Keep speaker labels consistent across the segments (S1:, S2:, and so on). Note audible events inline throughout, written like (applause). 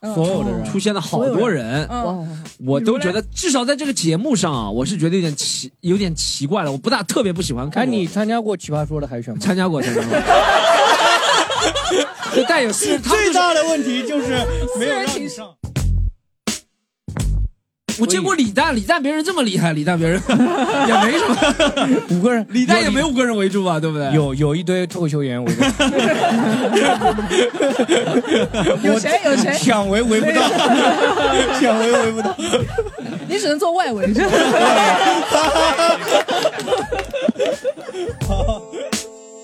S1: 嗯
S2: 所有的人
S3: 出现了啊好多人，
S1: 嗯，
S2: 哇，
S3: 我都觉得至少在这个节目上啊，我是觉得有点奇，有点奇怪了。我不大特别不喜欢看
S2: 哎，
S3: 这种。
S2: 你参加过《奇葩说》的海选吗？
S3: 参加过参加
S2: (laughs)
S3: 过？
S4: (laughs)
S3: 就带有私人，他们
S4: 最
S3: 就是
S4: 大的问题就是
S1: (laughs)
S4: 没有让你上。
S3: 我见过李诞，李诞别人这么厉害，李
S4: (laughs)
S3: 诞别人 (laughs) 也没什么，
S2: (laughs) 五个人，
S3: 李诞也没五个人围住吧，对不对？
S2: 有有一堆脱口秀演员
S1: (laughs)
S2: 围着， (laughs)
S1: 有谁有谁，
S4: 想围围不
S1: (laughs)
S4: 到，想围围不到。
S1: 你只能做外围。
S5: (laughs)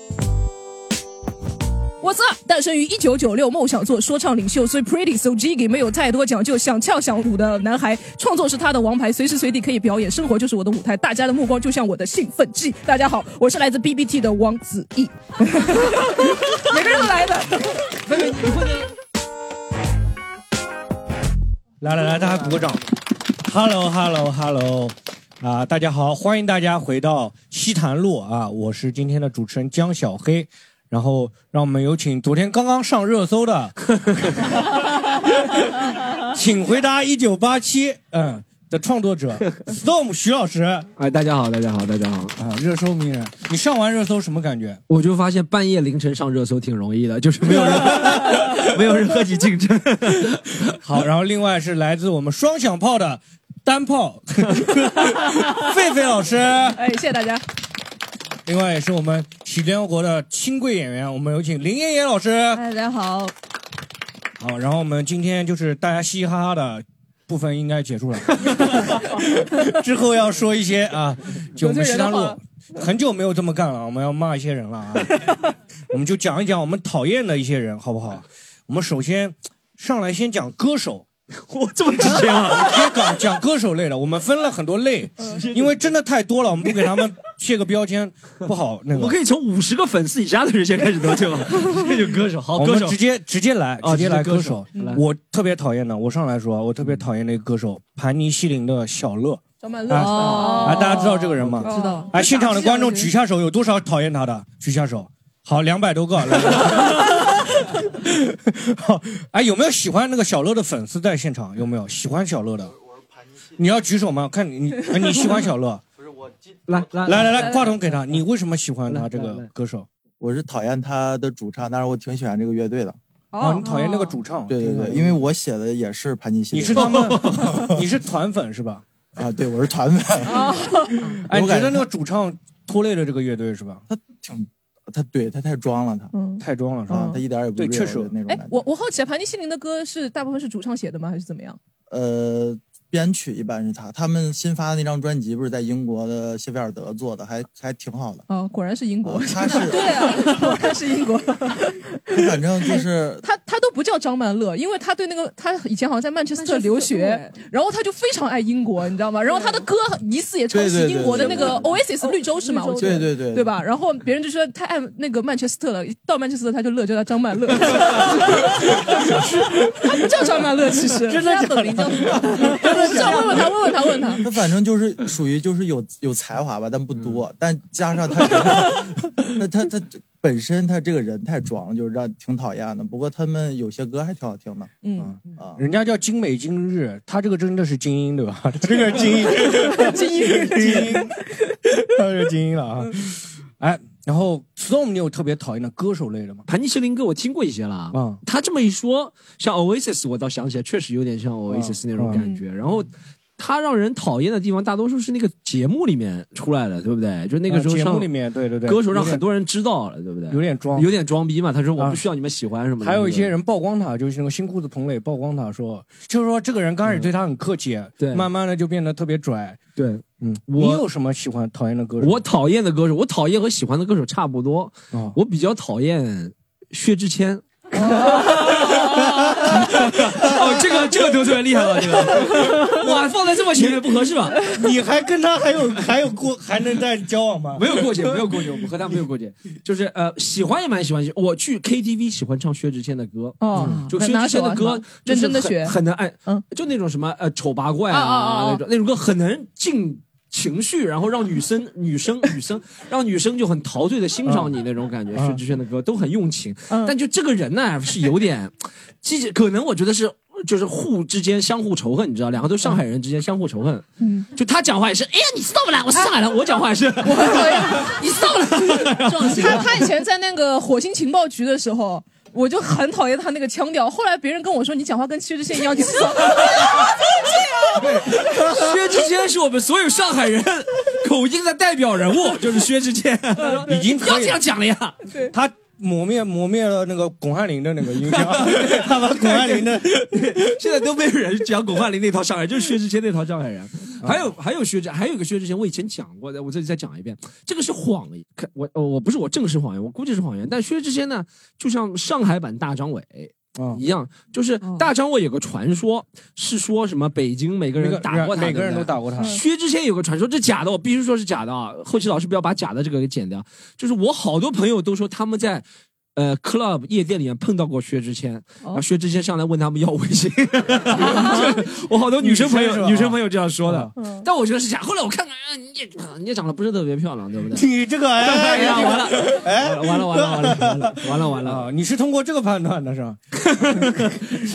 S4: (laughs) 哦
S1: 我操！诞生于一九九六，梦想做说唱领袖，所以 Pretty So Jiggy 没有太多讲究，想跳想舞的男孩，创作是他的王牌，随时随地可以表演，生活就是我的舞台，大家的目光就像我的兴奋剂。大家好，我是来自 BBT 的王子异，每个人都来的。
S4: 来来来，大家鼓个掌。Hello Hello Hello，啊，大家好，欢迎大家回到西坛路啊，我是今天的主持人江小黑。然后，让我们有请昨天刚刚上热搜的， (laughs) 请回答一九八七，嗯的创作者 Storm 徐老师啊，
S3: 哎，大家好，大家好，大家好。
S4: 热搜名人。你上完热搜什么感觉？
S3: 我就发现半夜凌晨上热搜挺容易的，就是没
S4: (laughs)
S3: 有人，没有人和你竞争。
S4: 好，然后另外是来自我们双响炮的单炮狒狒老师，
S1: 哎，谢谢大家。
S4: 另外也是我们喜天国的新贵演员，我们有请林妍妍老师。
S1: 哎大家好，
S4: 好，然后我们今天就是大家嘻嘻哈哈的。部分应该
S1: (laughs)
S4: 结束了，之后要说一些啊，就我们食堂路
S1: 得罪人
S4: 很久没有这么干了，我们要骂一些人了
S3: (laughs)
S4: 啊，我们就讲一讲我们讨厌的一些人，好不好？我们首先上来先讲歌手，
S3: 我这么直接吗？嗯
S4: 先讲讲歌手类的，我们分了很多类，因为真的太多了，我们不给他们贴个标签不好那个。
S3: 我可以从五十个粉丝以下的人先开始得罪吗？这就歌手，好
S4: 我
S3: 歌
S4: 们
S3: 手
S4: 直接直接
S3: (laughs)
S4: 来，
S3: 啊
S4: 直接来
S3: 直接歌
S4: 歌
S3: 手
S4: 手
S3: 来。
S4: 我特别讨厌的，我上来说，我特别讨厌那个歌手盘尼西林的小乐
S1: 张曼乐
S4: 啊
S1: 哦
S4: 啊，大家知道这个人吗？
S6: 哦
S1: 知道
S4: 啊，现场的观众举下手，有多少讨厌他的？举下手。好，两百多个。 (laughs) 来好，哎，有没有喜欢那个小乐的粉丝在现场？有没有喜欢小乐的？你要举手吗？看你你哎你喜欢小乐。 (laughs)
S3: 来来
S4: 来来
S1: 来
S4: 来，话筒给他。你为什么喜欢
S3: 来
S4: 他这
S3: 来
S4: 个
S3: 来
S4: 歌手？
S7: 我是讨厌他的主唱，但是我挺喜欢这个乐队的。
S4: 哦，你讨厌那个主唱？
S7: 对对对，因为我写的也是盘尼西
S4: 你
S7: 林。
S4: 是他们，你是团粉是吧？
S7: (laughs) 啊？对，我是团粉。
S1: 哦
S4: (laughs)
S1: (laughs)
S4: 哎，你
S7: 我
S4: 觉
S7: 感觉
S4: 得那个主唱拖累了这个乐队是吧？
S7: 挺他对他太装了，他
S1: 嗯，
S4: 太装了是吧？
S7: 啊，他一点也不
S4: 对
S7: real
S4: 确实
S7: 的那种
S1: 哎
S7: 感，觉。
S1: 我我好奇，盘尼西林的歌是大部分是主唱写的吗？还是怎么样？
S7: 呃，编曲一般是他，他们新发的那张专辑不是在英国的谢菲尔德做的，还还挺好的。
S1: 哦，果然是英国
S7: 啊。他是
S1: (laughs) 对啊，果然是英国。
S7: 他反正就是
S1: 他他都不叫张曼乐，因为他对那个他以前好像在曼彻斯特留学，然后他就非常爱英国，你知道吗？然后他的歌疑似也抄袭
S7: 对对对
S1: 英国的那个
S7: 对
S1: Oasis 绿洲是吗？我觉
S7: 对
S1: 得。
S7: 对对
S1: 对？吧？然后别人就说太爱那个曼彻斯特了，一到曼彻斯特他就乐，就叫张曼乐。他不叫张曼乐，其
S4: (laughs)
S1: 实真的他本名叫什么？ (laughs) 不知道问问他，问问他，问他。
S7: 他反正就是属于就是有有才华吧，但不多，但加上他他 (laughs) 他他本身他这个人太装了，就是让挺讨厌的。不过他们有些歌还挺好听的
S1: 嗯，
S7: 啊。
S4: 人家叫精美今日，他这个真的是精英对吧？ (laughs) 这个精英，精 (laughs) 英，精英，他是精英了啊！哎，然后 Storm，你有特别讨厌的歌手类的吗？
S3: 盘尼西林歌我听过一些了，
S4: 嗯
S3: 他这么一说，像 Oasis 我倒想起来，确实有点像 Oasis 那种感觉。
S4: 嗯
S3: 然后他让人讨厌的地方，大多数是那个节目里面出来的，对不对？就那个时候
S4: 啊节
S3: 上
S4: 目里面，对对对，
S3: 歌手让很
S4: 多
S3: 多人知道了，对不对？
S4: 有点装
S3: 有，点装逼嘛，他说我
S4: 啊
S3: 不需要你们喜欢什么的。
S4: 还有一些人曝光他，就是那个新裤子彭磊曝光他说，就是说这个人刚开始对他很客气，
S3: 嗯对
S4: 慢慢的就变得特别拽。
S3: 对
S4: 嗯，
S3: 我
S4: 你有什么喜欢讨厌的歌手？
S3: 我讨厌的歌手，我讨厌和喜欢的歌手差不多。
S4: 啊 (laughs)
S3: 我比较讨厌薛之谦。哦，这个这个得罪人厉害了，这个哇，放在这么前面不合适吧？
S4: 你还跟他还有还有过
S3: (laughs)
S4: 还能再交往吗？
S3: 没有过节，没有过节，我们和他没有
S4: (laughs)
S3: 过节，就是呃，喜欢也蛮喜欢。我去 KTV 喜欢唱薛之谦的歌，
S1: 哦
S3: 嗯就薛
S1: 拿
S3: 之谦
S1: 手
S3: 的
S1: 啊
S3: 歌
S1: 是吧，
S3: 就
S1: 认
S3: 是
S1: 真地
S3: 很
S1: 学
S3: 很能爱，
S1: 嗯，
S3: 就那种什么呃丑八怪
S1: 啊啊啊
S3: 啊
S1: 啊
S3: 那种那种歌，很能进情绪，然后让女生 (laughs) 女生女生让女生就很陶醉的欣赏你那种感觉。
S1: 嗯
S3: 薛之谦的歌都很用情，但就这个人呢是有点，其实可能我觉得是。就是互之间相互仇恨，你知道，两个都上海人之间相互仇恨。嗯，就他讲话也是，哎呀，你知道不啦？我是上海人，我讲话也是，你知 (laughs) 道了，
S1: 他他以前在那个火星情报局的时候，我就很讨厌他那个腔调。后来别人跟我说你讲话跟薛之谦一样，你知道吗？
S3: 薛之谦是我们所有上海人口音的代表人物，就是薛之谦，
S4: 已经
S3: 不
S4: 可以
S3: 要这样讲了呀。
S4: 他磨灭磨灭了那个巩汉林的那个音调， (laughs) 他把巩汉
S3: (laughs)
S4: 林的
S3: 现在都没有人讲巩汉林那套上海人， (laughs) 就是薛之谦那套上海人。
S4: 啊
S3: 还有还有薛之，还有一个薛之谦，我以前讲过的，我这里再讲一遍，这个是谎言，可我呃我我不是我正式谎言，我估计是谎言。但薛之谦呢，就像上海版大张伟。
S4: 啊
S3: 一样，就是大张伟有个传说，是说什么北京每个
S4: 每
S3: 人
S4: 个
S3: 打过他，
S4: 每个人
S3: 对不对
S4: 都打过他
S3: 薛之谦有个传说，这假的，我必须说是假的啊！后期老师不要把假的这个给剪掉。就是我好多朋友都说他们在呃 club 夜店里面碰到过薛之谦，
S4: 哦
S3: 然后薛之谦上来问他们要微
S4: (laughs)
S3: 信。 (laughs) 我好多女生朋
S4: 女生是吧哦
S3: 友，女生朋友这样说的
S1: (laughs) 嗯，
S3: 但我觉得是假。后来我看看，啊，你也你也长得不是特别漂亮，对不对？
S4: 你这个
S3: 哎
S4: 哎
S3: 呀，完了，
S4: 哎
S3: 完了，完了，完了，完了，完了，完了，
S4: 啊！你是通过这个判断的
S3: (laughs)
S4: 是吧？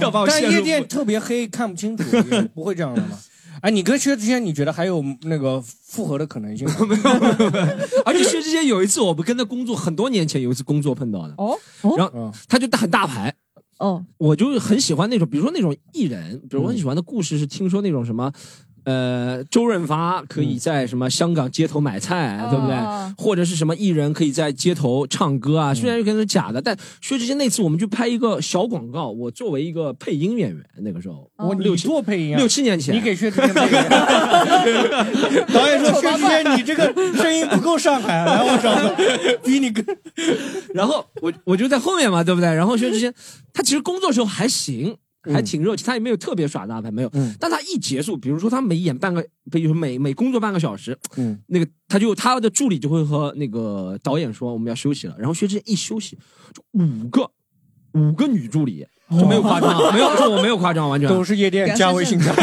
S3: 要把我
S4: 但
S3: 陷
S4: 夜
S3: 入
S4: 店特别黑，看不清楚，也不会这样的吗？ (laughs) 哎，你跟薛之谦，你觉得还有那个复合的可能性吗？
S3: (laughs) 而且薛之谦有一次，我们跟他工作很多年前有一次工作碰到的，
S1: 哦
S3: 然后
S4: 嗯
S3: 他就打很大牌。
S1: 哦，
S3: 我就很喜欢那种，比如说那种艺人，比如我很喜欢的故事是听说那种什么。呃，周润发可
S4: 嗯
S3: 以在什么香港街头买菜，啊
S1: 嗯
S3: 对不对
S1: 哦？
S3: 或者是什么艺人可以在街头唱歌啊？虽然有可能是假的，但薛之谦那次我们去拍一个小广告，我作为一个配音演员，那个时候
S1: 哦
S4: 我
S3: 六
S4: 你
S3: 七
S4: 做配音啊
S3: 六？七年前，
S4: 你给薛之谦配音啊？
S3: (laughs)
S4: 导演说薛之谦，你这个声音不够上海，来我找个比你更。
S3: (laughs) 然后我我就在后面嘛，对不对？然后薛之谦他其实工作时候还行。还挺热情，他也没有特别耍大牌，没有。
S4: 嗯
S3: 但他一结束，比如说他每演半个，比如说每每工作半个小时，
S4: 嗯
S3: 那个他就他的助理就会和那个导演说我们要休息了。然后薛之谦一休息，就五个五个女助理，就没有夸张 (laughs) 啊，没有说我没有夸张，完全
S4: 都是夜店加微信卡，
S3: (laughs)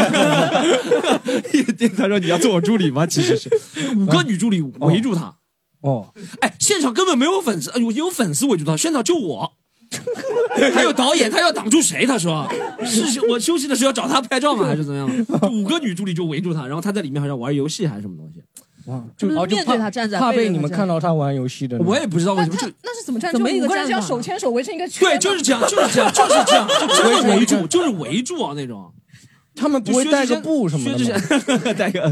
S3: 他说你要做我助理吗？其实是 (laughs) 嗯五个女助理围住他，
S4: 哦，
S3: 哎，现场根本没有粉丝，哎呦，有粉丝我就知道，现场就我， (laughs) 还有导演，他要挡住谁？他说是我休息的时候要找他拍照吗？还是怎么样？五个女助理就围住他，然后他在里面好像玩游戏还是什么东西，
S4: 就
S8: 就是
S4: 哦就
S8: 面
S4: 怕
S8: 对他站着
S4: 怕
S8: 背
S4: 被
S8: 着
S4: 你
S8: 他
S4: 们
S8: 站
S4: 看到他玩游戏的那种。
S3: 我也不知道为什么就。
S1: 那是怎么站？
S8: 怎么
S1: 就
S8: 一个
S1: 五个人这样
S8: 站法
S1: 手牵手围成一个圈呢？
S3: 对，就是这样，就是这样，就是这样，就真的围住，就是围住啊那种。
S4: 他们不会带个布什么
S3: 薛之
S4: 的吗？
S3: 谦 (laughs) 带个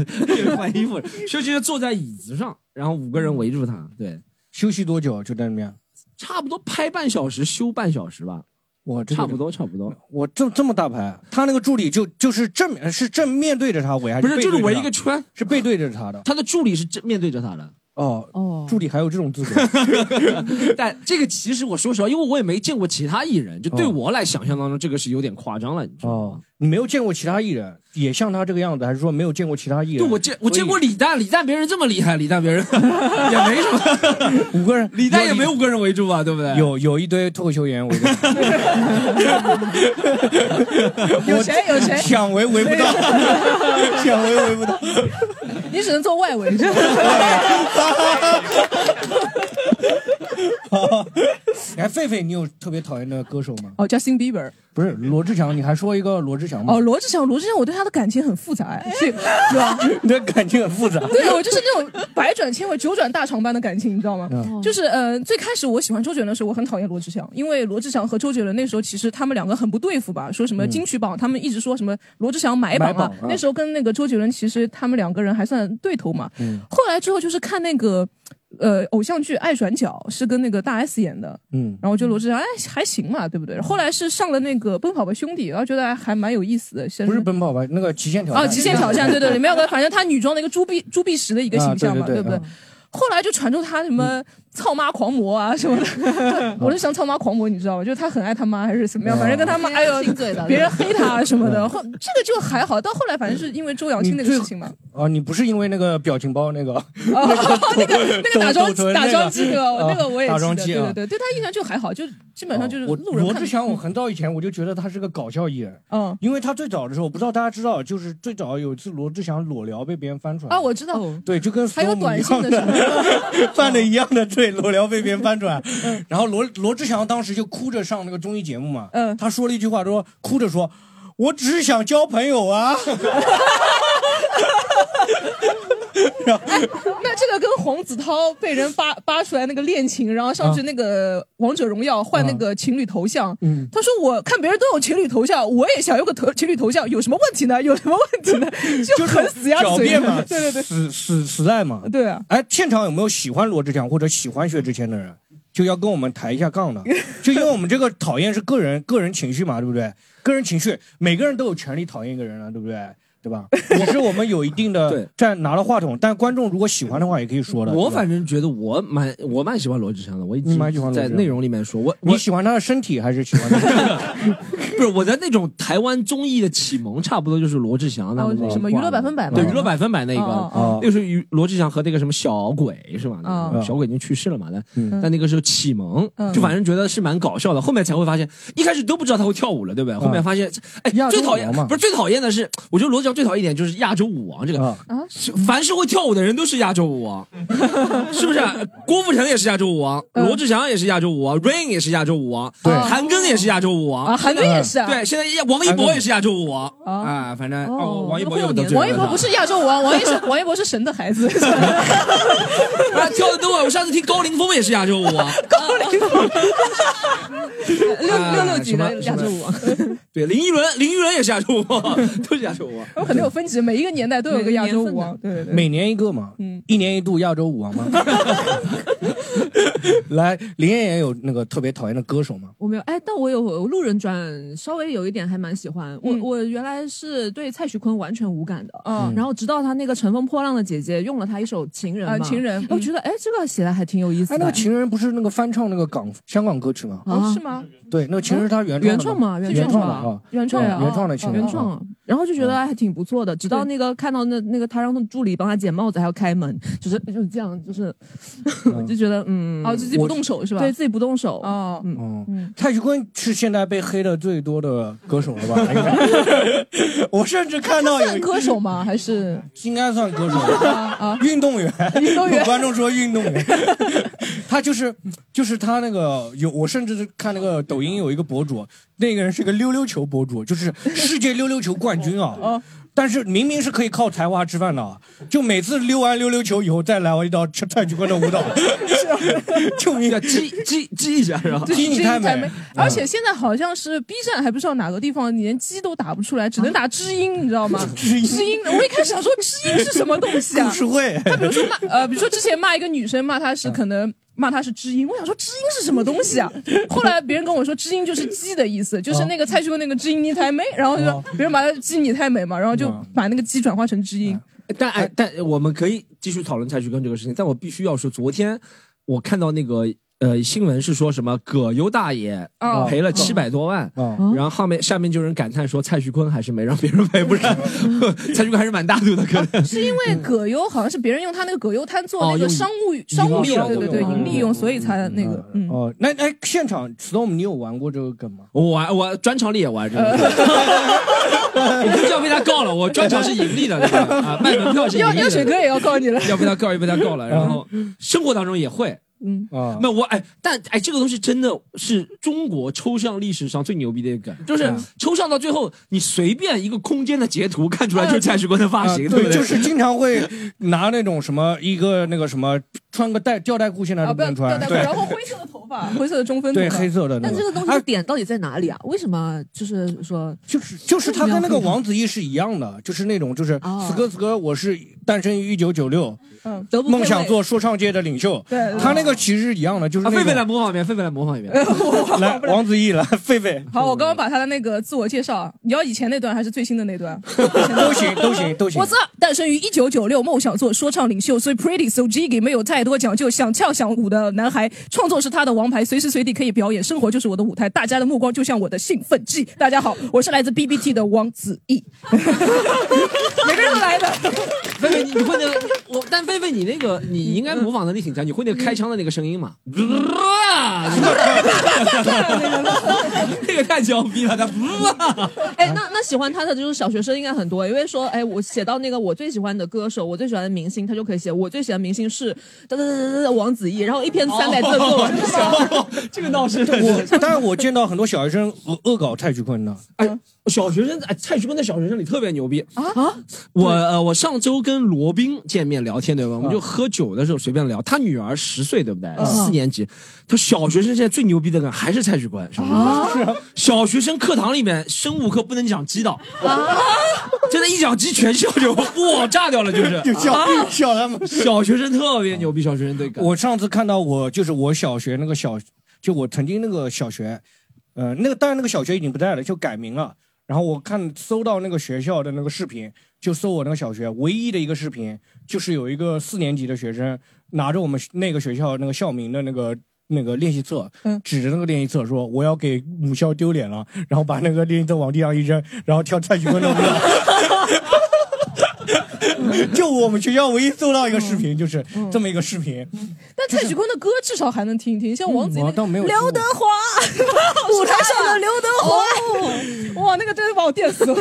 S3: 换衣服，薛之谦坐在椅子上，然后五个人围住他，对，
S4: 嗯休息多久就在那边？
S3: 差不多拍半小时，休半小时吧，
S4: 我这个
S3: 差不，多，差不多。
S4: 我这这么大牌，他那个助理就就是正面是正面对着他围，还
S3: 不是，
S4: 背
S3: 就
S4: 对着
S3: 是围
S4: 他
S3: 一个圈，
S4: 是背对着他的
S3: (laughs) 他的助理是正面对着他的，
S4: 哦。
S8: 哦，
S4: 助理还有这种资格？
S3: (laughs) 但这个其实我说实话，因为我也没见过其他艺人，就对
S4: 哦
S3: 我来想象当中，这个是有点夸张了，你知道吗？
S4: 哦，你没有见过其他艺人也像他这个样子，还是说没有见过其他艺人？
S3: 对，我见我见过李诞，李诞别人这么厉害，李诞别人 (laughs) 也没什么，
S4: 五个人，
S3: 李诞也没
S4: 有
S3: 五个人围住吧，对不对？
S4: 有有一堆脱口秀演员围着他，
S1: (laughs) 有谁有谁，
S4: 想围围不到，想围围不到。
S1: 你只能做外围。 (laughs)
S4: (laughs) 哎，狒狒，你有特别讨厌的歌手吗？
S1: 哦，Justin Bieber，
S4: 不是罗志祥，你还说一个罗志祥吗
S1: 哦，？
S4: (laughs)
S1: 罗志祥，罗志祥，我对他的感情很复杂，哎是是吧？
S4: 你的感情很复杂。
S1: (laughs) 对我就是那种百转千回、九转大肠般的感情，你知道吗？
S4: 嗯
S1: 就是呃，最开始我喜欢周杰伦的时候，我很讨厌罗志祥，因为罗志祥和周杰伦那时候其实他们两个很不对付吧，说什么金曲榜，他们一直说什么罗志祥买榜
S4: 嗯
S1: 啊，
S4: 买榜啊
S1: 那时候跟那个周杰伦其实他们两个人还算对头嘛。
S4: 嗯
S8: 嗯 (laughs)
S1: 后来之后就是看那个。呃，偶像剧《爱转角》是跟那个大 S 演的，
S4: 嗯，
S1: 然后我觉得罗志祥哎还行嘛，对不对？后来是上了那个《奔跑吧兄弟》，然后觉得还蛮有意思的。先
S4: 不是奔跑吧，那个极限挑
S1: 啊，
S4: 战。
S1: 极限挑战，对对，里面有个反正她女装的一个朱碧朱碧石的一个形象嘛，
S4: 啊对对对嗯
S1: 不对？后来就传出他什么操妈狂魔啊什么
S4: (laughs)
S1: 的，我就想操妈狂魔，你知道吗？就是他很爱他妈还是怎么样，反正跟他妈，哎呦
S8: 嗯亲嘴的，
S1: 别人黑他啊什么
S4: 嗯
S1: 的，后这个就还好。到后来反正是因为周扬青那个事情嘛，
S4: 哦，你不是因为那个表情包那个？
S1: 哦，那个 (laughs) 那个打桩
S4: 抖抖
S1: 机
S4: 臀
S1: 打
S4: 那个
S1: 桩机的，
S4: 啊
S1: 那个我也记
S4: 打
S1: 得，
S4: 桩
S1: 对
S4: 机啊哦
S1: 对对，对他印象就还好，就基本上就是
S4: 我
S1: 路人
S4: 罗
S1: 看
S4: 志祥，我很早以前我就觉得他是个搞笑艺人，
S1: 嗯，
S4: 因为他最早的时候，不知道大家知道，就是最早有一次罗志祥裸聊被别人翻出来
S1: 啊，我知道，
S8: 哦
S4: 对，就跟
S1: 还有
S4: Storm
S1: 短
S4: 一样
S1: 信的什么，
S4: (laughs) 犯的一样的罪，裸聊被别人翻出来。然后罗罗志祥当时就哭着上那个综艺节目嘛，
S1: 嗯
S4: 他说了一句话，说哭着说：“我只是想交朋友啊。 (laughs) (laughs)
S1: 那这个跟黄子韬被人扒扒出来那个恋情，然后上去那个王者荣耀换那个情侣头像，
S4: 嗯
S1: 他说我看别人都有情侣头像，我也想有个头情侣头像，有什么问题呢？有什么问题呢？ (laughs) 就很死鸭
S4: 狡
S1: 子嘴
S4: 辩嘛，
S1: 对对对，
S4: 死死死赖嘛。
S1: 对啊，
S4: 哎，现场有没有喜欢罗志祥或者喜欢薛之谦的人？就要跟我们抬一下杠的，就因为我们这个讨厌是个人个人情绪嘛，对不对？个人情绪，每个人都有权利讨厌一个人啊了，对不对？对吧？也是我们有一定
S3: (laughs)
S4: 的站拿了话筒，但观众如果喜欢的话，也可以说的。
S3: 我
S4: 对吧
S3: 反正觉得我蛮我蛮喜欢罗志祥的，我已
S4: 你
S3: 经
S4: 蛮喜欢罗志
S3: 在
S4: 祥
S3: 内容里面说，我我
S4: 你喜欢他的身体还是喜欢他的？
S3: (laughs) 不是我在那种台湾综艺的启蒙，差不多就是罗志祥他们那
S1: 哦，
S3: 一
S1: 什么娱
S3: 挂的
S1: 乐百分百嘛，
S3: 对娱乐百分百那一
S1: 哦
S3: 个，
S4: 哦
S3: 那个时候娱罗志祥和那个什么小鬼是吧？那个
S4: 哦
S3: 小鬼已经去世了嘛，但
S4: 嗯
S3: 但那个时候启蒙
S1: 嗯，
S3: 就反正觉得是蛮搞笑的。后面才会发现，一开始都不知道他会跳舞了，对不对？后面发现，哎，
S4: 嗯亚洲
S3: 最讨厌
S4: 舞王嘛
S3: 不是最讨厌的是，我觉得罗志祥最讨厌一点就是亚洲舞王这个
S4: 啊，
S1: 啊，
S3: 是凡是会跳舞的人都是亚洲舞王，
S1: (laughs)
S3: 是不是？
S8: 啊
S3: 郭富城也是亚洲舞王，
S1: 嗯
S3: 罗志祥也是亚洲舞王，Rain 也是亚洲舞王，
S4: 对
S3: 韩庚也是亚洲舞王
S1: 啊，韩庚也是啊，
S3: 对，现在亚王一博也是亚洲舞王
S1: 哦
S3: 啊，反正
S1: 哦
S3: 哦，王一博又得罪
S1: 王一
S3: 人
S1: 博
S3: 了
S1: 不是亚洲舞王，王一是王一博是神的孩 (laughs) 子，
S3: (laughs) 啊，跳的都我上次听高凌风也是亚洲舞啊王，
S1: (laughs) 高凌
S3: (laughs)
S1: 风，六
S3: 啊
S1: 六六级
S3: 什么
S1: 的亚 (laughs) 洲舞王，
S3: 对，林依轮，林依轮也是亚洲舞王， (laughs) 都是亚洲舞王。
S1: 我们可能有分级，每一个年代都有一个亚洲舞王，对对对。
S4: 每年一个嘛，
S1: 嗯
S4: 一年一度亚洲舞王
S1: (laughs)
S4: 嘛。 (laughs) 来，林彦也有那个特别讨厌的歌手嘛？
S8: 我没有，哎，但我有我路人转，稍微有一点还蛮喜欢。我、
S1: 嗯
S8: 我原来是对蔡徐坤完全无感的，
S1: 嗯
S8: 然后直到他那个《乘风破浪的姐姐》用了他一首《情人》
S1: 啊
S8: 嘛
S1: 情人
S8: 我
S1: 嗯
S8: 觉得哎，这个写的还挺有意思
S4: 哎，那
S8: 的。
S4: 个情人不是那个翻唱那个港香港歌曲吗？
S1: 哦，
S8: 啊
S1: 是，吗？
S4: 对，那个情人是他原
S8: 原
S4: 创
S8: 创
S4: 的
S8: 嘛，
S4: 原
S8: 创
S4: 创的
S8: 嘛
S4: 啊，
S1: 原创的
S4: 嗯原创的
S1: 哦
S4: 情人哦
S8: 原创啊。然后就觉得还挺不错的，直到
S1: 对
S8: 那个看到那那个他让他助理帮他捡帽子，还要开门， (laughs) 就是就是这样，就是、 (laughs) 我就觉得嗯，
S1: 哦，自己不动手是吧？
S8: 对，自己不动手，
S1: 哦，
S4: 哦
S8: 嗯，
S4: 蔡徐坤是现在被黑的最多的歌手
S1: (laughs)
S4: 了吧？应该我甚至看到有
S1: 算
S4: 一
S1: 歌手吗？还是
S4: 应该算歌手，
S1: 啊
S4: 运动员，
S1: 运动员
S4: 观众说运动员，他就是就是他那个有，我甚至是看那个抖音有一个博主，那个人是个溜溜球博主，就是世界溜溜球冠军啊
S1: 哦。
S4: 但是明明是可以靠才华吃饭的啊，就每次溜完溜溜球以后再来我一道蔡徐坤的舞蹈，救命！
S3: 要记记记一下是吧？
S4: 鸡你啊太
S1: 知音
S4: 美，嗯
S1: 而且现在好像是 B 站，还不知道哪个地方连鸡都打不出来，只能打知音，你知道吗？
S4: 知音
S1: 知音，我一开始想说知音是什么东西啊
S4: 故？事会，
S1: 他比如说骂呃，比如说之前骂一个女生，骂她是可能骂她是知音，我想说知音是什么东西啊？后来别人跟我说知音就是鸡的意思，就是那个蔡徐坤那个知音你太美，然后就说别人把它鸡你太美嘛，然后就把那个鸡转化成知音。
S3: 但哎，但我们可以继续讨论蔡徐坤这个事情，但我必须要说，昨天我看到那个呃新闻是说什么葛优大爷
S1: 哦
S3: 赔了七百多万。
S4: 啊，
S3: 然后后面下面就有人感叹说蔡徐坤还是没让别人赔，
S1: (laughs)
S3: 不然蔡徐坤还是蛮大度的，可能
S1: 是因为葛优好像是别人用他那个葛优瘫做
S3: 哦
S1: 那个
S3: 用
S1: 商务商务
S3: 利用
S1: 用，对对对，
S3: 用
S1: 盈利用，所以才那个嗯。
S4: 哦，那哎，现场 Storm 你有玩过这个梗吗？
S3: 我玩我专场里也
S1: 啊
S3: 玩这个， (laughs) 我就要被他告了。我专场是盈利的，对吧？啊，卖门票是盈
S1: 要
S3: 利
S1: 要水
S3: 的，
S1: 哥也要告你了，
S3: (laughs) 要被他告，要被他告了。然后生活当中也会，
S1: 嗯
S4: 啊，
S3: 那我哎，但哎，这个东西真的是中国抽象历史上最牛逼的一个梗，就是抽象到最后，你随便一个空间的截图看出来就是蔡徐坤的发
S4: 啊，
S3: 型，对不对？
S4: 就是经常会拿那种什么一个那个什么穿个带吊带裤，现在
S1: 啊
S4: 都
S1: 不要
S4: 能
S1: 啊吊
S4: 穿
S1: 带，裤，
S4: 对
S1: 然后灰色的头发，灰色的中分头发，
S4: 对黑色的那
S8: 但
S4: 个
S8: 这个东西的点到底在哪里啊？为什么就是说，
S4: 就是就是他跟那个王子异是一样的，
S1: 哦
S4: 就是那种就是死哥死哥，我是诞生于一九九六，
S1: 嗯，
S8: 德
S4: 梦想做说唱界的领袖。
S1: 对对
S4: 他那个其实是一样的，就是
S3: 啊，
S4: 那
S3: 狒狒来
S4: 种
S3: 模仿一遍，狒狒来模仿一遍。
S4: (laughs) 来王子异来狒狒
S1: 好，我刚刚把他的那个自我介绍，你要以前那段还是最新的那段？
S4: (laughs) 都行都行都行
S1: 我。知道，诞生于一九九六，梦想做说唱领袖，所以 Pretty So Jiggy 没有太多讲究，想跳想舞的男孩，创作是他的王牌，随时随地可以表演，生活就是我的舞台，大家的目光就像我的兴奋剂。大家好，我是来自 BBT 的王子异，每个人都来的。
S3: 狒狒，你你会那个我，但狒狒你那个你应该模仿能力挺强，你会那个开枪的那个声音吗？
S1: 嗯
S3: (laughs) 那个太牛逼了，他
S1: (laughs)
S3: (laughs)
S8: 哎，那那喜欢他的就是小学生应该很多，因为说，哎，我写到那个我最喜欢的歌手，我最喜欢的明星，他就可以写我最喜欢的明星是哒哒哒哒哒王子异，然后一
S4: 哦
S8: 篇三百字的作文。
S4: (laughs)
S3: 这个倒是
S4: 我，但是我见到很多小学生恶恶搞蔡徐坤的，
S3: 哎，小学生哎，蔡徐坤在小学生里特别牛逼
S8: 啊
S3: 啊！我呃，我上周跟罗宾见面聊天，对吧？
S4: 啊
S3: 我们就喝酒的时候随便聊，他女儿十岁，对不对？
S8: 啊
S3: 四年级，他小学生现在最牛逼的梗还是蔡徐坤，小学
S8: 啊
S3: 生小学生课堂里面生物课不能讲鸡的，
S8: 啊
S3: 真的，一讲鸡全校就哇炸掉了，就
S4: (laughs)
S3: 是啊
S4: 就啊笑笑他们。
S3: 小学生特别牛逼，小学生对梗。
S4: 我上次看到我就是我小学那个小，就我曾经那个小学，呃，那个当然那个小学已经不在了，就改名了。然后我看搜到那个学校的那个视频，就搜我那个小学唯一的一个视频，就是有一个四年级的学生拿着我们那个学校那个校名的那个那个练习册，指着那个练习册说我要给母校丢脸了，然后把那个练习册往地上一扔，然后跳蔡徐坤的舞蹈。 (laughs) 就我们学校唯一搜到一个视频，就是这么一个视频。
S1: 但蔡徐坤的歌至少还能听一听，像王子异
S4: 嗯我倒没有听过
S1: 刘德华，舞台上的刘德
S4: (laughs)
S1: 华，哇，那个真的把我电死了。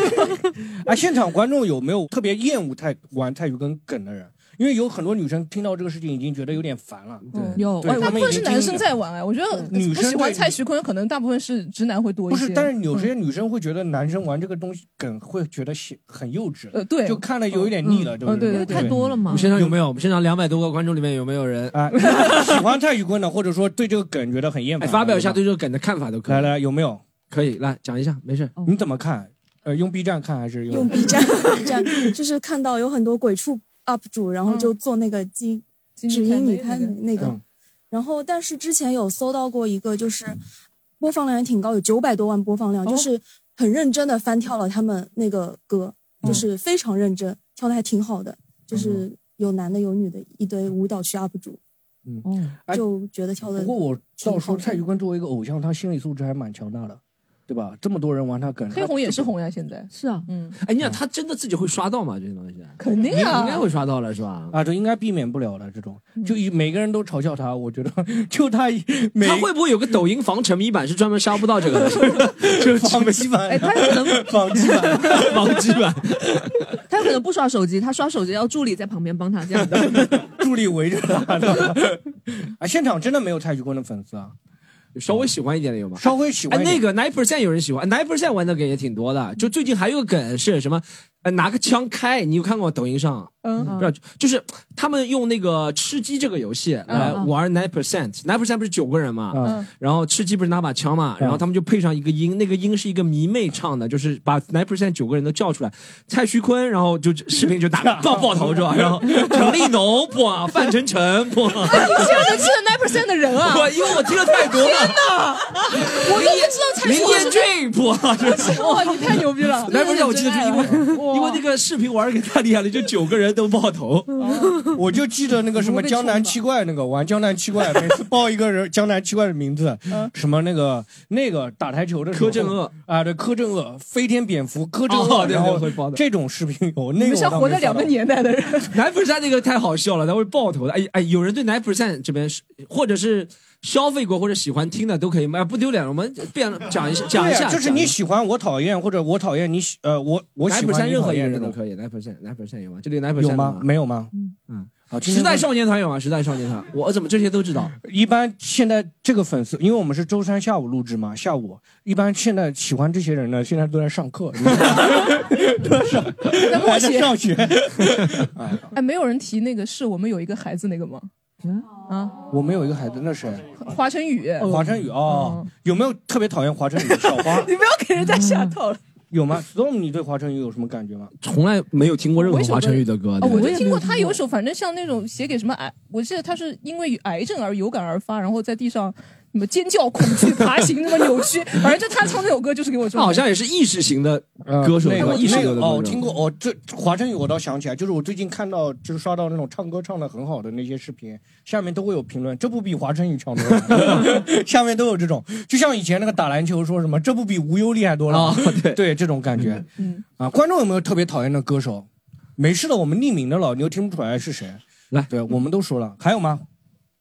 S4: 啊，现场观众有没有特别厌恶蔡玩蔡徐坤梗的人？因为有很多女生听到这个事情已经觉得有点烦了。
S8: 嗯有
S4: 对
S8: 哎
S4: 他
S1: 大
S4: 们
S1: 部
S4: 已
S1: 分
S4: 经
S1: 是男生在玩哎，我觉得
S4: 对女
S1: 不
S4: 生
S1: 喜欢
S4: 对
S1: 蔡徐坤，可能大部分是直男会多一
S4: 不
S1: 些。嗯
S4: 是，但是有些女生会觉得男生玩这个东西梗会觉得是很幼稚，
S1: 呃对
S4: 就看了有一点腻了，对不
S1: 嗯对
S8: 因为
S4: 对
S8: 太多了
S3: 我
S8: 嘛
S3: 们。现场有没有？我们现场两百多个观众里面有没有人？
S4: 啊，喜欢蔡徐坤的，或者说对这个梗觉得很厌烦
S3: 哎，
S4: 的，
S3: 发表一
S4: 有
S3: 下
S4: 没
S3: 对这个梗的看法都
S4: 有。
S3: 可
S4: 来
S3: 以，
S4: 来，有没有？
S3: 可以来讲一下，没事。
S4: 你怎么看？呃，用 B 站看还是
S9: 用 B 站 (laughs) B 站，就是看到有很多鬼畜 UP 主，然后就做那个基
S1: 金
S9: 只因你
S1: 你
S9: 看
S1: 看
S9: 的那个
S4: 嗯，
S9: 然后但是之前有搜到过一个，就是播放量也挺高，有九百多万播放量，就是很认真的翻跳了他们那个歌，就是非常认真，跳的还挺好的，
S4: 嗯
S9: 就是有男的有女的，一堆舞蹈区 UP 主
S8: 哦，
S4: 哎
S9: 就觉得跳
S4: 不
S9: 的
S4: 过我
S9: 挺
S4: 倒
S9: 好
S4: 说，
S9: 的
S4: 蔡徐坤作为一个偶像，他心理素质还蛮强大的，对吧？这么多人玩他梗，
S1: 嗯黑
S4: 他
S1: 红也是红呀，现在
S8: 是啊，
S1: 嗯，
S3: 哎，你想他真的自己会刷到吗？这些东西？
S1: 肯定
S3: 你
S1: 啊
S3: 应该会刷到了是吧？
S4: 啊，这应该避免不了的。这种
S9: 嗯
S4: 就以每个人都嘲笑他，我觉得 (laughs) 就他一每
S3: 他会不会有个抖音防沉迷版是专门刷不到
S4: (laughs)
S3: 这个的？
S4: 就仿基
S8: 哎，
S4: 版，
S8: 他可
S4: (laughs)
S8: 能
S4: 仿基
S3: (laughs)
S4: 版，
S3: 防基版？
S8: 他可能不刷手机，他刷手机要助理在旁边帮他这样的。
S4: 助力围着他
S3: (laughs)
S4: 的。啊，现场真的没有蔡徐坤的粉丝啊，
S3: 稍微喜欢一点的有吗？
S4: 稍微喜
S3: 哎
S4: 欢，一点
S3: 那个 nine percent 有人喜欢，nine percent 玩的梗也挺多的。就最近还有个梗是什么？呃，拿个枪开，你有看过抖音上？
S1: 嗯
S3: 不知道，就是他们用那个吃鸡这个游戏
S8: 嗯
S3: 来玩 nine percent，nine percent 不是九个人嘛？
S1: 嗯
S3: 然后吃鸡不是拿把枪
S4: 嗯
S3: 嘛，然后他们就配上一个音，那个音是一个迷妹唱的，就是把 nine percent 九个人都叫出来，蔡徐坤，然后就视频就打
S4: (laughs)
S3: 爆爆头是吧？然后陈立农不，范丞丞不，
S1: 你竟然能记得 nine percent 的人啊！
S3: 我因为我听了太多了，
S1: 我都不知道蔡
S3: 林
S1: 徐坤
S3: 彦
S1: 是谁。
S3: 俊不，是
S1: 哇，你太牛逼了！
S3: (laughs) 来不是我记得是因为 (laughs) 因为那
S1: 个
S3: 个视频玩的太厉害了，就九个人都爆头，
S4: 我就记得那个什么江南七怪，那个玩江南
S1: (laughs)
S4: 七怪，每次报一个人江南七怪的名字，
S1: 嗯
S4: 什么那个那个打台球的时候
S3: 柯震恶
S4: 啊，对，柯震恶飞天蝙蝠，柯震
S3: 哦
S4: 恶，
S3: 对
S4: 然后
S3: 对会报的
S4: 这种视频有，
S1: 你
S4: 那
S1: 们
S4: 个
S1: 像
S4: 我倒
S1: 活
S4: 没
S1: 在两
S4: 刷
S1: 个
S4: 到
S1: 年代的
S3: (laughs)
S1: 人，
S3: 南普山那个太好笑了，他会爆头的。哎哎，有人对南普山这边是或者是消费过或者喜欢听的都可以，哎不丢脸，我们变了讲一下讲一
S4: 对
S3: 下，
S4: 啊就是
S3: 讲一
S4: 你
S3: 下。
S4: 喜欢我讨厌，或者我讨厌你喜呃我我
S3: 南
S4: 喜
S3: 普
S4: 欢
S3: 山
S4: 你
S3: 任
S4: 讨
S3: 何一个
S4: 厌
S3: 人
S4: 这种
S3: 都可以，南普山南普山有吗？这里有南普
S4: 有
S3: 山
S4: 吗？
S3: 的
S4: 没有吗？
S3: 嗯
S4: 好，今天
S3: 时代
S4: 问
S3: 少年团有吗？时代少年团，我怎么这些都知道？
S4: 一般现在这个粉丝，因为我们是周三下午录制嘛，下午一般现在喜欢这些人呢，现在都在上
S3: (laughs)
S4: 课，你知道吗
S1: 在
S4: 还
S1: 默
S4: 在
S1: 写。
S4: 上学。
S3: (laughs)
S1: 哎，没有人提那个是我们有一个孩子那个吗？啊，
S4: 我们有一个孩子，那谁？
S1: 华晨宇，
S4: 华晨宇哦，有没有特别讨厌华晨宇的小花？
S3: (laughs)
S1: 你不要给人家吓
S4: 嗯
S1: 到了。
S4: 有吗？Storm，你对华晨宇有什么感觉吗？
S3: 从来没有听过任何华晨宇的歌。
S1: 哦，我
S3: 对
S1: 就听过他有一首，反正像那种写给什么癌，我记得他是因为癌症而有感而发，然后在地上什么尖叫、恐惧、爬行，那么扭曲，反正就他唱那首歌就是给我这
S3: 他
S1: 种。
S3: 好像也是意识型的歌手吧，
S4: 呃那个
S3: 意识
S4: 那
S3: 流
S4: 个
S3: 的歌手。
S4: 哦，我听过哦，这华晨宇我倒想起来，就是我最近看到就是刷到那种唱歌唱的很好的那些视频，下面都会有评论，这不比华晨宇强多了， (laughs) 下面都有这种，就像以前那个打篮球说什么这不比无忧厉害多了，
S3: 哦
S4: (laughs) 对这种感觉，
S1: 嗯
S4: 啊，观众有没有特别讨厌的歌手？没事的，我们匿名的老牛听不出来是谁，
S3: 来，
S4: 对我们都说了，还有吗？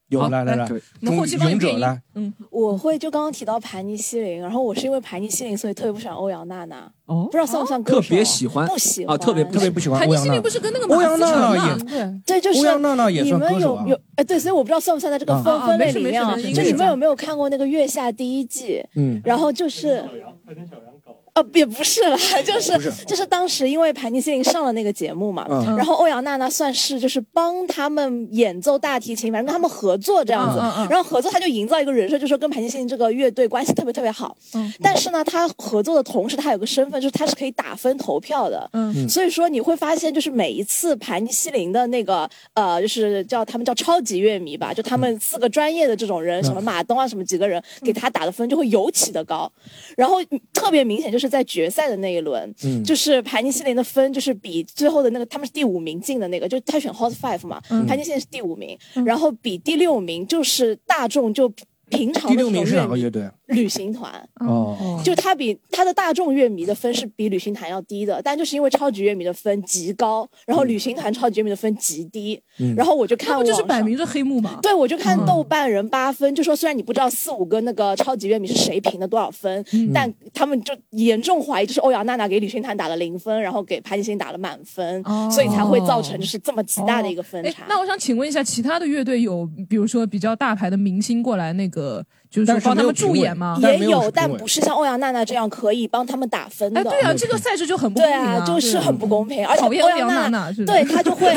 S4: 有，来来来，
S10: 我们后
S4: 勇
S10: 期帮你
S4: 勇者
S10: 配音
S4: 来，
S1: 嗯，
S10: 我会就刚刚提到盘尼西林，然后我是因为盘尼西林，所以特别不喜欢欧阳娜娜。
S3: 哦，
S10: 不知道算不算歌手啊
S3: 特别喜欢
S10: 不喜欢
S3: 啊特别特别不喜欢
S10: 是
S3: 欧阳娜娜盘尼西林不是
S1: 跟那个
S3: 马思纯吗欧阳娜娜
S10: 对，就是
S3: 欧阳娜娜也
S10: 你
S3: 算
S10: 们
S3: 歌手
S10: 有
S3: 啊
S10: 有哎对，所以我不知道算不算在这个
S3: 啊
S10: 分
S3: 啊
S10: 分类
S3: 没事
S10: 里面啊
S3: 没事没事
S10: 就你
S3: 没事
S10: 们有没有看过那个《月下》第一季？
S4: 嗯
S10: 然后就是。呃，也不是啦， (laughs) 就是就是当时因为盘尼西林上了那个节目嘛，
S11: 嗯
S10: 然后欧阳娜娜算是就是帮他们演奏大提琴，反正跟他们合作这样子，
S11: 嗯嗯嗯
S10: 然后合作他就营造一个人设，就说跟盘尼西林这个乐队关系特别特别好。
S11: 嗯
S10: 但是呢，他合作的同时，他有个身份就是他是可以打分投票的。
S11: 嗯
S10: 所以说你会发现，就是每一次盘尼西林的那个呃，就是叫他们叫超级乐迷吧，就他们四个专业的这种人，
S11: 嗯
S10: 什么马东啊，什么几个人，给他打的分就会尤其的高。然后嗯特别明显就是在决赛的那一轮，
S11: 嗯
S10: 就是盘尼西林的分就是比最后的那个他们是第五名进的那个，就是他选 Hot Five 嘛，
S11: 嗯
S10: 盘尼西林是第五名，
S1: 嗯
S10: 然后比第六名就是大众就平常
S4: 第
S10: 的这
S4: 六
S10: 种
S4: 名是
S10: 乐
S4: 哪个
S10: 迷
S4: 乐队？
S10: 旅行团。
S4: 哦，
S10: 就他比他的大众乐迷的分是比旅行团要低的，但就是因为超级乐迷的分极高，
S4: 嗯
S10: 然后旅行团超级乐迷的分极低，
S11: 嗯
S10: 然后我就看
S1: 那不就是
S10: 网上
S1: 摆明着黑幕吗？嗯
S10: 对，我就看豆瓣人八分，就说虽然你不知道四五个那个超级乐迷是谁评的多少分，
S1: 嗯
S10: 但他们就严重怀疑就是欧阳娜娜给旅行团打了零分，然后给潘金星打了满分，
S1: 哦
S10: 所以才会造成就是这么极大的一个分
S1: 哎
S10: 差。，
S1: 那我想请问一下，其他的乐队有，比如说比较大牌的明星过来，那个就是说
S10: 但是
S1: 帮他
S10: 没有
S1: 们
S10: 评
S1: 助
S10: 委
S1: 演吗？
S10: 也有，但不是像欧阳娜娜这样可以帮他们打分的。
S1: 哎对啊这个赛制就很不公
S10: 对
S1: 平啊嗯
S10: 啊，就是很不公平，而且
S1: 讨厌
S10: 欧
S1: 欧阳娜
S10: 娜
S1: 娜是的
S10: 对她就会，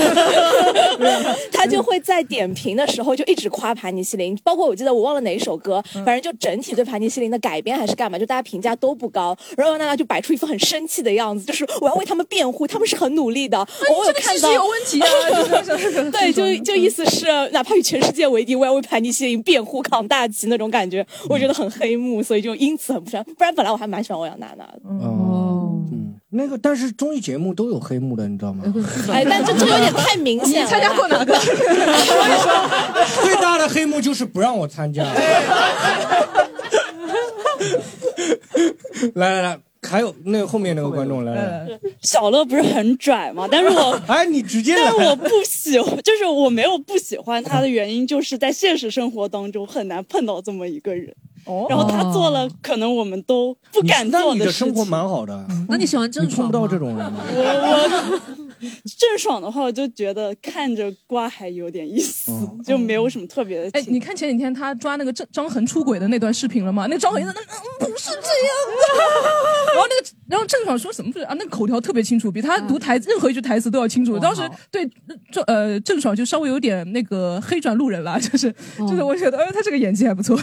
S10: (laughs) 她就会在点评的时候就一直夸盘尼西林，包括我记得我忘了哪一首歌，
S1: 嗯
S10: 反正就整体对盘尼西林的改编还是干嘛，就大家评价都不高。然后欧阳娜娜就摆出一副很生气的样子，就是我要为他们辩护，他们是很努
S1: (laughs)
S10: 力的。我有
S1: 啊这个
S10: 看
S1: 体
S10: 到
S1: 制有问题啊
S10: (laughs)
S1: 就是
S10: 对，就就意思是哪怕与全世界为敌，我要为盘尼西林辩护，扛大旗那种感觉，
S1: 嗯
S10: 我觉得很黑幕，所以就因此很不爽。不然本来我还蛮喜欢欧阳娜娜的。
S4: 哦，嗯，那个但是综艺节目都有黑幕的，你知道吗？
S10: 哎，但这
S4: (laughs)
S10: 这有点太明
S1: (laughs)
S10: 显了。
S1: 你参加过哪个
S4: 最大的黑幕就是不让我参
S12: (laughs)
S4: 加。来来来，还有那个后面那个观众，来来，来
S12: 小乐不是很拽
S4: (laughs)
S12: 嘛，但是我
S4: 哎，你直接来
S12: 但我不喜欢，就是我没有不喜欢他的原因，就是在现实生活当中很难碰到这么一个人。
S1: 哦
S12: 然后他做了可能我们都不敢
S4: 你那
S12: 做
S4: 你的
S12: 事
S4: 生活
S12: 情。嗯
S4: 蛮好的，
S12: 那你喜欢
S4: 你碰不到这种人
S12: (laughs)
S4: 吗？
S12: 我我 (laughs) 郑爽的话，我就觉得看着瓜还有点意思，
S4: 嗯
S12: 就没有什么特别的。
S1: 哎，你看前几天他抓那个张张恒出轨的那段视频了吗？那个张恒在那，嗯，不是这样的。然后那个，然后郑爽说什么不是啊？那个口条特别清楚，比他
S8: 嗯
S1: 读台任何一句台词都要
S8: 哦
S1: 清楚。当时对郑呃郑爽就稍微有点那个黑转路人了，就是
S8: 哦
S1: 就是我觉得，哎，他这个演技还不错。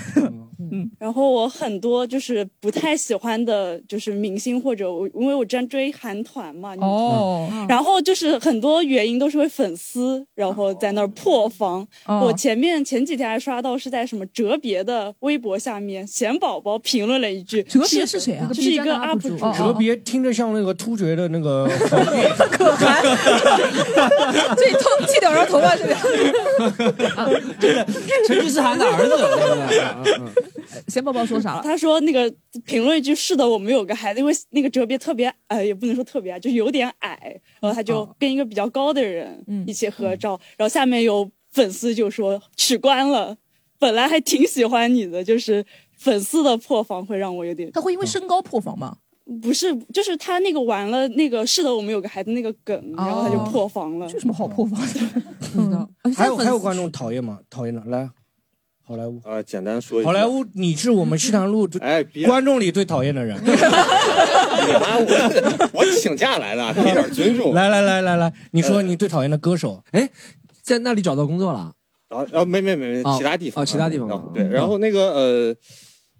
S8: 嗯
S1: (laughs)
S12: 然后我很多就是不太喜欢的，就是明星或者我，因为我之前追韩团嘛，你们
S1: 哦
S12: 知道然后就是很多原因都是为粉丝，然后在那儿破防。
S1: 哦
S12: 我前面前几天还刷到是在什么哲别的微博下面，贤宝宝评论了一句，
S1: 哲别是谁啊
S12: 是一
S1: 那个
S12: 个 UP 主，
S4: 哲别听着像那个突厥的那个，
S1: 这头剃掉，然后头发是
S10: (laughs)
S1: 吧？
S3: 成吉思汗的儿子 (laughs) 对
S13: 嗯
S3: 不对，
S12: 贤宝宝说啥了？ (laughs) 他说那个评论一句是的，我们有个孩子，因为那个哲别特别矮，也不能说特别矮，就有点矮，然后他就跟一个比较高的人一起合照，然后下面有粉丝就说取关了，本来还挺喜欢你的，就是粉丝的破防会让我有点，
S1: 他会因为身高破防吗？
S12: 不是，就是他那个玩了那个是的，我们有个孩子那个梗，然后他就破防了，有
S1: 哦什么好破防的？
S12: 哦
S4: 还有还有观众讨厌吗？讨厌的来，好莱坞
S6: 啊，简单说一下，
S4: 好莱坞，你是我们西塘路
S6: 哎
S4: 观众里最讨厌的人。
S6: (laughs) 我请假来的，一
S4: (laughs)
S6: 点尊重。哎
S4: 来来来来来，你说你最讨厌的歌手？
S3: 哎，在那里找到工作了？
S6: 然后然后啊没没没
S3: 哦
S6: 没，其他地方
S3: 哦其他地方
S4: 啊
S6: 然后对，
S4: 嗯
S6: 然后那个呃，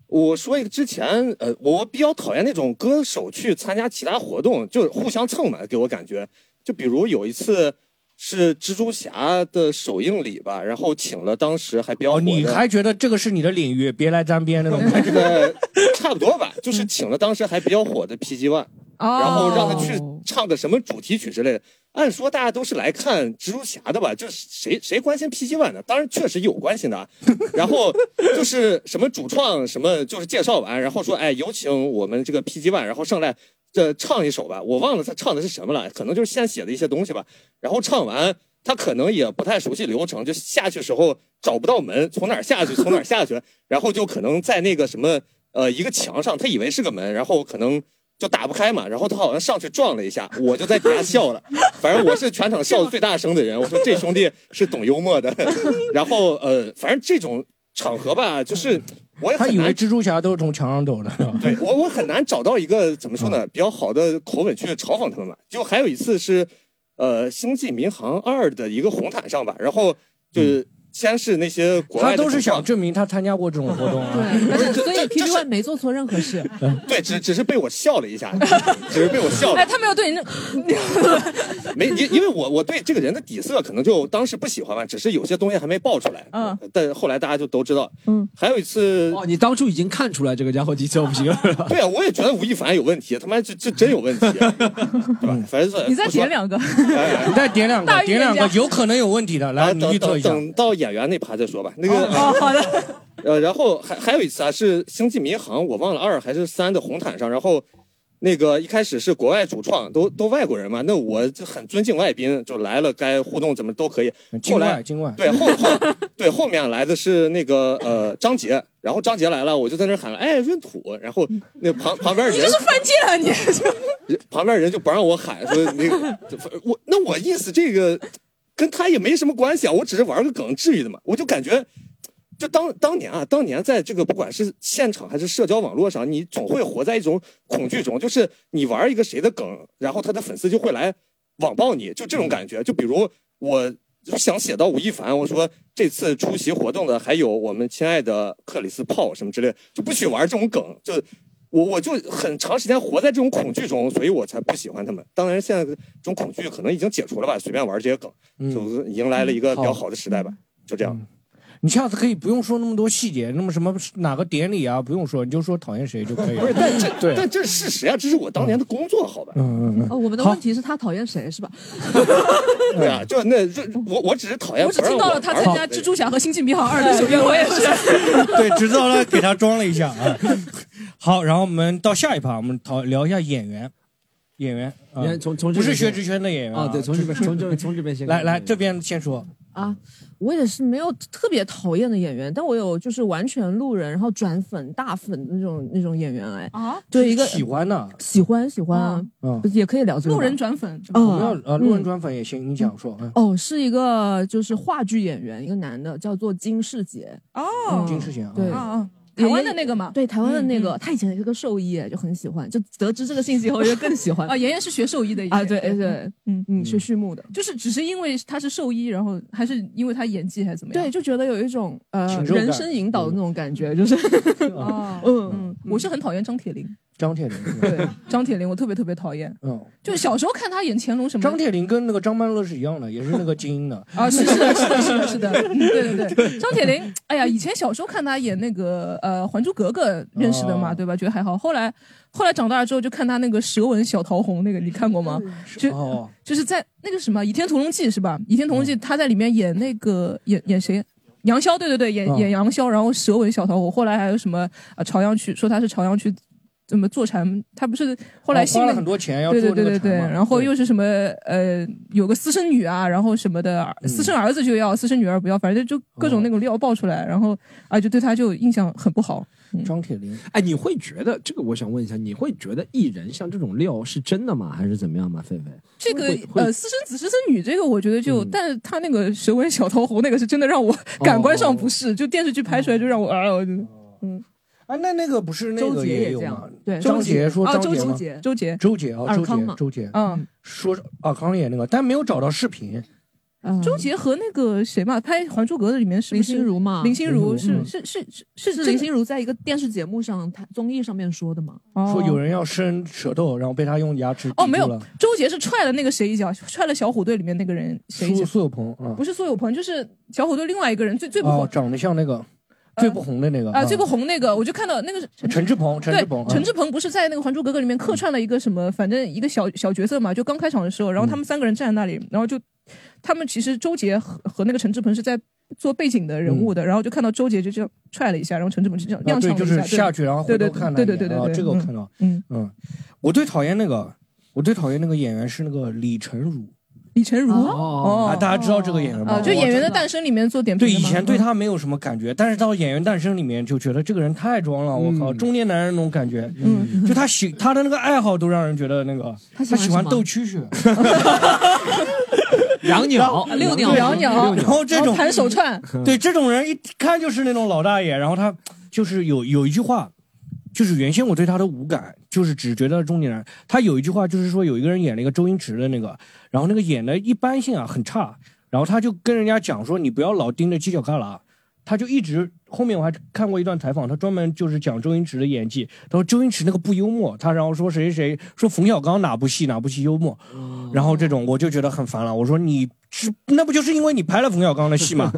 S6: 我说一个之前呃，我比较讨厌那种歌手去参加其他活动，就是互相蹭嘛，给我感觉。就比如有一次是蜘蛛侠的首映礼吧，然后请了当时还比较火的、
S4: 哦你还觉得这个是你的领域，别来沾边那种感觉。
S6: 呃，差不多吧，就是请了当时还比较火的 PG One，、然后让他去唱个什么主题曲之类的。按说大家都是来看蜘蛛侠的吧？就是谁谁关心 PG One 呢？当然确实有关心的啊。然后就是什么主创什么，就是介绍完，然后说哎，有请我们这个 PG One，然后上来这唱一首吧。我忘了他唱的是什么了，可能就是现写的一些东西吧。然后唱完，他可能也不太熟悉流程，就下去时候找不到门，从哪儿下去，从哪儿下去， (laughs) 然后就可能在那个什么呃一个墙上，他以为是个门，然后可能就打不开嘛，然后他好像上去撞了一下，我就在底下笑了， (laughs) 反正我
S1: (laughs)
S6: 是全场笑的最大声的人，我说这兄弟是懂幽默的， (laughs) 然后呃，反正这种场合吧，就是我也
S4: 他
S6: 很
S4: 以
S6: 难
S4: 为蜘蛛侠都是从墙上走的，是吧？
S6: 对我我很难找到一个怎么说
S3: 嗯
S6: 呢比较好的口吻去嘲讽他们吧。就还有一次是，呃，《星际民航二》的一个红毯上吧，然后
S3: 嗯
S6: 就是先是那些国外
S4: 他
S6: 的啊
S4: 都是
S6: 主创
S4: 想证明他参加过这种活动啊。
S8: 对，而且所以 PG One 没做错任何事。
S3: 嗯
S6: (laughs) 对，只只是被我笑了一下， (laughs) 只是被我笑
S1: 哎，
S6: 了，
S1: 他没有对你那，
S6: 没因因为我我对这个人的底色可能就当时不喜欢吧，只是有些东西还没爆出来，呃
S1: 嗯，
S6: 但后来大家就都知道。
S1: 嗯，
S6: 还有一次
S3: 哦，你当初已经看出来这个家伙底色不行了。
S6: (laughs) 对啊，我也觉得吴亦凡有问题，他妈这这真有问题，啊
S3: (laughs)
S6: 对吧？反正
S1: 你再
S6: 不说
S1: 点两个，
S4: (laughs)
S6: 你
S4: 再点两
S1: 大预言家
S4: 可能有问题的，
S6: 来，哎等
S4: 预测
S6: 等
S4: 一下
S6: 等到演员那趴再说吧。那个，
S1: 哦，
S6: (laughs)
S1: 好的，
S6: 呃，然后还还有一次啊，是《星际迷航》，我忘了二还是三的红毯上，然后那个一开始是国外主创，都都外国人嘛，那我就很尊敬外宾，就来了该互动怎么都可以。 (laughs)
S4: 境
S6: 后
S4: 外
S6: 来
S4: 境外，
S6: 对后后对后面来的是那个呃张杰，然后张杰来了，我就在那喊了，哎闰土，然后那旁旁边人
S1: 你这是犯贱啊你！
S6: 人旁边人就不让我喊，说那个我那我意思这个跟他也没什么关系啊，我只是玩个梗，至于的嘛？我就感觉，就当当年啊，当年在这个不管是现场还是社交网络上，你总会活在一种恐惧中，就是你玩一个谁的梗，然后他的粉丝就会来网暴你，就这种感觉。就比如我想写到吴亦凡，我说这次出席活动的还有我们亲爱的克里斯泡什么之类的，就不许玩这种梗，就我我就很长时间活在这种恐惧中，所以我才不喜欢他们。当然，现在这种恐惧可能已经解除了吧，随便玩这些梗，就迎来了一个比较好的时代吧。就这样，
S4: 你下次可以不用说那么多细节，那么什么哪个典礼啊，不用说，你就说讨厌谁就可以了。
S6: 不是，但这
S4: 对，
S6: 但这是事实啊，这是我当年的工作，好吧？
S4: 嗯嗯
S8: 哦，我们的问题是他讨厌谁是吧？
S6: 对啊，就那这我我只是讨厌
S1: 哎我
S6: 不
S1: 只
S6: 让
S1: 听
S6: 玩
S1: 到
S6: 玩
S1: 了
S6: 的
S1: 他
S6: 人。
S1: 参加《蜘蛛侠》和《星际迷航二》的首演，我也是。
S4: 对，只知道了给他装了一下啊。好，然后我们到下一趴，我们讨聊一下演员，演员，啊
S3: 演从从这
S4: 不是
S3: 边
S4: 薛
S3: 先
S4: 之谦的演员
S3: 啊对从这边从这边从这边先
S4: 来
S3: 开
S4: 来这边先说，
S8: (laughs) 啊，我也是没有特别讨厌的演员，但我有就是完全路人，然后转粉大粉那种那种演员哎
S1: 啊
S8: 对一个
S4: 喜欢的，
S8: 喜欢喜欢啊，
S4: 嗯
S8: 也可以聊这个吧
S1: 路人转粉，
S6: 哦
S8: 嗯
S4: 不要呃路人
S8: 嗯
S4: 转粉也行，你讲说，嗯
S8: 哦，是一个就是话剧演员，一个男的，叫做金世杰。嗯
S1: 哦
S4: 金世杰啊
S8: 对
S1: 啊啊，
S8: 也
S1: 台湾的那个嘛，
S8: 对台湾的那
S1: 嗯
S8: 个，
S1: 嗯
S8: 他以前是个兽医，就很喜欢，就得知这个信息后就更喜欢
S1: 啊，妍妍是学兽医的以前
S8: 啊，对哎对，，嗯嗯，学畜牧的，
S1: 就是只是因为他是兽医，然后还是因为他演技还是怎么样？
S8: 对，就觉得有一种呃
S1: 禽兽感
S8: 人生引导的那种感觉，嗯 (laughs) 就是
S1: 哦，
S8: 嗯嗯，
S1: 我是很讨厌张铁林，
S4: 张铁林是吧，
S8: 对，
S1: 张铁林我特别特别讨厌，
S4: 嗯。
S1: 就小时候看他演乾隆什么的
S4: 张铁林跟那个张曼乐是一样的，也是那个精英的
S8: 哦
S1: 啊，是是的，是的，是的，是的，嗯 (laughs) 对对对，张铁林，哎呀，以前小时候看他演那个呃《还珠格格》认识的嘛，
S4: 哦
S1: 对吧？觉得还好。后来后来长大了之后，就看他那个《舌吻小桃红》那个，你看过吗？
S13: 嗯
S1: 就、
S4: 哦
S1: 嗯就是在那个什么《倚天屠龙记》是吧？《倚天屠龙记》
S4: 嗯
S1: 他在里面演那个演演谁？杨逍，对对对，演、
S4: 哦
S1: 演杨逍，然后舌吻小桃红。后来还有什么呃朝阳区说他是朝阳区。怎么坐禅？他不是后来
S4: 哦
S1: 信
S4: 花
S1: 了、
S4: 了很多钱要
S1: 对对
S4: 坐那
S1: 对
S4: 个
S1: 对对，
S4: 船嘛
S1: 然后
S4: 对
S1: 又是什么呃，有个私生女啊，然后什么的，
S4: 嗯
S1: 儿私生儿子就要，私生女儿不要，反正就各
S4: 哦
S1: 种那种料爆出来，然后啊，就对他就印象很不好。嗯
S4: 张铁林，
S3: 哎，你会觉得这个？我想问一下，你会觉得艺人像这种料是真的吗？还是怎么样吗？狒狒，
S1: 这个
S3: 会会
S1: 呃，私生子私生女这个，我觉得
S4: 嗯
S1: 就，但是他那个舌吻小桃红那个是真的让我
S4: 哦
S1: 感官上不适，就电视剧拍出来就让我啊，我就嗯，
S4: 啊，那那个不是那
S1: 周
S4: 个
S1: 杰
S4: 也
S1: 也
S4: 有
S1: 这
S4: 吗
S1: 样？对
S4: 张杰说
S8: 哦
S1: 啊
S4: 张
S1: 周
S4: 吗
S1: 杰周杰
S4: 周杰啊，
S1: 尔
S4: 周
S1: 康
S4: 杰
S1: 嘛
S4: 周杰，
S1: 嗯，
S4: 啊说是尔康演那个，但没有找到视频，
S1: 周杰和那个谁嘛，拍《还珠格格》里面是不
S8: 林
S1: 是
S8: 心如嘛
S1: 嗯林心如
S8: 嗯
S1: 是
S8: 嗯
S1: 是是是
S8: 是
S1: 真
S8: 林心如在一个电视节目上，她综艺上面说的嘛。
S4: 说有人要伸舌头，然后被他用牙齿抵
S1: 哦哦，没有
S4: 住了，
S1: 周杰是踹了那个谁一脚，踹了小虎队里面那个人谁一脚
S4: 苏，苏有朋啊，
S1: 不是苏有朋，就是小虎队另外一个人最最不
S4: 哦
S1: 红，
S4: 长得像那个最不红的那个
S1: 啊，最不红那个，我就看到那个是
S4: 陈志朋，嗯陈
S1: 对
S4: 志朋，，
S1: 陈
S4: 啊
S1: 志朋不是在那个《还珠格格》里面客串了一个什么，反正一个小小角色嘛，就刚开场的时候，然后他
S4: 嗯
S1: 们三个人站在那里，然后就他们其实周杰和和那个陈志朋是在做背景的人物的，然后就看到周杰就这样踹了一下，然后陈志朋就这样
S4: 嗯
S1: 踉
S4: 啊
S1: 跄
S4: 对，
S1: 了
S4: 就
S1: 一
S4: 是
S1: 下，
S4: 下去然后
S1: 对
S4: 回
S1: 对
S4: 头看
S1: 对
S4: 他一
S1: 对
S4: 眼
S1: 对对
S4: 啊
S1: 对，
S4: 这个我
S1: 嗯
S4: 看到，
S1: 嗯
S4: 嗯，我最讨厌那个，我最讨厌那个演员是那个李成儒
S1: 李成儒
S4: 啊，大家知道这个演员吗？
S1: 哦啊，就《演员的诞生》里面做点评
S4: 对，
S1: 的
S4: 以
S1: 嘛
S4: 前对
S1: 嗯
S4: 他没有什么感觉，但是到《演员诞生》里面就觉得这个人太装了，我靠，中年男人那种感觉。嗯，就他喜他的那个爱好都让人觉得那个，
S8: 他喜
S4: 他
S8: 欢
S4: 喜欢
S8: 什么
S4: 斗蛐蛐、嗯
S3: 养鸟啊
S4: 然后
S3: 遛鸟
S1: 养鸟，
S4: 然后这
S1: 然
S4: 种
S1: 弹手串，
S4: 对这种人一看就是那种老大爷，然后他就是有有一句话，就是原先我对他的无感，就是只觉得中年人。他有一句话就是说有一个人演了一个周星驰的那个，然后那个演的一般性啊很差，然后他就跟人家讲说你不要老盯着犄角旮旯。啊他就一直后面我还看过一段采访，他专门就是讲周星驰的演技。他说周星驰那个不幽默，他然后说谁谁谁说冯小刚哪部戏哪部戏幽默，然后这种我就觉得很烦了。我说你是那不就是因为你拍了冯小刚的戏嘛？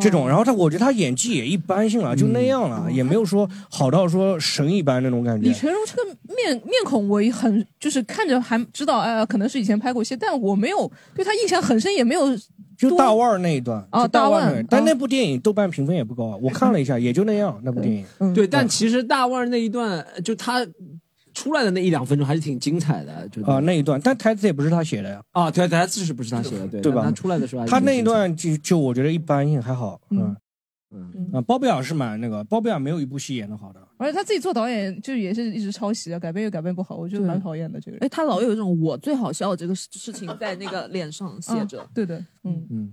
S4: 这种，然后他我觉得他演技也一般性了，啊就那样了，也没有说好到说神一般那种感觉
S1: 李。成儒这个面面孔，我也很就是看着还知道，呃，可能是以前拍过一些，但我没有对他印象很深，也没有
S4: 就大腕儿那一段，
S1: 哦
S4: 就大腕
S1: 大
S4: 儿
S1: 腕
S4: 那一段
S1: 哦
S4: 但那部电影豆瓣评分也不高啊，我看了一下，也就那样。那部电影，
S1: 嗯
S3: 对，但其实大腕儿那一段，呃就他出来的那一两分钟还是挺精彩的，就
S4: 啊那一段，但台词也不是他写的呀，
S3: 啊，对，台词是不是他写的？对
S4: 对吧
S3: 但他出来的时
S1: 哦
S3: 候还是
S4: 他
S3: 挺精彩的，
S4: 那一段就就我觉得一般性还好。嗯
S1: 嗯
S4: 啊，包贝尔是蛮那个，包贝尔没有一部戏演的好的。
S1: 而且他自己做导演就也是一直抄袭啊，改编又改编不好，我觉得蛮讨厌的这个人。
S8: 哎，他老有一种我最好笑的这个事事情在那个脸
S1: (laughs)
S8: 上写着。
S1: 啊对的，嗯。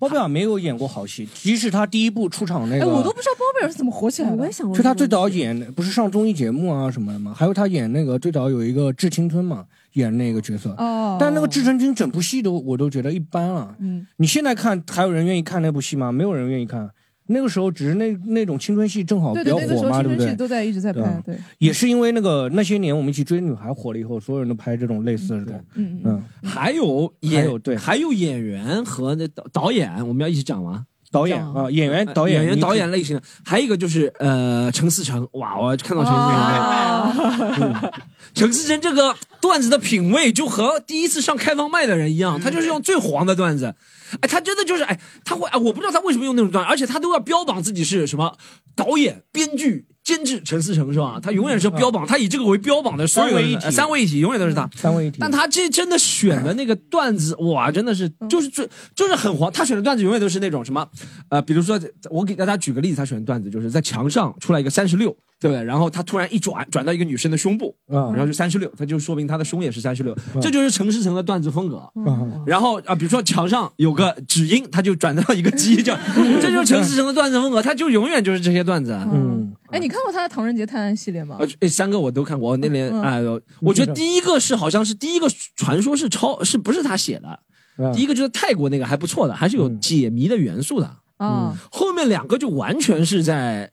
S4: 包贝尔没有演过好戏，即使他第一部出场那
S1: 哎，
S4: 个，
S1: 我都不知道包贝尔是怎么火起来的。我也想
S4: 就他最早演的不是上综艺节目啊什么的嘛，还有他演那个最早有一个《致青春》嘛，演那个角色。
S1: 哦
S4: 但那个《致青春》整部戏都我都觉得一般啊。
S1: 嗯，
S4: 你现在看还有人愿意看那部戏吗？没有人愿意看。那个时候只是那那种青春戏正好比
S1: 对对，
S4: 较
S1: 那个时
S4: 火嘛，
S1: 候
S4: 对
S1: 青春
S4: 不对啊
S1: 戏？都在一直在拍，对，
S4: 也是因为那个那些年我们一起追的女孩火了以后，所有人都拍这种类似的这种。
S1: 嗯
S4: 嗯，
S3: 还有
S4: 还
S3: 演
S4: 有对，
S3: 还有演员和那导导演，我们要一起讲吗？呃
S4: 导演啊，演员导演
S3: 演员
S4: 你
S3: 导
S4: 可
S3: 演类型的，还有一个就是呃陈思诚，哇，我看到陈思诚，嗯陈思诚这个段子的品味就和第一次上开放麦的人一样，他就是用最黄的段子，哎，他真的就是哎，他会哎，我不知道他为什么用那种段子，而且他都要标榜自己是什么导演、编剧。监制陈思诚是吧？他永远是标榜，他以这个为标榜的所有的
S4: 三位一体
S3: 呃三位一体永远都是他。
S4: 嗯三位一体，
S3: 但他这真的选的那个段子，哇，真的是
S4: 嗯
S3: 就是最就是很黄。他选的段子永远都是那种什么，呃，比如说我给大家举个例子，他选的段子就是在墙上出来一个三十六，对不对？然后他突然一转转到一个女生的胸部，
S4: 嗯
S3: 然后就三十六，他就说明他的胸也是三十六，这就是陈思诚的段子风格。
S4: 嗯
S3: 然后啊，比如说墙上有个指音，他就转到一个鸡，
S4: (laughs)
S3: 这样，这就是陈思诚的段子风格，他就永远就是这些段子。
S4: 嗯，
S1: 哎，你看过他的《唐人街探案》系列吗
S3: 啊？，这三个我都看过。那年
S1: 嗯
S3: 哎呦，我觉得第一个是好像是第一个传说是抄，是不是他写的？
S1: 嗯
S3: 第一个就是泰国那个还不错的，还是有解谜的元素的。
S4: 呃
S3: 嗯
S1: 啊，
S3: 后面两个就完全是在，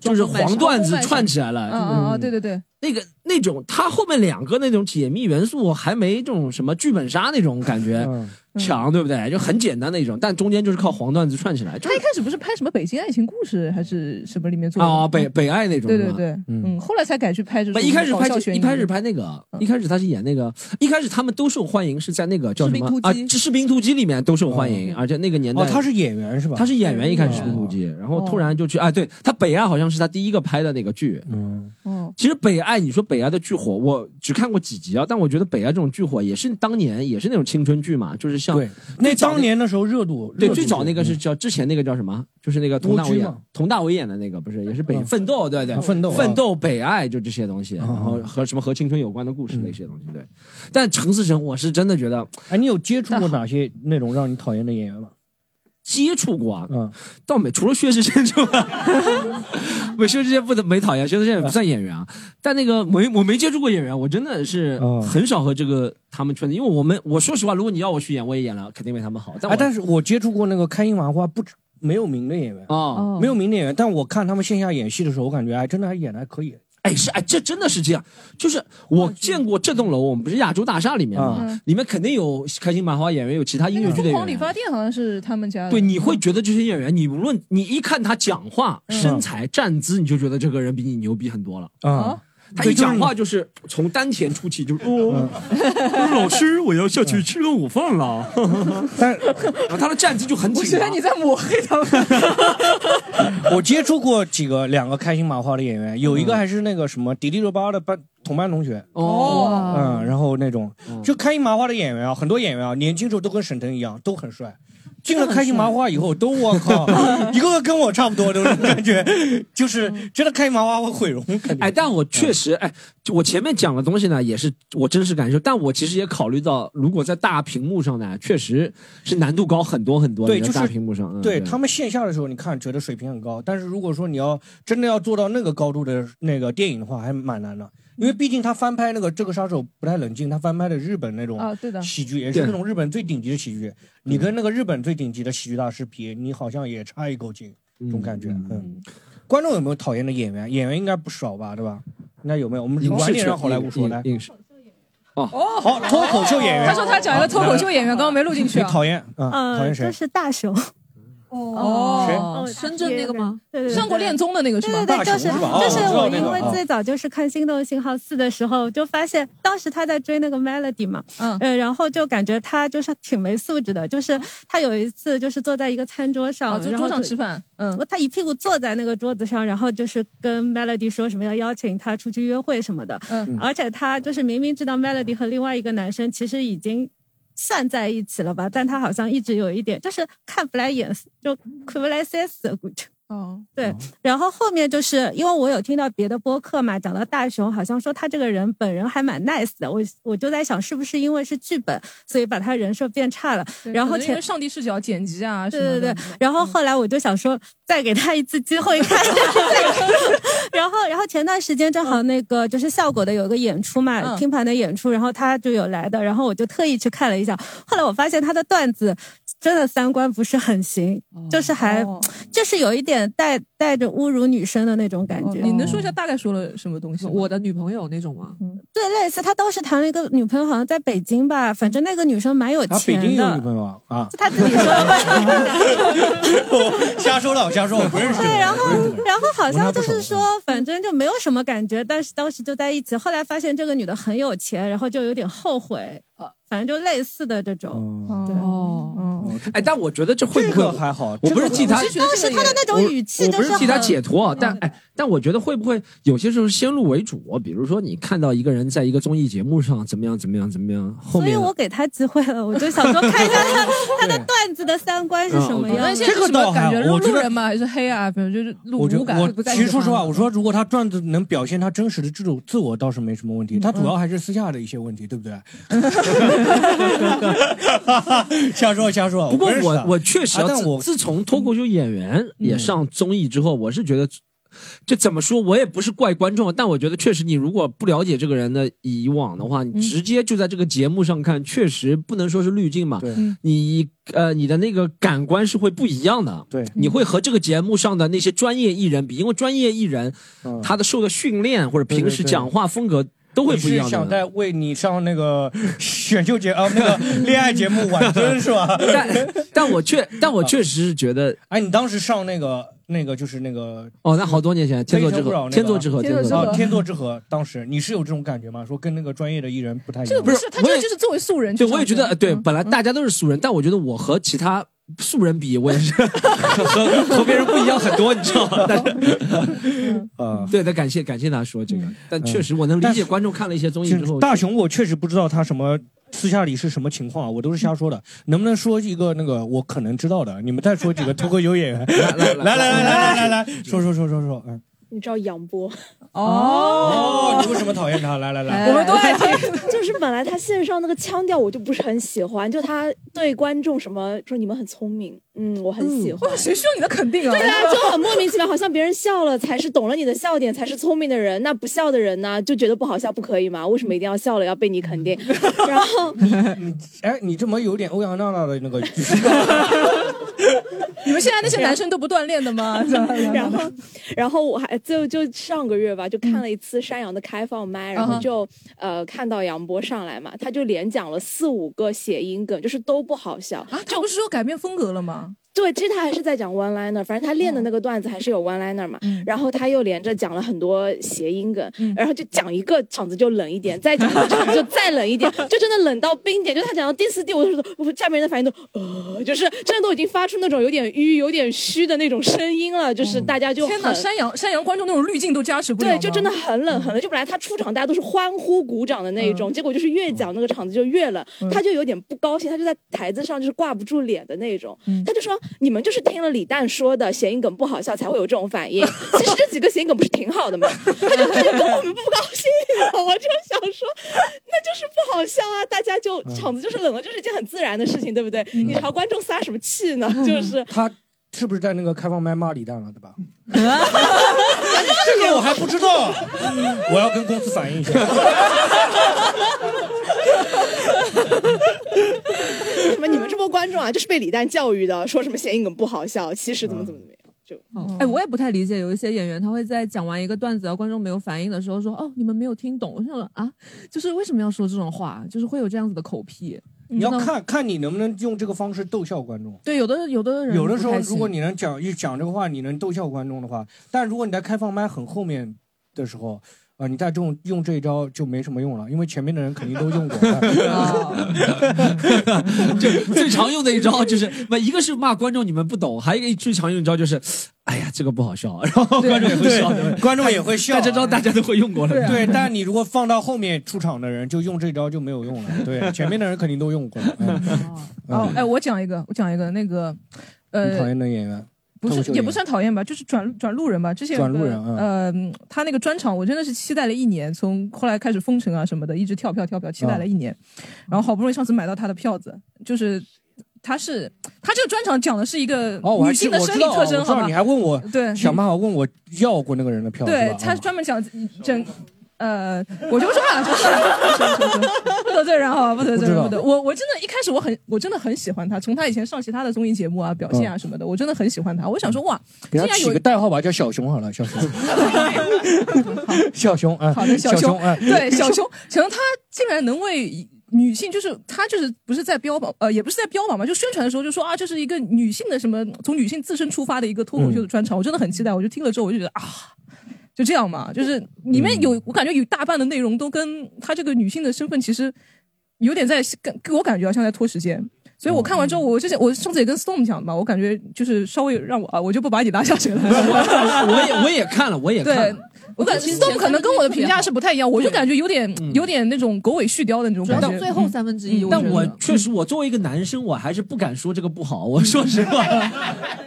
S3: 就是黄段子串起来了。嗯
S1: 啊啊
S4: 嗯
S1: 啊！对对对，
S3: 那个那种，他后面两个那种解密元素还没这种什么剧本杀那种感觉
S1: 嗯
S3: 强，对不对？就很简单的一种，但中间就是靠黄段子串起来，就
S1: 他一开始不是拍什么《北京爱情故事》还是什么里面做的
S3: 啊北北爱那种
S1: 对
S3: 是吧。
S1: 对对，嗯，后来才改去拍这
S3: 不，
S1: 种
S3: 一开始
S1: 搞
S3: 拍
S1: 笑
S3: 这
S1: 悬疑
S3: 一开始拍那个，
S1: 嗯
S3: 一开始他是演那个，一开始他们都受欢迎，是在那个叫什么
S1: 士兵突
S3: 啊？
S1: 击
S3: 士兵突击里面都受欢迎，而且那个年代
S4: 哦，他是演员是吧？
S3: 他是演员，一开始士
S1: 嗯
S3: 兵突击，然后
S1: 哦
S3: 突然就去啊，对他北爱好像是他第一个拍的那个剧，
S4: 嗯，
S1: 哦，
S3: 其实北爱，你说北爱的剧火，我只看过几集啊，但我觉得北爱这种剧火也是当年也是那种青春剧嘛，就是像
S4: 对，那当年的时候热度，
S3: 对
S4: 热度
S3: 最早那个
S4: 嗯
S3: 是叫之前那个叫什么？就是那个佟大为
S4: 蜗居
S3: 演
S4: 嘛
S3: 佟大为演的那个，不是也是北
S4: 嗯
S3: 奋斗对对
S4: 啊奋斗啊
S3: 奋斗北爱就这些东西，然后和什么和青春有关的故事那些东西
S4: 嗯
S3: 对。但陈思诚我是真的觉得
S4: 哎，你有接触过哪些那种让你讨厌的演员吗？
S3: 接触过啊。嗯，倒没除了薛之谦之外， (laughs) 没薛之谦不得没讨厌，薛之谦也不算演员啊。但那个没我没接触过演员，我真的是
S4: 嗯
S3: 很少和这个他们圈子，因为我们我说实话，如果你要我去演，我也演了，肯定比他们好。但
S4: 啊
S3: 我，
S4: 但是我接触过那个开心麻花不止没有名的演员
S3: 哦
S4: 没有名的演员，但我看他们线下演戏的时候，我感觉哎，真的还演的还可以。
S3: 哎，是哎，这真的是这样，就是我见过这栋楼，我们不是亚洲大厦里面嘛，
S1: 嗯
S3: 里面肯定有开心麻花演员，有其他音乐剧的
S1: 凤
S3: 演
S1: 凰
S3: 员
S1: 理。发店好像是他们家的。
S3: 对，你会觉得这些演员，你无论你一看他讲话、
S4: 嗯
S3: 身材、站姿，你就觉得这个人比你牛逼很多了。
S4: 啊，
S3: 哦他一讲话就是从丹田出气，就是哦，老师，我要下去吃个午饭 (laughs) 了。
S4: 但
S3: 他的站姿就很紧。
S1: 我觉得你在抹黑他们。
S4: 我接触过几个两个开心麻花的演员，有一个还是那个什么迪丽热巴的班同班同学
S3: 哦
S4: 嗯，然后那种就开心麻花的演员啊，很多演员啊，年轻时候都跟沈腾一样，都很帅。进了开心麻花以后，都我
S3: (laughs)
S4: 靠，一个个跟我差不多，都是感觉，就是真的开心麻花会毁容。
S3: 哎，但我确实，哎，就我前面讲的东西呢，也是我真实感受，但我其实也考虑到，如果在大屏幕上呢，确实是难度高很多很多。
S4: 对，
S3: 你
S4: 就
S3: 在
S4: 是
S3: 大屏幕上，嗯
S4: 对他们线下的时候，你看觉得水平很高，但是如果说你要真的要做到那个高度的那个电影的话，还蛮难的，因为
S1: 嗯
S4: 毕竟他翻拍那个《这个杀手》不太冷静，他翻拍的日本那种
S1: 啊对的
S4: 喜剧，也是
S3: 对
S4: 那种日本最顶级的喜剧。你跟那个日本最顶级的喜剧大师比，你好像也差一口井，这种感觉。嗯，观众有没有讨厌的演员？演员应该不少吧，对吧？应该有没有？我们
S3: 影视
S4: 晚点
S3: 圈
S4: 让好莱坞说
S3: 影
S4: 来。
S3: 影视哦，
S4: 好，脱口秀演员。
S1: 他说他讲一个脱口秀演员，刚刚没录进去
S4: 你
S1: 啊。
S4: 讨厌啊？
S1: 嗯
S4: 讨厌谁？
S11: 就是大熊。
S1: 哦
S11: 谁
S1: 深圳那个吗
S11: 对对对
S1: 上过恋综的那个是吧
S11: 对对对，
S1: 大
S11: 就
S1: 熊
S11: 是
S1: 是吧哦
S11: 就是
S1: 我
S11: 我，
S1: 知道那个
S11: 因为最早就是看《心动信号四》的时候，就发现当时他在追那个 Melody 嘛，
S1: 嗯
S11: 呃，然后就感觉他就是挺没素质的，就是他有一次就是坐在一个餐桌
S1: 哦
S11: 上，
S1: 就
S11: 然后
S1: 桌上吃饭，嗯，
S11: 他一屁股坐在那个桌子上，然后就是跟 Melody 说什么要邀请他出去约会什么的，
S1: 嗯
S11: 而且他就是明明知道 Melody 和另外一个男生其实已经算在一起了吧，但他好像一直有一点就是看不来眼，就看不来塞死，估计。
S1: 哦，
S11: 对，然后后面就是因为我有听到别的播客嘛，讲到大雄，好像说他这个人本人还蛮 nice 的，我我就在想是不是因为是剧本，所以把他人设变差了。
S1: 对
S11: 然
S1: 可
S11: 后
S1: 能因为
S11: 前
S1: 上帝视角剪辑啊什
S11: 对
S1: 么的，
S11: 对对，然后后来我就想说，再给他一次机会看。然后，然后前段时间正好那个就是效果的有一个演出嘛，
S1: 嗯
S11: 拼盘的演出，然后他就有来的，然后我就特意去看了一下。后来我发现他的段子真的三观不是很行，
S1: 哦
S11: 就是还、就是有一点带带着侮辱女生的那种感觉。
S1: 哦
S11: 嗯
S1: 你能说一下大概说了什么东西？嗯我的女朋友那种吗？
S11: 对，类似他当时谈了一个女朋友，好像在北京吧，反正那个女生蛮有
S4: 他北
S11: 钱的。
S4: 京有女朋友啊？啊，
S11: 他自己说的吧。
S4: 瞎说的，我瞎说，我不认
S11: (laughs)
S4: 识。
S11: 对，然后然后好像就是说，反正就没有什么感觉，但是当时就在一起。后来发现这个女的很有钱，然后就有点后悔，呃，反正就类似的这种。嗯
S1: 哦，
S3: 哎，但我觉得这会不会还
S4: 好？
S3: 我不是替他，
S11: 这个我是觉得这个当时他的那种
S3: 我
S11: 语气
S3: 我
S11: 就
S3: 不是
S11: 是
S3: 替他
S11: 很嗯
S3: 解脱啊，但哎，但我觉得会不会有些时候先入为主？比如说你看到一个人在一个综艺节目上怎么样怎么样怎么样，后
S11: 所以
S3: 面
S11: 我给他机会了，我就想说看一下他他的段子的三观啊是什么样
S1: 那
S11: 的。
S1: 现在是什么感觉？
S4: 我
S1: 是
S4: 觉
S1: 路
S4: 得
S1: 人吗？还是黑啊？比如就是路
S4: 我觉
S1: 无
S4: 得
S1: 感，
S4: 我
S1: 不在
S4: 其实
S1: 你
S4: 说实话，
S1: 旁
S4: 我说如果他段子能表现他真实的这种自我，倒是没什么问题。他主要还是私下的一些问题，对不 (laughs) 对？瞎说瞎说。
S3: 不过
S4: 哦认识
S3: 我
S4: 他
S3: 我确实
S4: 啊
S3: 要
S4: 但
S3: 自，
S4: 我嗯
S3: 自从脱口秀演员也上综艺之后，我是觉得。这怎么说？我也不是怪观众，啊但我觉得确实，你如果不了解这个人的以往的话，你直接就在这个节目上看，确实不能说是滤镜嘛。
S1: 嗯
S3: 你呃，你的那个感官是会不一样的。
S4: 对
S3: 你会和这个节目上的那些专业艺人比，因为专业艺人、他的受的训练或者
S4: 嗯对
S3: 平
S4: 对
S3: 时
S4: 对
S3: 讲话风格都会
S4: 你
S3: 不一样
S4: 是
S3: 的。
S4: 想在为你上那个选秀节啊，那个恋爱节目挽尊是吧？
S3: (laughs) 但但我确但我确实是觉得，
S4: (laughs) 哎，你当时上那个那个就是那个
S3: 哦，那好多年前，天作之
S4: 非诚勿扰
S3: 合，
S4: 那个
S3: 天作之合，
S4: 啊
S3: 哦
S4: 天作之合。当时你是有这种感觉吗？说跟那个专业的艺人不太一样。
S1: 这个不是，他这个就是作为素人去
S3: 对，
S1: 上
S3: 我也
S1: 的。
S3: 觉得，呃
S4: 嗯
S3: 对，本来大家都是素人，但我觉得我和其他素人比，我也是和和别人不一样很多，你知道 (laughs) 吗？但是，
S4: 啊，
S3: 对的，感谢感谢他说这个，
S4: 嗯
S3: 但确实我能理解观众看了一些综艺之后，
S4: 大熊，我确实不知道他什么私下里是什么情况啊，我都是瞎说的。能不能说一个那个我 (laughs) 可能知道的？你们再说几个脱口秀演员。来来来来来来来，说说说说说，嗯，
S10: 你知道杨波 (laughs)
S4: 哦，你为什么讨厌他？来来
S10: 哎
S4: 来，
S10: 爱听。 (laughs) 就是本来他线上那个腔调我就不是很喜欢，就他对观众什么说你们很聪明，嗯，我很喜欢。
S1: 谁需要你的肯定啊？(laughs)
S10: 对啊，就很莫名其妙，好像别人笑了才是懂了你的笑点，才是聪明的人。那不笑的人呢，就觉得不好笑，不可以吗？为什么一定要笑了要被你肯定？ (laughs) 然后
S4: (laughs) 你哎，你这么有点欧阳娜娜的那个语气，
S1: (laughs) 你们现在那些男生都不锻炼的吗？
S10: (laughs)
S1: (laughs)
S10: 然后，然后我还就就上个月吧，就看了一次山羊的开放麦，然
S1: 啊
S10: 后
S1: 哈
S10: 就呃看到杨波上来嘛，他就连讲了四五个谐音梗，就是都不好笑。
S1: 啊，这不是说改变风格了吗？
S10: 对，其实他还是在讲 one liner，反正他练的那个段子还是有 one liner 嘛。
S1: 嗯
S10: 然后他又连着讲了很多谐音梗，然后就讲一个场子就冷一
S1: (laughs)
S10: 点，再讲一个场子就再冷一点，就真的冷到冰点。就他讲到第四、第五的时候，我下面人的反应都呃，就是真的都已经发出那种有点淤、有点虚的那种声音了，就是大家就
S1: 天哪，
S10: 很
S1: 山羊山羊观众那种滤镜都加持不了吗。嗯
S10: 对，就真的很冷很冷。就本来他出场大家都是欢呼鼓掌的那一种，结果就是越讲那个场子就越冷，
S1: 嗯
S10: 他就有点不高兴，他就在台子上就是挂不住脸的那一种。
S1: 嗯
S10: 他就说：“你们就是听了李诞说的谐音梗不好笑才会有这种反应， (laughs) 其实这几个谐音梗不是挺好的吗？”他就他就跟 (laughs) 我们不高兴了，我就想说，那就是不好笑啊，大家就场子就是冷了，这是一件很自然的事情，对不对？你朝观众撒什么气呢？ (laughs)
S4: 嗯 (laughs)
S10: 就是。
S4: 他是不是在那个开放麦骂李诞了，对吧？
S10: 这
S4: 这个我还不知道， (laughs) 我要跟公司反映
S1: (laughs)
S4: 一下。
S10: 什么？你们这波观众啊，就是被李诞教育的，说什么谐音梗不好笑，其实怎么怎么怎么样，就
S1: 哦
S8: 哎，我也不太理解，有一些演员他会在讲完一个段子，然后观众没有反应的时候说：“哦，你们没有听懂。”我想说啊，就是为什么要说这种话？就是会有这样子的口癖。
S4: 你要
S8: 知道吗
S4: 看看你能不能用这个方式逗笑观众。
S8: 对有的有的人
S4: 有的时
S8: 不
S4: 候，
S8: 太行
S4: 如果你能讲一讲这个话，你能逗笑观众的话，但如果你在开放麦很后面的时候，啊、你再用用这一招就没什么用了，因为前面的人肯定都用
S1: (laughs)
S4: 过。
S3: (laughs) 最常用的一招就是，不，一个是骂观众你们不懂，还有一个最常用的一招就是，哎呀，这个不好笑，然后观众也会笑，
S4: 对观众也会笑
S3: 但这招大家都会用过了。
S4: 对，啊但你如果放到后面出场的人，就用这招就没有用了。对，前面的人肯定都
S1: (laughs)
S4: 用过。嗯
S1: 哦，哎，我讲一个，我讲一个那个，
S4: 你讨
S1: 呃
S4: 厌，的演员，
S1: 不
S4: 脱口
S1: 是
S4: 秀
S1: 也
S4: 演
S1: 不
S4: 员
S1: 算讨厌吧，就是转转路人吧。之前有
S4: 转路
S1: 个
S4: 人嗯
S1: 呃，他那个专场我真的是期待了一年，从后来开始封城啊什么的，一直跳票跳票，期待了一年，然后好不容易上次买到他的票子，就是。他是他这个专场讲的是一个
S4: 哦，我还
S1: 女
S4: 记
S1: 性的
S4: 我
S1: 生
S4: 知
S1: 理
S4: 道，
S1: 特
S4: 我知
S1: 征，好
S4: 道，
S1: 吧
S4: 你还问我，
S1: 对
S4: 想办法问我要过那个人的票，是
S1: 对
S4: 吧，
S1: 他专门讲整呃，我就说嘛，就是不得罪人哈，不得罪人，
S4: 不
S1: 不
S4: 知道
S1: 得。我我真的一开始我很我真的很喜欢他，从他以前上其他的综艺节目啊、表现啊什么的，我真的很喜欢他。我想说哇，
S4: 给
S1: 竟
S4: 他
S1: 然
S4: 起
S1: 有
S4: 个代号吧，叫小熊好了，小熊，
S1: (laughs)
S4: 小熊
S3: 嗯
S4: 啊，
S1: 好的小
S4: 熊
S1: 熊
S4: 啊，，
S1: 对小熊，小熊他竟然能为。女性就是她，就是不是在标榜，呃，也不是在标榜嘛，就宣传的时候就说啊，这是一个女性的什么，从女性自身出发的一个脱口秀
S3: 嗯
S1: 的专场，我真的很期待。我就听了之后，我就觉得啊，就这样嘛，就是里面
S3: 嗯
S1: 有，我感觉有大半的内容都跟她这个女性的身份其实有点在跟给我感觉好像在拖时间。所以我看完
S3: 哦
S1: 之后，我之前我上次也跟 Storm 讲嘛，我感觉就是稍微让我啊，我就不把你拉下水了。
S3: (laughs)
S1: (laughs)
S3: 我也我也看了，我也看
S1: 对
S3: 了。，
S1: 我感觉 Storm 可能跟我的
S8: 啊
S1: 评价是不太一样，我就感觉有点
S4: 嗯
S1: 有点那种狗尾续貂的那种感觉。嗯
S8: 最后三分之一，
S3: 但
S8: 觉得
S3: 我确实，我作为一个男生，我还是不敢说这个不好。我说实
S1: (laughs)
S3: 话，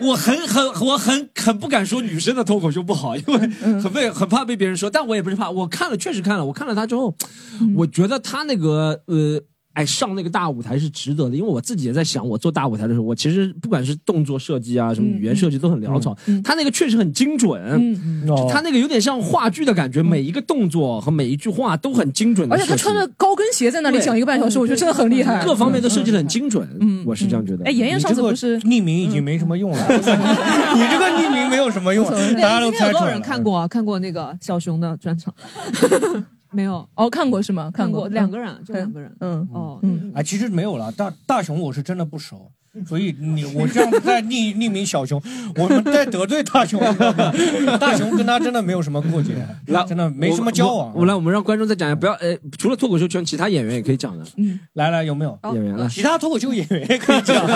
S3: 我很很我很很不敢说女生的脱口秀不好，因为
S1: 嗯
S3: 很被很怕被别人说。但我也不是怕，我看了确实看了，我看了他之后，
S1: 嗯
S3: 我觉得他那个呃。哎，上那个大舞台是值得的，因为我自己也在想，我做大舞台的时候，我其实不管是动作设计啊，什
S1: 嗯
S3: 么语言设计都很潦草。他那个确实很精准，
S4: 嗯
S3: 就他那个有点像话剧的感觉，每一个动作和每一句话都很精准
S1: 嗯
S3: 的。
S1: 而且他穿着高跟鞋在那里讲一个半
S8: 嗯
S1: 小时，我觉得真的很厉害。
S3: 各方面都设计的很精准。嗯，我是这样觉得。
S1: 哎，妍妍上次不是嗯
S4: 匿名已经没什么用了， (laughs) 你这个匿名没有什么用，大家都
S8: 今天
S4: 猜
S8: 有
S4: 出
S8: 多少
S4: 来
S8: 人
S4: 了。
S8: 看过啊看过那个小熊的专场？没有，
S1: 哦，看过是吗？
S8: 看
S1: 过
S8: 两个人，就两个人。
S1: 嗯
S8: 哦，
S4: 啊，其实没有了，大大熊我是真的不熟。所以你我这样在匿匿名小熊， (laughs) 我们在得罪大熊，
S1: (laughs)
S4: 大熊跟他真的没有什么过节，
S3: 来，
S4: 真的没什么交往啊
S3: 我。我来，我们让观众再讲一下，不要呃，除了脱口秀圈，其他演员也可以讲的。
S1: 嗯，
S4: 来来，有没有
S3: 演员来？
S4: 其他脱口秀演员也可以讲，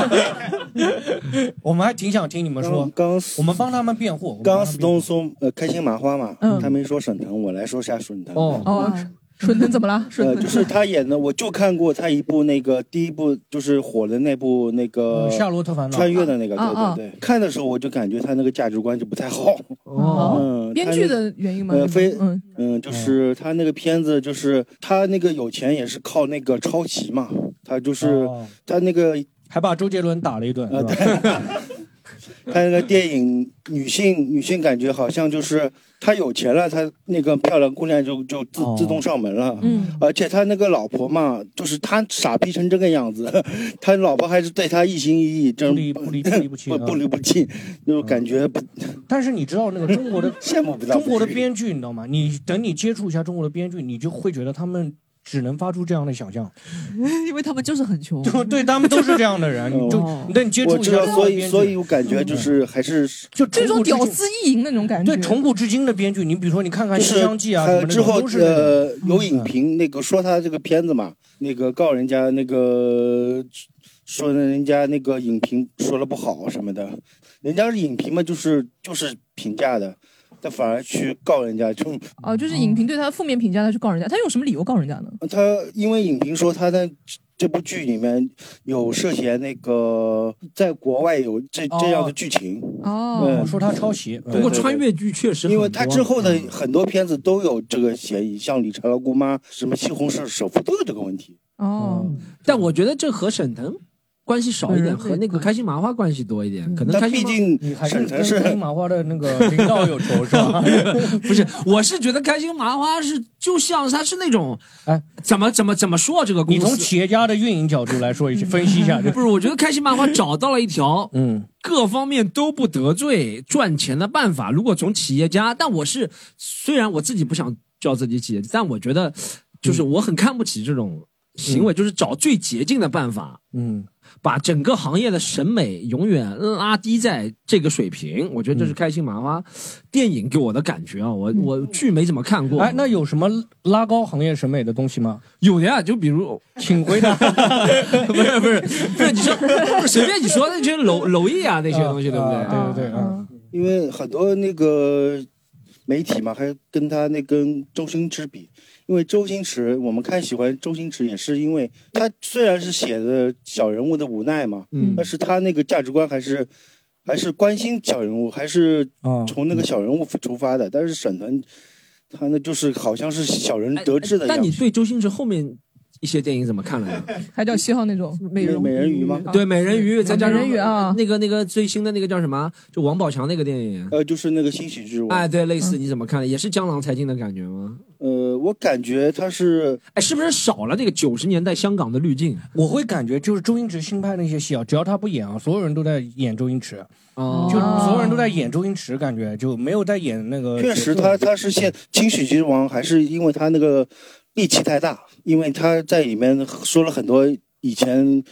S4: 我们还挺想听你们说。
S14: 刚
S4: 我们帮他们辩护。
S14: 刚刚 Stone 说呃开心麻花嘛，
S4: 嗯
S14: 他没说沈腾，我来说下沈腾。
S4: 哦
S1: 哦，顺腾怎么
S4: (laughs)
S1: 了？顺
S14: 呃，
S1: 腾
S14: 就是他演的，我就看过他一部那个第一部就是火的那部那个
S4: 嗯夏洛特烦恼
S14: 穿越的那个，
S1: 啊
S14: 对
S1: 啊
S14: 对对。看的时候我就感觉他那个价值观就不太好。
S1: 哦
S14: 嗯，
S1: 编
S14: 他
S1: 剧
S14: 那
S1: 的原因吗？
S14: 呃，非
S1: 嗯
S14: 嗯，就是他那个片子，就是他那个有钱也是靠那个抄袭嘛，他就是、
S4: 哦
S14: 他那个
S4: 还把周杰伦打了一顿，
S14: 呃、对他那个电影女性女性感觉好像就是他有钱了，他那个漂亮姑娘就就自、
S4: 哦
S14: 自动上门了，
S15: 嗯，
S14: 而且他那个老婆嘛，就是他傻逼成这个样子， (laughs) 他老婆还是对他一心一意，真不离不离不离不弃， (laughs) 不不离不弃，就是感觉不，
S4: 嗯但是你知道那个中国的
S14: (laughs) 羡慕不到
S4: 中国的编剧，你知道吗？你等你接触一下中国的编剧，你就会觉得他们只能发出这样的想象，
S1: (laughs) 因为他们就是很穷，
S4: 就 (laughs) 对他们都是这样的人。你就你等你接触
S14: 我
S4: 一
S14: 知
S4: 下
S14: 道，
S4: 中国
S14: 所
S4: 的
S14: 以
S4: 编剧
S14: 哦
S4: 嗯
S14: 所以我感觉就是还是
S4: 就
S1: 这种屌丝
S4: 丝
S1: 意淫那种感觉。
S4: 对从古至今的编剧，你比如说你看看《
S14: 就是
S4: 西厢记》啊什
S14: 呃
S4: 么的，
S14: 之后
S4: 都是那种嗯
S14: 呃有影评那个说他这个片子嘛，那个告人家那个说人家那个影评说了不好什么的，人家是影评嘛，就是就是评价的，但反而去告人家，就
S1: 哦，就是影评对他的负面评价，他去告人家，他用什么理由告人家呢？
S14: 他因为影评说他在这部剧里面有涉嫌那个在国外有这这样的剧情
S1: 哦
S14: 嗯
S4: 说他抄袭，
S14: 对
S3: 不过穿越剧确实很
S14: 因
S3: 多，
S14: 为他之后的
S3: 嗯
S14: 很多片子都有这个嫌疑，像《理查德姑妈》、什么《西红柿首富》都有这个问题。
S1: 哦，
S3: 但我觉得这和沈腾关系少一点，和那个开心麻花关系多一点，可能
S14: 但
S3: 开心
S14: 毕
S3: 麻
S14: 竟
S4: 你还
S14: 沈
S4: 是
S14: 腾
S4: 跟
S14: 是
S4: 跟麻花的那个领导有仇是
S14: (laughs)
S4: 吧？
S3: 不是，我是觉得开心麻花是就像它是那种，
S4: 哎，
S3: 怎么怎么怎么说啊这个公
S4: 你
S3: 司？
S4: 从企业家的运营角度来说一下，分析一下，嗯就
S3: (laughs) 不是，我觉得开心
S4: (laughs)
S3: 麻花找到了一条，
S4: 嗯，
S3: 各方面都不得罪赚钱的办法。如果从企业家，但我是虽然我自己不想叫自己企业家，但我觉得就是我很看不起这种行为，就是找最捷径的办法，
S4: 嗯，
S3: 把整个行业的审美永远拉低在这个水平。我觉得这是开心麻花电影给我的感觉啊，我我剧没怎么看过。
S4: 哎，那有什么拉高行业审美的东西吗？
S3: 有的呀，就比如
S4: (laughs) 请
S1: (laughs)
S4: 回答，
S3: 不是不是不是，你说不是随便你说那些楼楼艺啊那些东西，对不对？
S4: 对对对，嗯
S14: 因为很多那个媒体嘛，还跟他那跟周星驰比，因为周星驰我们看喜欢周星驰，也是因为他虽然是写的小人物的无奈嘛，
S4: 嗯
S14: 但是他那个价值观还是还是关心小人物，还是从那个小人物出发的。但是沈腾，他那就是好像是小人得志的样子。
S3: 哎但你对周星驰后面一些电影怎么看了呀？
S1: (laughs) 还叫七号那种美人
S14: 美人鱼吗
S3: 对，美人鱼，再加上
S1: 美人鱼啊
S3: 那个那个最新的那个叫什么？就王宝强那个电影。
S14: 呃，就是那个新喜剧。
S3: 哎，对，类似
S1: 嗯
S3: 你怎么看？也是江郎才尽的感觉吗？
S14: 呃，我感觉他是，
S3: 哎，是不是少了那个九十年代香港的滤镜？啊
S4: 我会感觉就是周星驰新拍那些戏啊，只要他不演啊，所有人都在演周星驰，
S3: 哦
S4: 就所有人都在演周星驰，感觉就没有在演那个。
S14: 确实他他是现新喜剧王，还是因为他那个力气太大，因为他在里面说了很多以前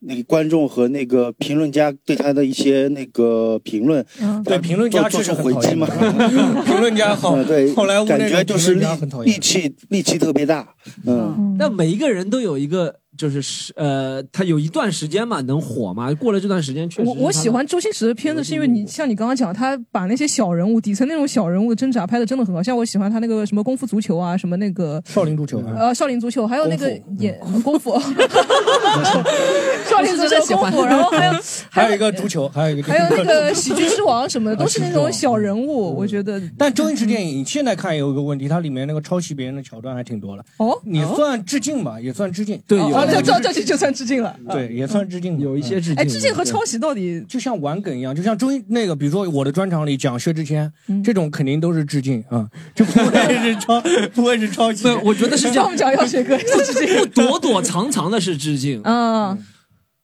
S14: 那个观众和那个评论家对他的一些那个评论，
S3: 嗯
S4: 对评论家
S14: 做
S4: 确
S14: 出
S4: 实
S14: 回
S4: 很讨
S14: 击
S4: 厌
S14: 嘛，
S4: (laughs) 评
S14: (laughs)
S4: 论家好
S14: 嗯对，
S4: 后来我
S14: 感
S4: 那个
S14: 觉就是力
S4: 评论家很讨厌
S14: 力气力气特别大，嗯，
S3: 但每一个人都有一个，就是是呃，他有一段时间嘛，能火嘛。过了这段时间，确实
S1: 我
S3: 是他
S1: 我喜欢周星驰的片子，是因为你像你刚刚讲，他把那些小人物、底层那种小人物的挣扎拍的真的很好，像我喜欢他那个什么功夫足球啊，什么那个
S4: 少林足球，啊
S1: 呃少林足球，还有那个
S4: 嗯
S1: 演功
S3: (laughs)
S1: 夫， (laughs) 少林足
S4: 真的
S1: 球功 (laughs) 夫，然后还有
S4: (laughs) 还有一个足球，还有一个
S1: 还有那个喜剧之王什么的，都是那种小人
S4: 嗯
S1: 物，我觉得
S4: 但周星驰电影现在看有一个问题，它里面那个抄袭别人的桥段还挺多的。
S1: 哦，
S4: 你算致敬吧，也算致敬。
S1: 哦
S4: 他那
S1: 这这
S4: 个就
S1: 这
S4: 是
S1: 就就算致敬了。
S4: 对，也算致敬，有一
S3: 啊些致
S1: 哎，致敬和抄袭到底
S4: 就像玩梗一样，就像周星那个，比如说我的专场里讲薛之谦，
S1: 嗯
S4: 这种肯定都是致敬
S1: (laughs)
S4: 啊，就不会是抄，不会是抄袭。
S3: 我觉得是这样。
S4: 不
S3: 躲躲藏藏的是致敬，
S1: 嗯，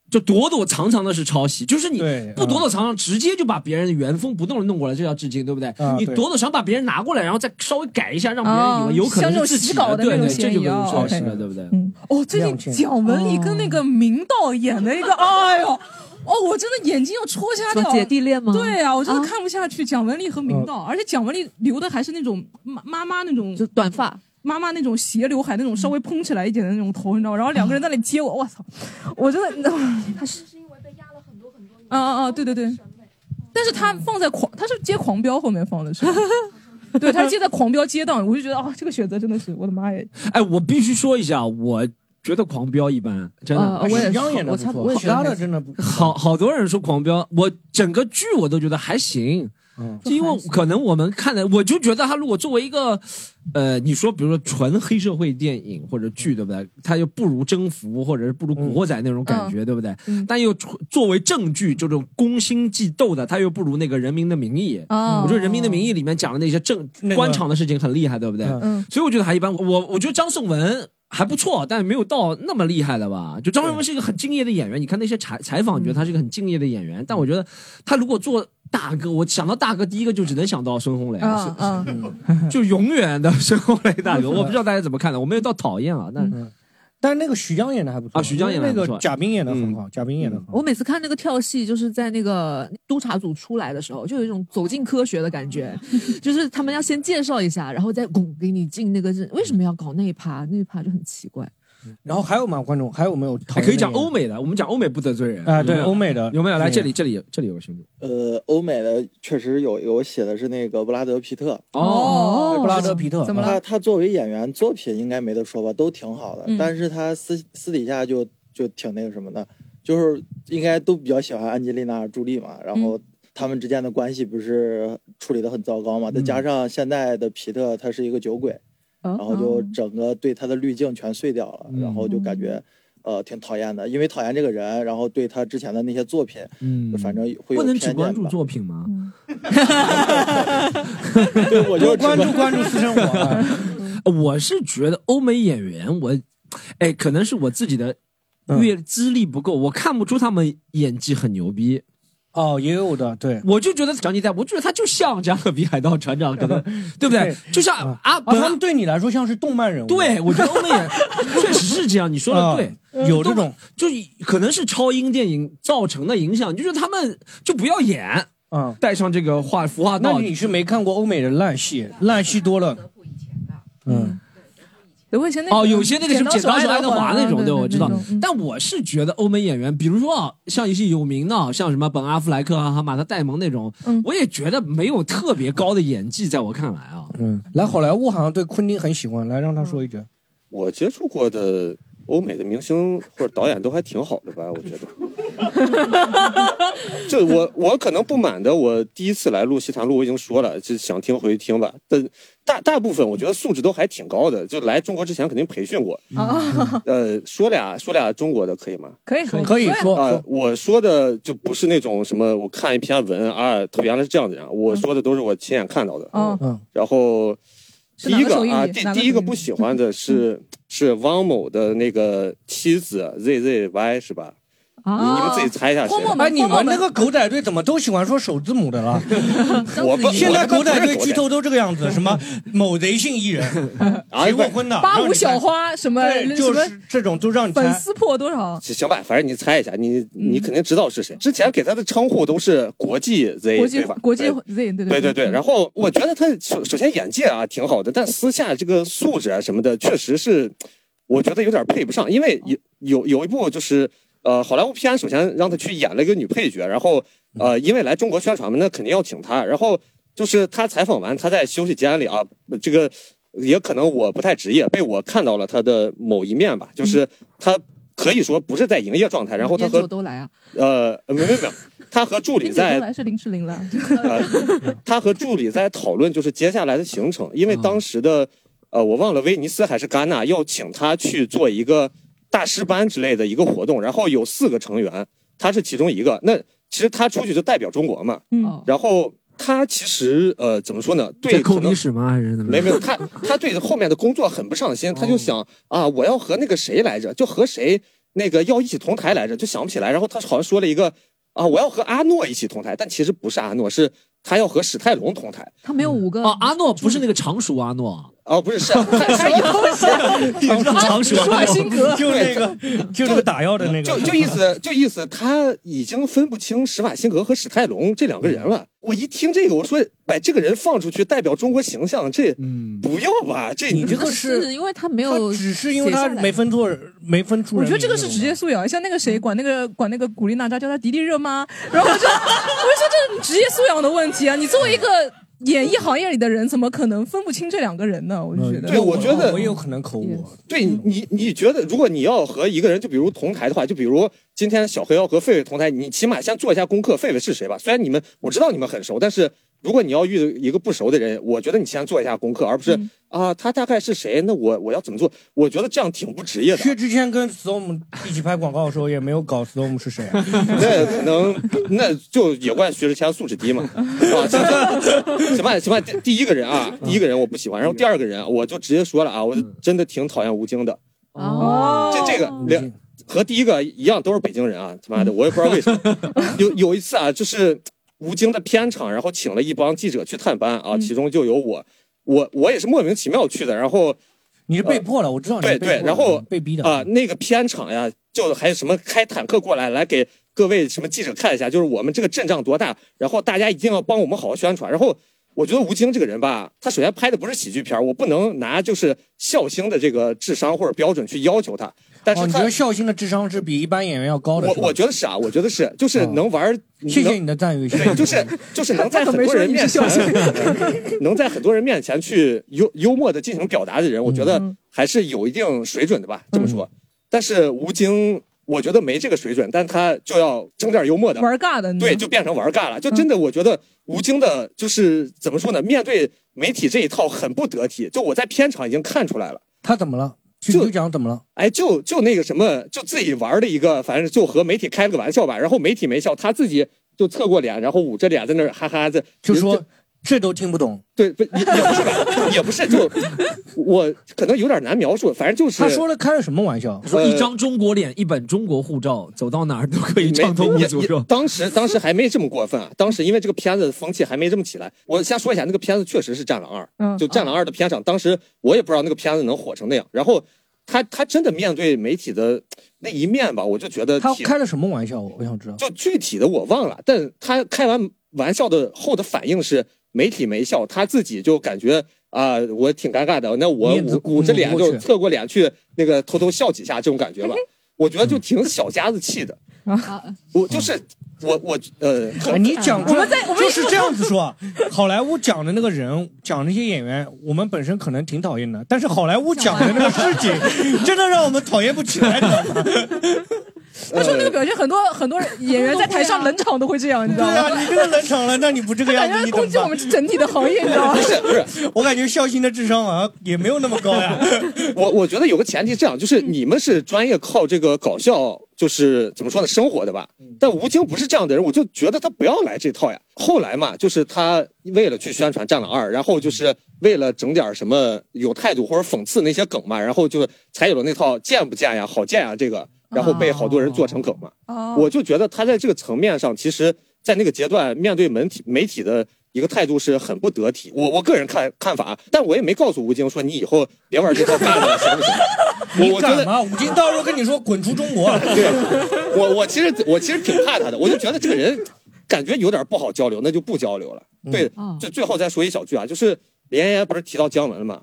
S3: 就躲躲藏藏的是抄袭，就是你
S4: 对
S3: 不躲躲藏藏，直接就把别人原封不动的弄过来，这叫致敬，对不对？
S4: 啊
S3: 你
S4: 对
S3: 躲躲藏把别人拿过来，然后再稍微改一下，让别人以
S1: 哦
S3: 为有可
S1: 像
S3: 能
S1: 这种
S3: 是自己
S1: 洗稿的那
S3: 对
S1: 种
S3: 对，
S1: 嫌
S3: 这
S1: 疑
S3: 就不
S1: 哦
S3: 是抄袭
S1: OK
S3: 了，对不对？
S1: 哦，最近
S3: 亮剑
S1: 蒋雯丽跟那
S8: 哦
S1: 个明道演的一个，哎呦，哦，我真的眼睛要戳瞎掉
S8: 说
S1: 了。
S8: 姐弟恋吗
S1: 对啊，我真的
S8: 啊哦
S1: 看不下去蒋雯丽和明道，而且蒋雯丽留的还是那种妈妈妈那种，就
S8: 短发。
S1: 妈妈那种斜刘海，那种稍微蓬起来一点的那种头，你知道吗？然后两个人在那里接我，我操！我 (laughs) 真的，他是是因为被
S8: (laughs)
S1: 压了很多很多年。啊啊啊！对对对，但是他放在狂，他是接狂飙后面放的是吧。对他接在狂飙街档，我就觉得啊，这个选择真的是我的妈呀！
S3: 哎，我必须说一下，我觉得狂飙一般，真的。
S4: 啊
S1: 呃我也是许江演得不错我才我也觉得
S2: 他的真的不
S3: 好好多人说狂飙，我整个剧我都觉得还行。就因为可能我们看的，我就觉得他如果作为一个，呃，你说比如说纯黑社会电影或者剧，对不对？他又不如《征服》或者是不如《古惑仔》那种感觉，对不对？但又纯作为正剧，就这种攻心计斗的，他又不如那个《人民的名义》。
S2: 哦
S3: 我觉得《人民的名
S4: 嗯
S3: 义》里面讲的那些政
S2: 个
S3: 官场的事情很厉害，对不对？
S2: 嗯
S3: 所以我觉得还一般。我我觉得张颂文。还不错，但没有到那么厉害的吧？就张颂文是一个很敬业的
S4: 嗯
S3: 演员，你看那些采采访，你觉得他是一个很敬业的演员。但我觉得他如果做大哥，我想到大哥，第一个就只能想到孙红雷，
S15: 嗯
S1: 啊
S15: 嗯，
S3: 是 (laughs) 就永远的孙红雷大哥。
S4: 嗯
S3: 我不知道大家怎么看的，我没有到讨厌啊，但
S4: 但是那个许江演的还不错
S3: 啊许江演得还
S4: 那
S3: 不错嗯
S4: 个贾冰演的很好，贾冰演的很好。
S8: 我每次看那个跳戏，就是在那个督察组出来的时候，就有一种走进科学的感觉，就是他们要先介绍一下，然后再拱给你进那个是为什么要搞那一趴？那一趴就很奇怪。
S4: 然后还有吗？观众还有没有讨
S3: 嗯还
S4: 厌的演员？
S3: 可以讲欧美的，我们讲欧美不得罪人
S4: 啊
S3: 有没有
S4: 对欧美的
S3: 有没有？来
S4: 嗯
S3: 这里，这里这里有个兄弟，
S7: 呃，欧美的确实有有写的是那个布拉德皮特
S3: 哦
S7: 对
S3: 布拉德皮特怎么了
S7: 他他作为演员作品应该没得说吧，都挺好的，
S3: 嗯
S7: 但是他私私底下就就挺那个什么的，就是应该都比较喜欢安吉丽娜朱莉嘛，然
S3: 嗯
S7: 后他们之间的关系不是处理的很糟糕嘛，再
S3: 嗯
S7: 加上现在的皮特他是一个酒鬼，
S8: 然
S1: 嗯
S7: 哦然后
S3: 嗯
S7: 就整个对他的滤镜全碎掉了，然后就感觉。呃，挺讨厌的，因为讨厌这个人，然后对他之前的那些作品，
S3: 嗯
S7: 反正会有
S3: 不能
S7: 偏
S3: 只
S7: 见
S3: 关
S7: 吧。
S3: 注作品吗？
S7: 对，我就
S3: 关注关
S4: 注私生
S3: 活。啊我是觉得欧美演员，我，哎，可能是我自己的阅资历不够，我看不出他们演技很牛逼。
S4: 哦，也有的，对，
S3: 我就觉得张继代，我觉得他就像加勒比海盗船长，可能对不对？就像阿
S4: 啊，他们对你来说像是动漫人物。
S3: 对，我觉得欧美
S4: (laughs)
S3: 人确实是这样，你说的对
S4: 啊，有这种
S3: 就可能是超英电影造成的影响，就是他们就不要演，
S4: 嗯，
S3: 带上这个画服化
S4: 那
S3: 道，
S4: 你是没看过欧美的烂戏，烂戏多了。嗯，
S1: 我以前那个
S3: 哦，有些那个什么《剪刀手爱德华》那种，
S1: 对
S3: 对，我知道
S1: 对。
S3: 但我是觉得欧美演员，比如说啊，像一些有名的啊，像什么本·阿弗莱克啊、马特·戴蒙那种，我也觉得没有特别高的演技，在我看来啊。
S4: 嗯，来好莱坞好像对昆汀很喜欢，来让他说一句。
S6: 我接触过的欧美的明星或者导演都还挺好的吧，我觉得。这我我可能不满的，我第一次来录西谈录，我已经说了，就想听回去听吧。但大大部分我觉得素质都还挺高的，就来中国之前肯定培训过。
S3: 嗯
S1: 啊，
S6: 呃，说俩说俩中国的可以吗？
S1: 可以
S6: 以啊、我说的就不是那种什么，我看一篇文啊，他原来是这样的人啊，我说的都是我亲眼看到的。
S1: 嗯
S4: 嗯，
S6: 然后
S1: 是
S6: 第一
S1: 哪个
S6: 个
S1: 手艺嗯哪
S6: 啊，第
S1: 个
S6: 第一个不喜欢的是是汪某的那个妻子 ZZY 是吧？
S1: 嗯
S6: 你你们自己
S1: 哦
S6: 猜一下谁？啊
S4: 哎，你们那个狗仔队怎么都喜欢说首字母
S1: (laughs)
S4: 的了？
S6: 我不
S4: 现在
S6: 我不
S4: 狗仔
S6: 我
S4: 队
S6: 不
S4: 剧透都这个样子，
S6: (laughs)
S4: 什么某贼姓艺人，
S6: 啊
S4: 结过婚的，
S1: 八
S4: 让
S1: 五
S4: 你猜
S1: 小花什么
S4: 对就
S1: 什
S4: 是
S1: 么
S4: 这种都让你
S1: 粉
S4: 猜。
S1: 丝嗯破多少？
S6: 行吧，反正你猜一下，你你肯定知道是谁。之前给他的称呼都是国际 Z，
S1: 国际
S6: 对吧？
S1: 国际
S6: 对
S1: Z 对
S6: 对嗯
S1: 对
S6: 对对，然后我觉得他首首先演技啊挺好的，但私下这个素质啊什么的，确实是我觉得有点配不上，因为有有有一部就是呃好莱坞片，首先让他去演了一个女配角，然后呃因为来中国宣传嘛，那肯定要请他，然后就是他采访完，他在休息间里啊，这个也可能我不太职业，被我看到了他的某一面吧，就是他可以说不是在嗯营业状态，然后他
S8: 烟酒
S6: 和
S8: 都来啊，
S6: 呃没没没有，他和 (laughs) 助理
S8: 烟酒
S6: 在
S8: 都来是林志玲了。
S6: 呃，他和助理在讨论就是接下来的行程，因为当时的呃，我忘了威尼斯还是戛纳要请他去做一个大师班之类的一个活动，然后有四个成员，他是其中一个。那其实他出去就代表中国嘛，
S8: 嗯，
S6: 然后他其实呃怎么说呢？对，
S3: 在抠
S6: 可能
S3: 鼻屎吗？还是怎么
S6: 没
S3: 样？
S6: 有没有，他他对后面的工作很不上心，他就想啊，我要和那个谁来着，就和谁那个要一起同台来着，就想不起来。然后他好像说了一个啊，我要和阿诺一起同台，但其实不是阿诺，是他要和史泰龙同台。
S8: 他没有五个
S3: 哦，阿诺不是那个常熟阿诺，啊
S6: 哦，不是，是 (laughs) 他
S3: 常常熟阿 (laughs) 诺，
S4: 就那个 (laughs) 就那个打药的那个，
S6: 就就意思就意思，他已经分不清施瓦辛格和史泰龙这两个人
S4: 嗯
S6: 了。我一听这个，我说把这个人放出去代表中国形象，这
S4: 嗯
S6: 不要吧？这
S4: 你这个
S8: 是因为他没有，
S4: 只是因为他没分错，没分出
S1: 我
S4: 人
S1: 觉得
S4: 名。
S1: 这个是职业素养，像那个谁管那个管那个古力娜扎叫她迪丽热巴，然后我就我就说这是职业素养的问题啊！你作为一个演艺行业里的人怎么可能分不清这两个人呢？我就觉得，
S6: 对，我觉得
S4: 我也有可能口误。啊
S6: 对你，你觉得如果你要和一个人，就比如同台的话，就比如今天小黑要和狒狒同台，你起码先做一下功课，狒狒是谁吧？虽然你们我知道你们很熟，但是如果你要遇一个不熟的人，我觉得你先做一下功课，而不是啊，他大概是谁？那我我要怎么做？我觉得这样挺不职业的。
S4: 薛之谦跟 Storm 一起拍广告的时候，也没有搞 Storm 是谁啊？
S6: (laughs) 那可能那就也怪薛之谦素质低嘛，是吧？行吧，行吧，第第一个人啊，第一个人我不喜欢，然后第二个人我就直接说了啊，我真的挺讨厌吴京的。
S1: 哦，
S6: 这这个两和第一个一样，都是北京人啊！他妈的，我也不知道为什么。
S4: (laughs)
S6: 有有一次啊，就是吴京的片场，然后请了一帮记者去探班啊，
S4: 嗯
S6: 其中就有我，我我也是莫名其妙去的。然后
S4: 你是被迫的，我知道你
S6: 对
S4: 是被迫
S6: 对，
S4: 的
S6: 然后
S4: 被逼的
S6: 啊、那个片场呀，就还有什么开坦克过来，来给各位什么记者看一下，就是我们这个阵仗多大，然后大家一定要帮我们好好宣传。然后我觉得吴京这个人吧，他首先拍的不是喜剧片儿，我不能拿就是笑星的这个智商或者标准去要求他。但是
S4: 哦，你
S6: 他、
S4: 觉得孝心的智商是比一般演员要高的？
S6: 我
S4: 是吧哦
S6: 我觉得是啊，我觉得是，就是能玩儿。
S4: 谢谢
S6: 能
S4: 你的赞誉，谢谢
S6: 对，就是就
S1: (laughs)
S6: 是能在很多人面前
S4: 他可没说
S6: (laughs)
S4: 你是，
S6: 能在很多人面前去幽幽默的进行表达的人，我觉
S4: 嗯
S6: 得还是有一定水准的吧，这么说。但是吴京，我觉得没这个水准，但他就要整点幽默的，
S1: 玩尬的，
S6: 对，就变成玩尬了。就
S4: 嗯
S6: 真的，我觉得吴京的，就是怎么说呢？面对媒体这一套很不得体。就我在片场已经看出来了。
S4: 他怎么了？就就讲怎么了？
S6: 哎，就就那个什么，就自己玩的一个，反正就和媒体开了个玩笑吧。然后媒体没笑，他自己就侧过脸，然后捂着脸在那儿哈哈的，
S4: 就说这都听不懂。
S6: 对，不也也不是吧，也不是，就我可能有点难描述，反正就是
S4: 他说了开了什么玩笑？
S3: 他
S6: 呃
S3: 说一张中国脸，一本中国护照，走到哪儿都可以
S6: 没
S3: 畅通无
S6: 也
S3: 阻，
S6: 也
S3: 是吧？
S6: 当时当时还没这么过分啊，当时因为这个片子的风气还没这么起来。我先说一下，那个片子确实是《战狼二》，
S3: 嗯
S6: 就《战狼二》的片场，当时我也不知道那个片子能火成那样。然后他他真的面对媒体的那一面吧，我就觉得
S4: 他
S6: 挺
S4: 开了什么玩笑？我我想 (laughs) 知道。
S6: 就具体的我忘了，但他开完玩笑的后的反应是媒体没笑，他自己就感觉啊、我挺尴尬的，那我
S4: 面子
S6: 捂捂着脸
S4: 抹不
S6: 就
S4: 过去
S6: 侧过脸去那个偷偷笑几下，这种感觉吧，我觉得就挺小家子气的。我就是我我呃，
S4: 哎你讲出来就是这样子。
S6: 我
S1: (laughs)
S4: 说，好莱坞讲的那个人，讲那些演员，我们本身可能挺讨厌的，但是好莱坞讲的那个事情，真的让我们讨厌不起来，你知道吗？
S1: (laughs) 他说那个表现，很多很多演员在台上冷场都会这样，你知
S4: 对
S1: 道吗？
S4: 啊，你这个冷场了，那你不这个样
S1: 他感觉
S4: 子，你怎么
S1: 攻击我们整体的行业，你知道吗？
S4: 呃是， (laughs) 我感觉孝心的智商好像也没有那么高呀。
S6: (laughs) 我我觉得有个前提是这样，就是你们是专业靠这个搞笑，就是怎么说呢，生活的吧。但吴京不是这样的人，我就觉得他不要来这套呀。后来嘛，就是他为了去宣传《战狼二》，然后就是为了整点什么有态度或者讽刺那些梗嘛，然后就才有了那套贱不贱呀，好贱呀这个，然后被好多人做成梗嘛。
S15: 哦
S6: 我就觉得他在这个层面上，其实在那个阶段面对媒体媒体的一个态度是很不得体。我我个人看看法啊，但我也没告诉吴京说你以后别玩这套干了，行不行？我
S4: 你
S6: 我觉
S4: 敢
S6: 得
S4: 吗？吴京到时候跟你说滚出中
S1: (laughs)
S4: 国。
S6: 对 (laughs) 我我其实我其实挺怕他的，我就觉得这个人感觉有点不好交流，那就不交流了。对
S4: 嗯，
S6: 就最后再说一小句啊，就是连爷不是提到姜文嘛，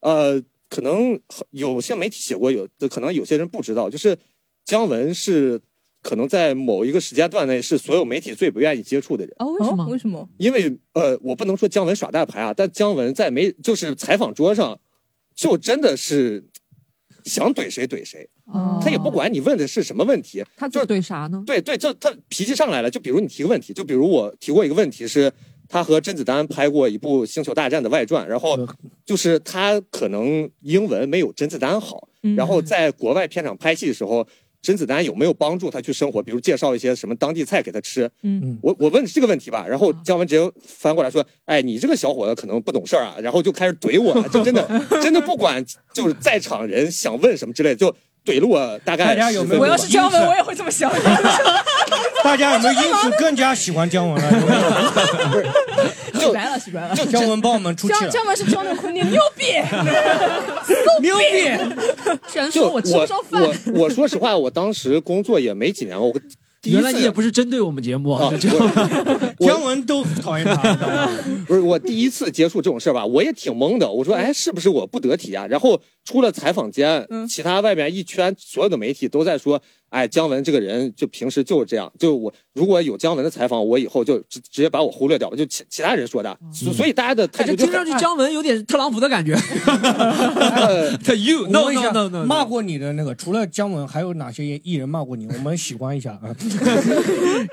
S6: 呃，可能有些媒体写过，有可能有些人不知道，就是姜文是可能在某一个时间段内是所有媒体最不愿意接触的人。
S1: 啊，为什么？为什么？
S6: 因为呃，我不能说姜文耍大牌啊，但姜文在没就是采访桌上，就真的是想怼谁怼谁，
S1: 哦
S6: 他也不管你问的是什么问题，
S8: 他就怼啥呢？
S6: 对对，就他脾气上来了。就比如你提个问题，就比如我提过一个问题是，他和甄子丹拍过一部《星球大战》的外传，然后就是他可能英文没有甄子丹好，
S13: 嗯
S6: 然后在国外片场拍戏的时候，甄子丹有没有帮助他去生活？比如介绍一些什么当地菜给他吃。
S13: 嗯
S6: 我我问这个问题吧，然后姜文直接翻过来说：“哎，你这个小伙子可能不懂事儿啊。”然后就开始怼我了，就真的真的不管就是在场人想问什么之类的，就怼了我大概
S4: 大家有
S6: 10
S4: 没有
S6: 分钟
S4: 我要
S6: 吧
S4: 是姜文我也
S1: 会这么
S4: (laughs)
S1: 想。
S4: 大家有没有因此更加喜欢姜文了？有没有？
S1: 洗白了，洗白了。
S4: (laughs) 就姜文帮我们出气
S1: 姜
S4: 了。
S1: 姜文是装着哭，你牛逼，
S4: 牛
S1: 逼！居然
S6: 就
S1: 说我吃不上饭，
S6: 我我我说实话，我当时工作也没几年，我第一次哦
S3: 原来你也不是针对我们节目啊，这
S6: 姜
S4: 文 (laughs) 都讨厌他，
S6: 不是我第一次接触这种事儿
S4: (laughs)
S6: 吧，我也挺懵的。我说，
S4: 嗯
S6: 哎，是不是
S4: 嗯
S6: 我不得体啊？然后出了采访间，其他外面一圈所有的媒体都在说，哎，姜文这个人就平时就是这样，就我如果有姜文的采访，我以后就直直接把我忽略掉吧，就其其他人说
S4: 哦
S6: 的，所所以大家的态
S3: 感
S6: 度
S3: 觉
S6: 就
S3: 听
S6: 很
S3: 上去姜文有点特朗普的
S6: (laughs)
S3: 感觉。
S4: (laughs) 他
S3: you no no no no，
S4: 骂过你的那个，除了姜文，还有哪些艺人骂过你？我们喜欢一下
S6: (laughs)
S4: 啊。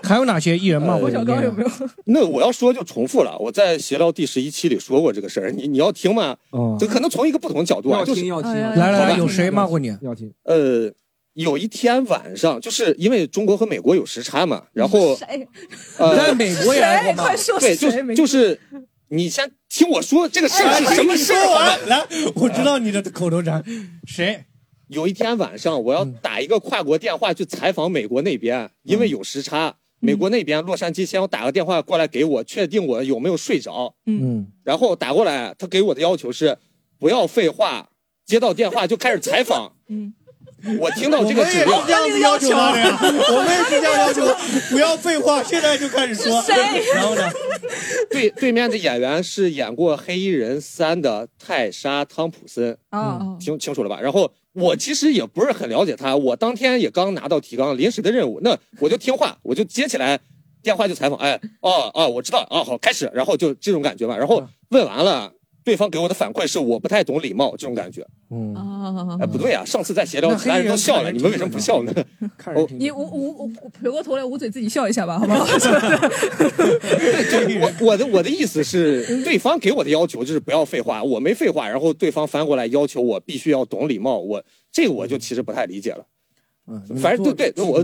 S4: 还有哪些艺人骂过你？啊
S6: 没有？ (laughs) 那我要说就重复了，我在闲聊第十一期里说过这个事儿，你你要听吗？
S4: 哦
S6: 这可能从一个不同角度啊，
S4: 要听
S6: 就是
S4: 要听要 (laughs) 听来来来
S6: 好吧
S4: 有谁骂过你？啊 (laughs)
S3: 要听。
S6: 呃，有一天晚上，就是因为中国和美国有时差
S12: 嗯
S6: 嘛，然后呃，
S4: 在美国也挨过骂。
S6: 对，就是就是，你先听我说这个事儿是什么事儿。
S4: 哎说
S6: 好吧
S4: 完啊来，我知道你的口头禅。谁？
S6: 有一天晚上，我要打一个跨国电话去采访美国那边，
S4: 嗯
S6: 因为有时差，美国那边洛杉矶先要打个电话过来给我，确定我有没有睡着。
S4: 嗯，
S6: 然后打过来，他给我的要求是不要废话，接到电话就开始采访。
S1: 嗯，
S6: 我听到这个指令，
S4: 我们也是这样子要
S6: (laughs)
S4: 求他的呀， (laughs) 我们也是这样要求，不要废话，现在就开始说。
S6: 是谁
S4: 然后呢？
S6: 对对面的演员是演过《黑衣人三》的泰莎·汤普森，
S1: 哦
S6: 听清楚了吧？然后我其实也不是很了解他，我当天也刚拿到提纲，临时的任务，那我就听话，我就接起来电话就采访，哎，哦哦，我知道，哦好，开始，然后就这种感觉吧。然后问完了，对方给我的反馈是我不太懂礼貌这种感觉。
S1: 哦
S8: 啊
S6: 哎，不对啊，上次在闲聊，
S8: 那
S6: 其他人都笑了，你们为什么不笑呢？哦，
S1: 你捂捂捂捂回过头来捂嘴自己笑一下吧，好
S6: (laughs)
S1: 不好？
S6: 对，我我的我的意思是，对方给我的要求就是不要废话，我没废话，然后对方翻过来要求我必须要懂礼貌，我这个我就其实不太理解了。
S4: 嗯
S6: 反正对对，我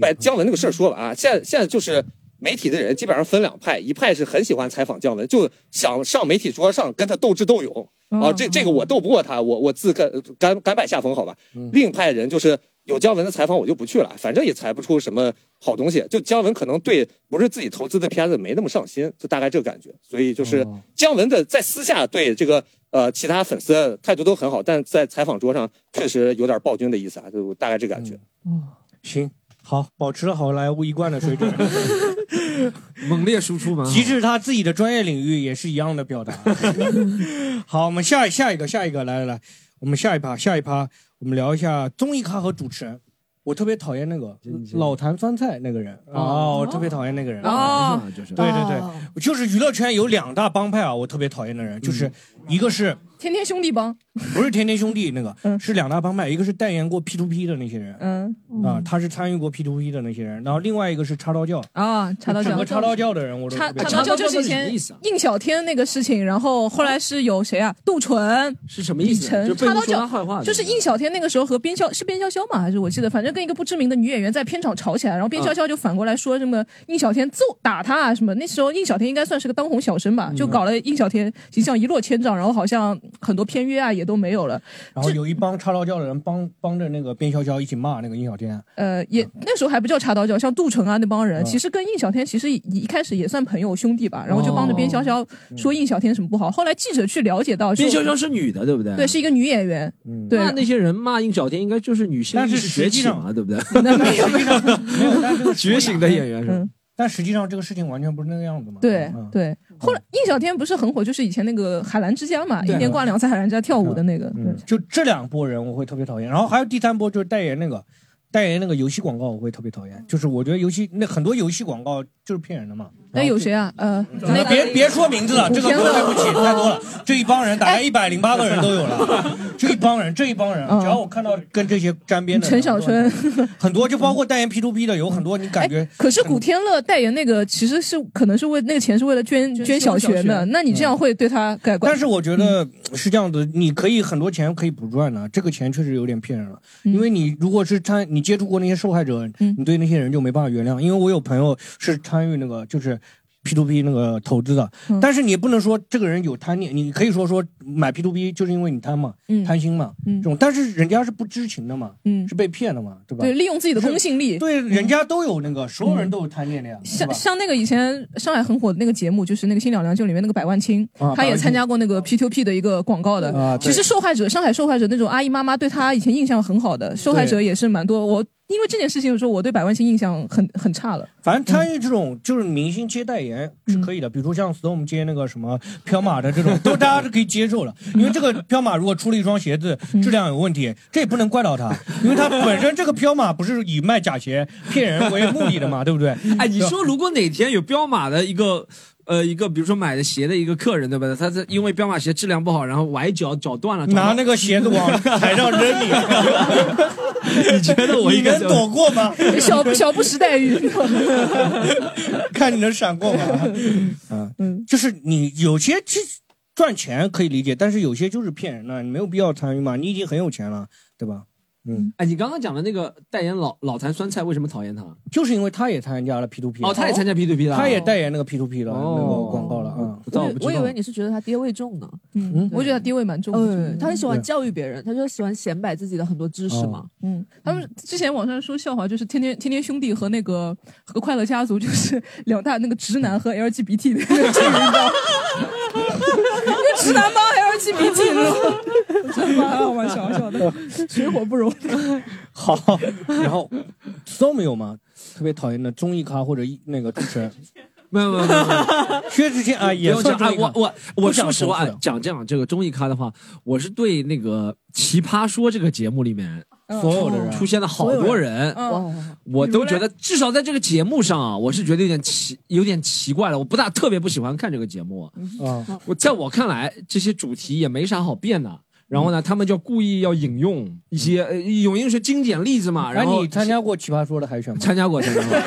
S6: 把姜文那个事儿说完啊，现在现在就是媒体的人基本上分两派，一派是很喜欢采访姜文，就想上媒体桌上跟他斗智斗勇啊，这这个我斗不过他，我我自甘甘甘拜下风，好吧。另一派人就是有姜文的采访我就不去了，反正也采不出什么好东西。就姜文可能对不是自己投资的片子没那么上心，就大概这个感觉。所以就是姜文的在私下对这个呃其他粉丝态度都很好，但在采访桌上确实有点暴君的意思啊，就大概这个感觉。
S4: 嗯行，好，保持了好莱坞一贯的水准，
S3: 猛烈输
S4: (laughs)
S3: 出嘛。
S4: 即
S6: 啊
S4: 使他自己的专业领域也是一样的表达。 (laughs) 好，我们下一下一个下一个，来来来，我们下一趴下一趴，我们聊一下综艺咖和主持人。我特别讨厌那个老坛酸菜那个人啊，我特别讨厌那个人
S3: 哦嗯
S4: 对对对，就是娱乐圈有两大帮派啊，我特别讨厌的人，就是一个是
S1: 天天兄弟帮，
S4: 不是天天兄弟那个，
S3: 嗯
S4: 是两大帮派，一个是代言过 P to P 的那些人，
S1: 嗯
S4: 啊，他是参与过 P to P 的那些人，然后另外一个是插刀教
S1: 啊，插刀教
S4: 整个插刀教的人我都
S1: 插
S4: 特别
S1: 插刀教就是以
S4: 什么
S1: 前
S4: 意思啊
S1: 应小天那个事情，然后后来是有谁啊？杜淳
S3: 是什么意思
S1: 李晨
S3: 就背
S1: 插
S3: 后
S1: 刀
S3: 说他坏话
S1: 教
S3: 的
S1: 就是应小天那个时候和边潇是边潇潇吗？还是我记得，反正跟一个不知名的女演员在片场吵起来，然后边潇潇就反过来说什么应小天揍打他啊什么。那时候应小天应该算是个当红小生吧，就搞了应小天形象一落千丈，然后好像很多片约啊也都没有了。
S4: 然后有一帮插刀教的人帮帮着那个边潇潇一起骂那个殷小天，
S1: 呃，也
S4: 嗯
S1: 那时候还不叫插刀教，像杜淳啊那帮人，其实跟应小天其实一一开始也算朋友兄弟吧，然后就帮着边潇
S4: 哦
S1: 潇
S4: 嗯
S1: 说应小天什么不好。后来记者去了解到，
S3: 边潇
S1: 说
S3: 潇是女的，对不对？
S4: 嗯
S1: 对，是一个女演员，
S6: 嗯
S1: 对
S3: 那那些人骂应小天应该就是女性
S4: 但
S3: 意
S4: 是
S3: 识觉
S4: 实际
S3: 醒
S4: 上
S3: 嘛，对不对？
S4: 没有，但是这个
S3: (laughs) 觉醒的演员是吧
S1: 嗯
S4: 但实际上这个事情完全不是那个样子嘛。
S1: 对对。
S4: 嗯
S1: 后来应小天不是很火，就是以前那个海澜之家嘛，一
S4: 对嗯
S1: 年挂两次海澜之家跳舞的那个，对
S4: 就这两波人我会特别讨厌，然后还有第三波就是代言那个代言那个游戏广告我会特别讨厌，就是我觉得游戏那很多游戏广告就是骗人的嘛。
S1: 那有谁啊？呃，
S4: 嗯那别别说名字了，这个
S1: 片子
S4: 对不起，太
S1: (laughs)
S4: 多了。这一帮人大
S1: 哎
S4: 概一百零八个人都有了，这一帮人，这一帮人，只要我看到跟这些沾边的
S1: 嗯
S4: 人
S1: 陈小春，哎
S4: 很多就包括代言 P to P 的，有很多你感觉
S1: 可是古天乐代言那个其实是可能是为那个钱是为了捐捐小学的，那你这样会对他改观？
S4: 嗯但是我觉得
S1: 嗯
S4: 是这样子，你可以很多钱可以不赚的，这个钱确实有点骗人了。
S1: 嗯
S4: 因为你如果是参，你接触过那些受害者，你对那些人就没办法原谅。因为我有朋友是参与那个就是。P to P 那个投资的，
S1: 嗯
S4: 但是你也不能说这个人有贪念，你可以说说买 P to P 就是因为你贪嘛，
S1: 嗯
S4: 贪心嘛，这种，但是人家是不知情的嘛，是被骗的嘛，对吧？
S1: 对，利用自己的公信力，嗯
S4: 对，人家都有那个，所有人都有贪念的呀，是
S1: 像
S4: 吧？
S1: 像那个以前上海很火的那个节目，就是那个《新两娘舅》里面那个百万青，
S4: 啊
S1: 他
S4: 百
S1: 也
S4: 万青
S1: 参加过那个 P to P 的一个广告的。
S4: 啊对
S1: 其实受害者，上海受害者那种阿姨妈妈对他以前印象很好的，受害者也是蛮多。我因为这件事情，说我对百万星印象很很差了。
S4: 反正参与这种就是明星接代言
S3: 嗯
S4: 是可以的，比如像 Storm 接那个什么彪马的这
S3: (laughs)
S4: 种，都大家是可以接受的。因为这个彪马如果出了一双鞋子
S3: 嗯
S4: 质量有问题，这也不能怪到他，因为他本身这个彪马不是以卖假
S3: (laughs)
S4: 鞋骗人为目的的嘛，对不对？
S3: 哎，你说如果哪天有彪马的一个。呃，一个比如说买的鞋的一个客人，对吧？他是因为彪马鞋质量不好，然后崴脚脚断了，
S4: 嗯拿那个鞋子往台上扔
S3: (laughs)
S4: 你，
S3: 你觉得我
S4: 你
S3: 应该
S4: 能
S3: 怎么
S4: 躲过吗？
S1: 小小布什待遇，
S4: (laughs)
S1: (laughs)
S4: 看你能闪过
S3: (laughs)
S4: 吗？嗯，就是你有些去赚钱可以理解，但是有些就是骗人的，你没有必要参与嘛。你已经很有钱了，对吧？嗯，
S3: 哎，你刚刚讲的那个代言老老坛酸菜，为什么讨厌他？
S4: 就是因为他也参加了 P to P，
S3: 哦他也参加 P2P 了
S4: 啊
S3: 哦
S4: 他也代言那个 P to P 了那个广告了啊。
S3: 我
S8: 我以为你是觉得他爹味重呢，
S1: 嗯，我觉得他地位蛮重的。
S8: 他很喜欢教育别人，他就喜欢显摆自己的很多知识
S4: 哦
S8: 嘛。
S1: 嗯，他们之前网上说笑话，就是天天天天兄弟和那个和快乐家族，就是 (laughs) 两大那个直男和 LGBT 的
S8: (laughs)
S1: 那个阵营的，就直男帮
S8: (laughs)
S1: LGBT 的，真
S3: 哦
S1: 蛮好玩，小小
S3: (laughs)
S1: 的，水火不容。
S4: 好，然后 Storm 有吗？特别讨厌的综艺咖或者一那个主持
S3: (laughs)
S4: 人？
S3: 没有没有没有没有，
S4: 薛之谦啊也
S3: 不用
S4: 算
S3: 讲
S4: 综
S3: 啊
S4: 艺，咖
S3: 我我我
S4: 不想
S3: 说实话
S4: 重复了
S3: 讲这样，这个综艺咖的话，我是对那个《奇葩说》这个节目里面
S4: 嗯所有的人
S3: 出现了好
S4: 所有
S3: 多
S4: 人哦
S3: 人，
S1: 嗯
S3: 我都觉得至少在这个节目上啊，我是觉得有点奇有点奇怪了，我不大特别不喜欢看这个节目。
S4: 啊，
S3: 我在我看来，这些主题也没啥好变的。然
S4: 嗯
S3: 后呢，他们就故意要引用一些，呃引用一些经典例子嘛。然
S4: 哎
S3: 后
S4: 你参加过奇葩说的海选吗？
S3: 参加过，参加过。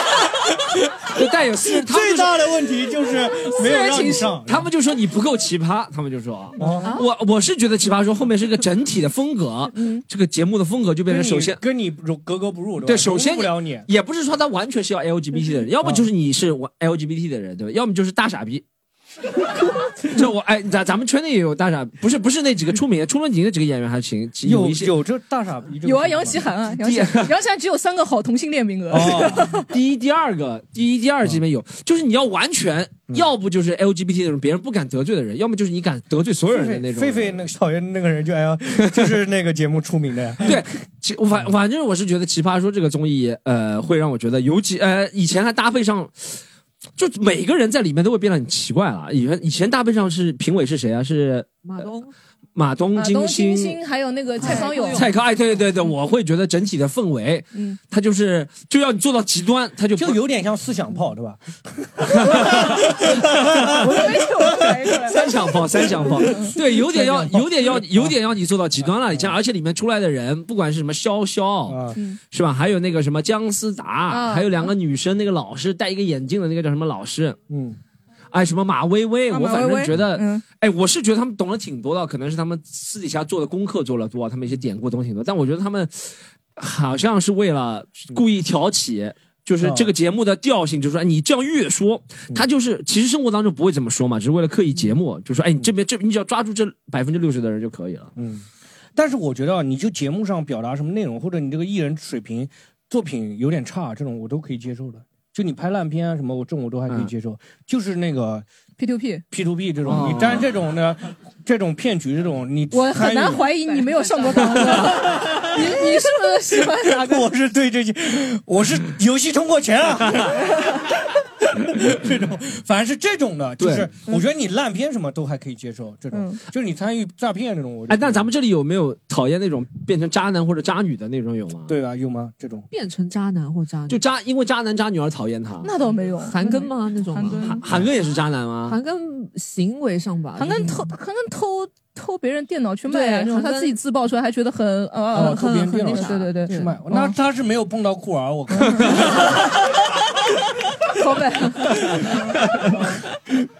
S3: (laughs) 就
S4: (laughs)
S3: 带有私人，他们就
S4: 最
S3: 说
S4: 大的问题就是没有让你上。
S3: 他们就说你不够奇葩，他们就说啊，我我是觉得奇葩说后面是一个整体的风格，这个节目的风格就变成首先
S4: 跟你跟你格格不入，吧
S3: 对，首先
S4: 容不了你。嗯
S3: 也不是说他完全是要 LGBT 的人，要么就是你是我
S4: 啊
S3: LGBT 的人，对吧？要么就是大傻逼。 (laughs) 这我哎，咱咱们圈内也有大傻，不是不是那几个出名的，出了名的几个演员还行，
S4: 有
S3: 一些
S4: 有这大傻逼
S1: 有啊，杨奇
S8: (laughs)
S1: 涵啊，杨奇涵，杨奇涵只有三个好同性恋名额。
S3: 哦第一、第二个，第一、第二这边有，
S4: 嗯
S3: 就是你要完全，要不就是 LGBT 那种别人不敢得罪的人，要么就是你敢得罪所有人的那种。
S4: 狒狒那个讨厌那个人就哎呀，就是那个节目出名的呀。
S3: (laughs) 对，其我反反正我是觉得《奇葩说》这个综艺，呃，会让我觉得尤其呃，以前还搭配上，就每个人在里面都会变得很奇怪了。以前以前搭配上是评委是谁啊？是
S8: 马东、
S3: 马东、
S1: 呃马
S3: 金
S1: 东、金
S3: 星、
S1: 星还有那个蔡康永，
S3: 蔡康，哎，对对对，我会觉得整体的氛围，
S1: 嗯
S3: 他就是就要你做到极端，他就就
S4: 有点像思想炮，对吧？
S3: 三响炮，三响炮，对，有点要，有点要，有点要你做到极端了。以前，而且里面出来的人，不管是什么潇潇，是吧？还有那个什么姜思达，
S4: 啊
S3: 还有两个女生，那个老师戴一个眼镜的那个叫什么老师，
S4: 嗯，
S3: 哎，什么马薇薇，
S1: 啊
S3: 我
S1: 马
S3: 反
S1: 薇薇
S3: 正觉得
S1: 嗯，
S3: 哎，我是觉得他们懂得挺多的，可能是他们私底下做的功课做了多，他们一些典故懂挺多，但我觉得他们好像是为了故意挑起。就是
S4: 啊
S3: 这个节目的调性，就是说哎你这样越说，
S4: 嗯
S3: 他就是其实生活当中不会这么说嘛，只是为了刻意节目，就说哎，你这边这你只要抓住这百分之六十的人就可以了。
S4: 嗯，但是我觉得啊，你就节目上表达什么内容，或者你这个艺人水平、作品有点差，这种我都可以接受的。就你拍烂片啊什么，我这种我都还可以接受。就是那个
S1: P to P
S4: P to P 这种，
S1: 哦
S4: 你沾这种的，这种骗局这种，你
S1: (laughs) 我很难怀
S4: 疑。
S1: 疑你没有上过当的。
S8: (laughs)
S1: 你你是不是喜欢哪个？
S4: (laughs) 我是对这些，我是游戏充过钱啊。 (laughs) 这种，反正是这种的，就是
S1: 嗯
S4: 我觉得你烂片什么都还可以接受，这种就是你参与诈骗这种，我就
S3: 哎，那咱们这里有没有讨厌那种变成渣男或者渣女的那种有吗？
S4: 对啊，有吗？这种
S8: 变成渣男或渣女，
S3: 就渣，因为渣男渣女而讨厌他。
S1: 那倒没有，
S8: 韩庚吗？那种韩
S3: 韩庚也是渣男吗？
S8: 韩庚行为上吧，
S1: 韩庚偷，韩庚偷偷别人电脑去卖
S8: 对
S1: 啊，然后
S8: 韩
S1: 他
S8: 庚
S1: 自己自曝出来，还觉得很呃
S4: 哦，特
S1: 很
S4: 别
S1: 很
S4: 变
S1: 那
S4: 老
S1: 啥，对对对，
S4: 是吗那
S1: 嗯
S4: 他是没有碰到酷儿，我 (laughs) 看
S1: 好呗。
S4: (laughs)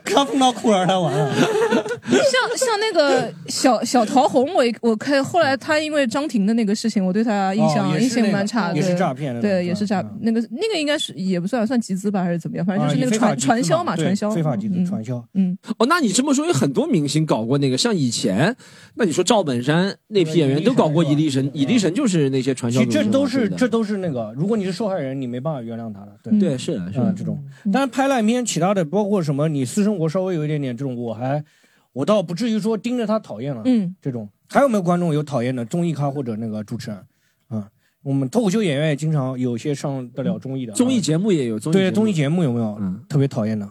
S4: 他碰到酷儿他完了。
S1: 像像那个小小桃红，我我看后来他因为张庭的那个事情，我对他印象、
S4: 哦也是
S1: 印象
S4: 那个
S1: 蛮差的，
S4: 也是诈骗的那种
S1: 对，也是诈那个那个应该是也不算算集资吧，还是怎么样，反正就是那个传、传销嘛，传销
S4: 非法集资
S1: 嗯
S4: 传销。
S1: 嗯，
S3: 哦，那你这么说，有很多明星搞过那个，像以前，那你说赵本山那批演员都搞过蚁力神，蚁力神就是那些传
S4: 其
S3: 销
S4: 实
S3: 组织
S4: 这都
S3: 嘛
S4: 是
S3: 的
S4: 这都是那个，如果你是受害人，你没办法原谅他的。对
S3: 对是的是的
S4: 嗯这种。但是拍烂片，其他的包括什么，你私生活稍微有一点点这种，我还我倒不至于说盯着他讨厌了。
S1: 嗯，
S4: 这种还有没有观众有讨厌的综艺咖或者那个主持人？啊，我们脱口秀演员也经常有些上得了综艺的啊，
S3: 综艺节目也有，综艺
S4: 对综艺
S3: 目
S4: 节目有没有特别讨厌的？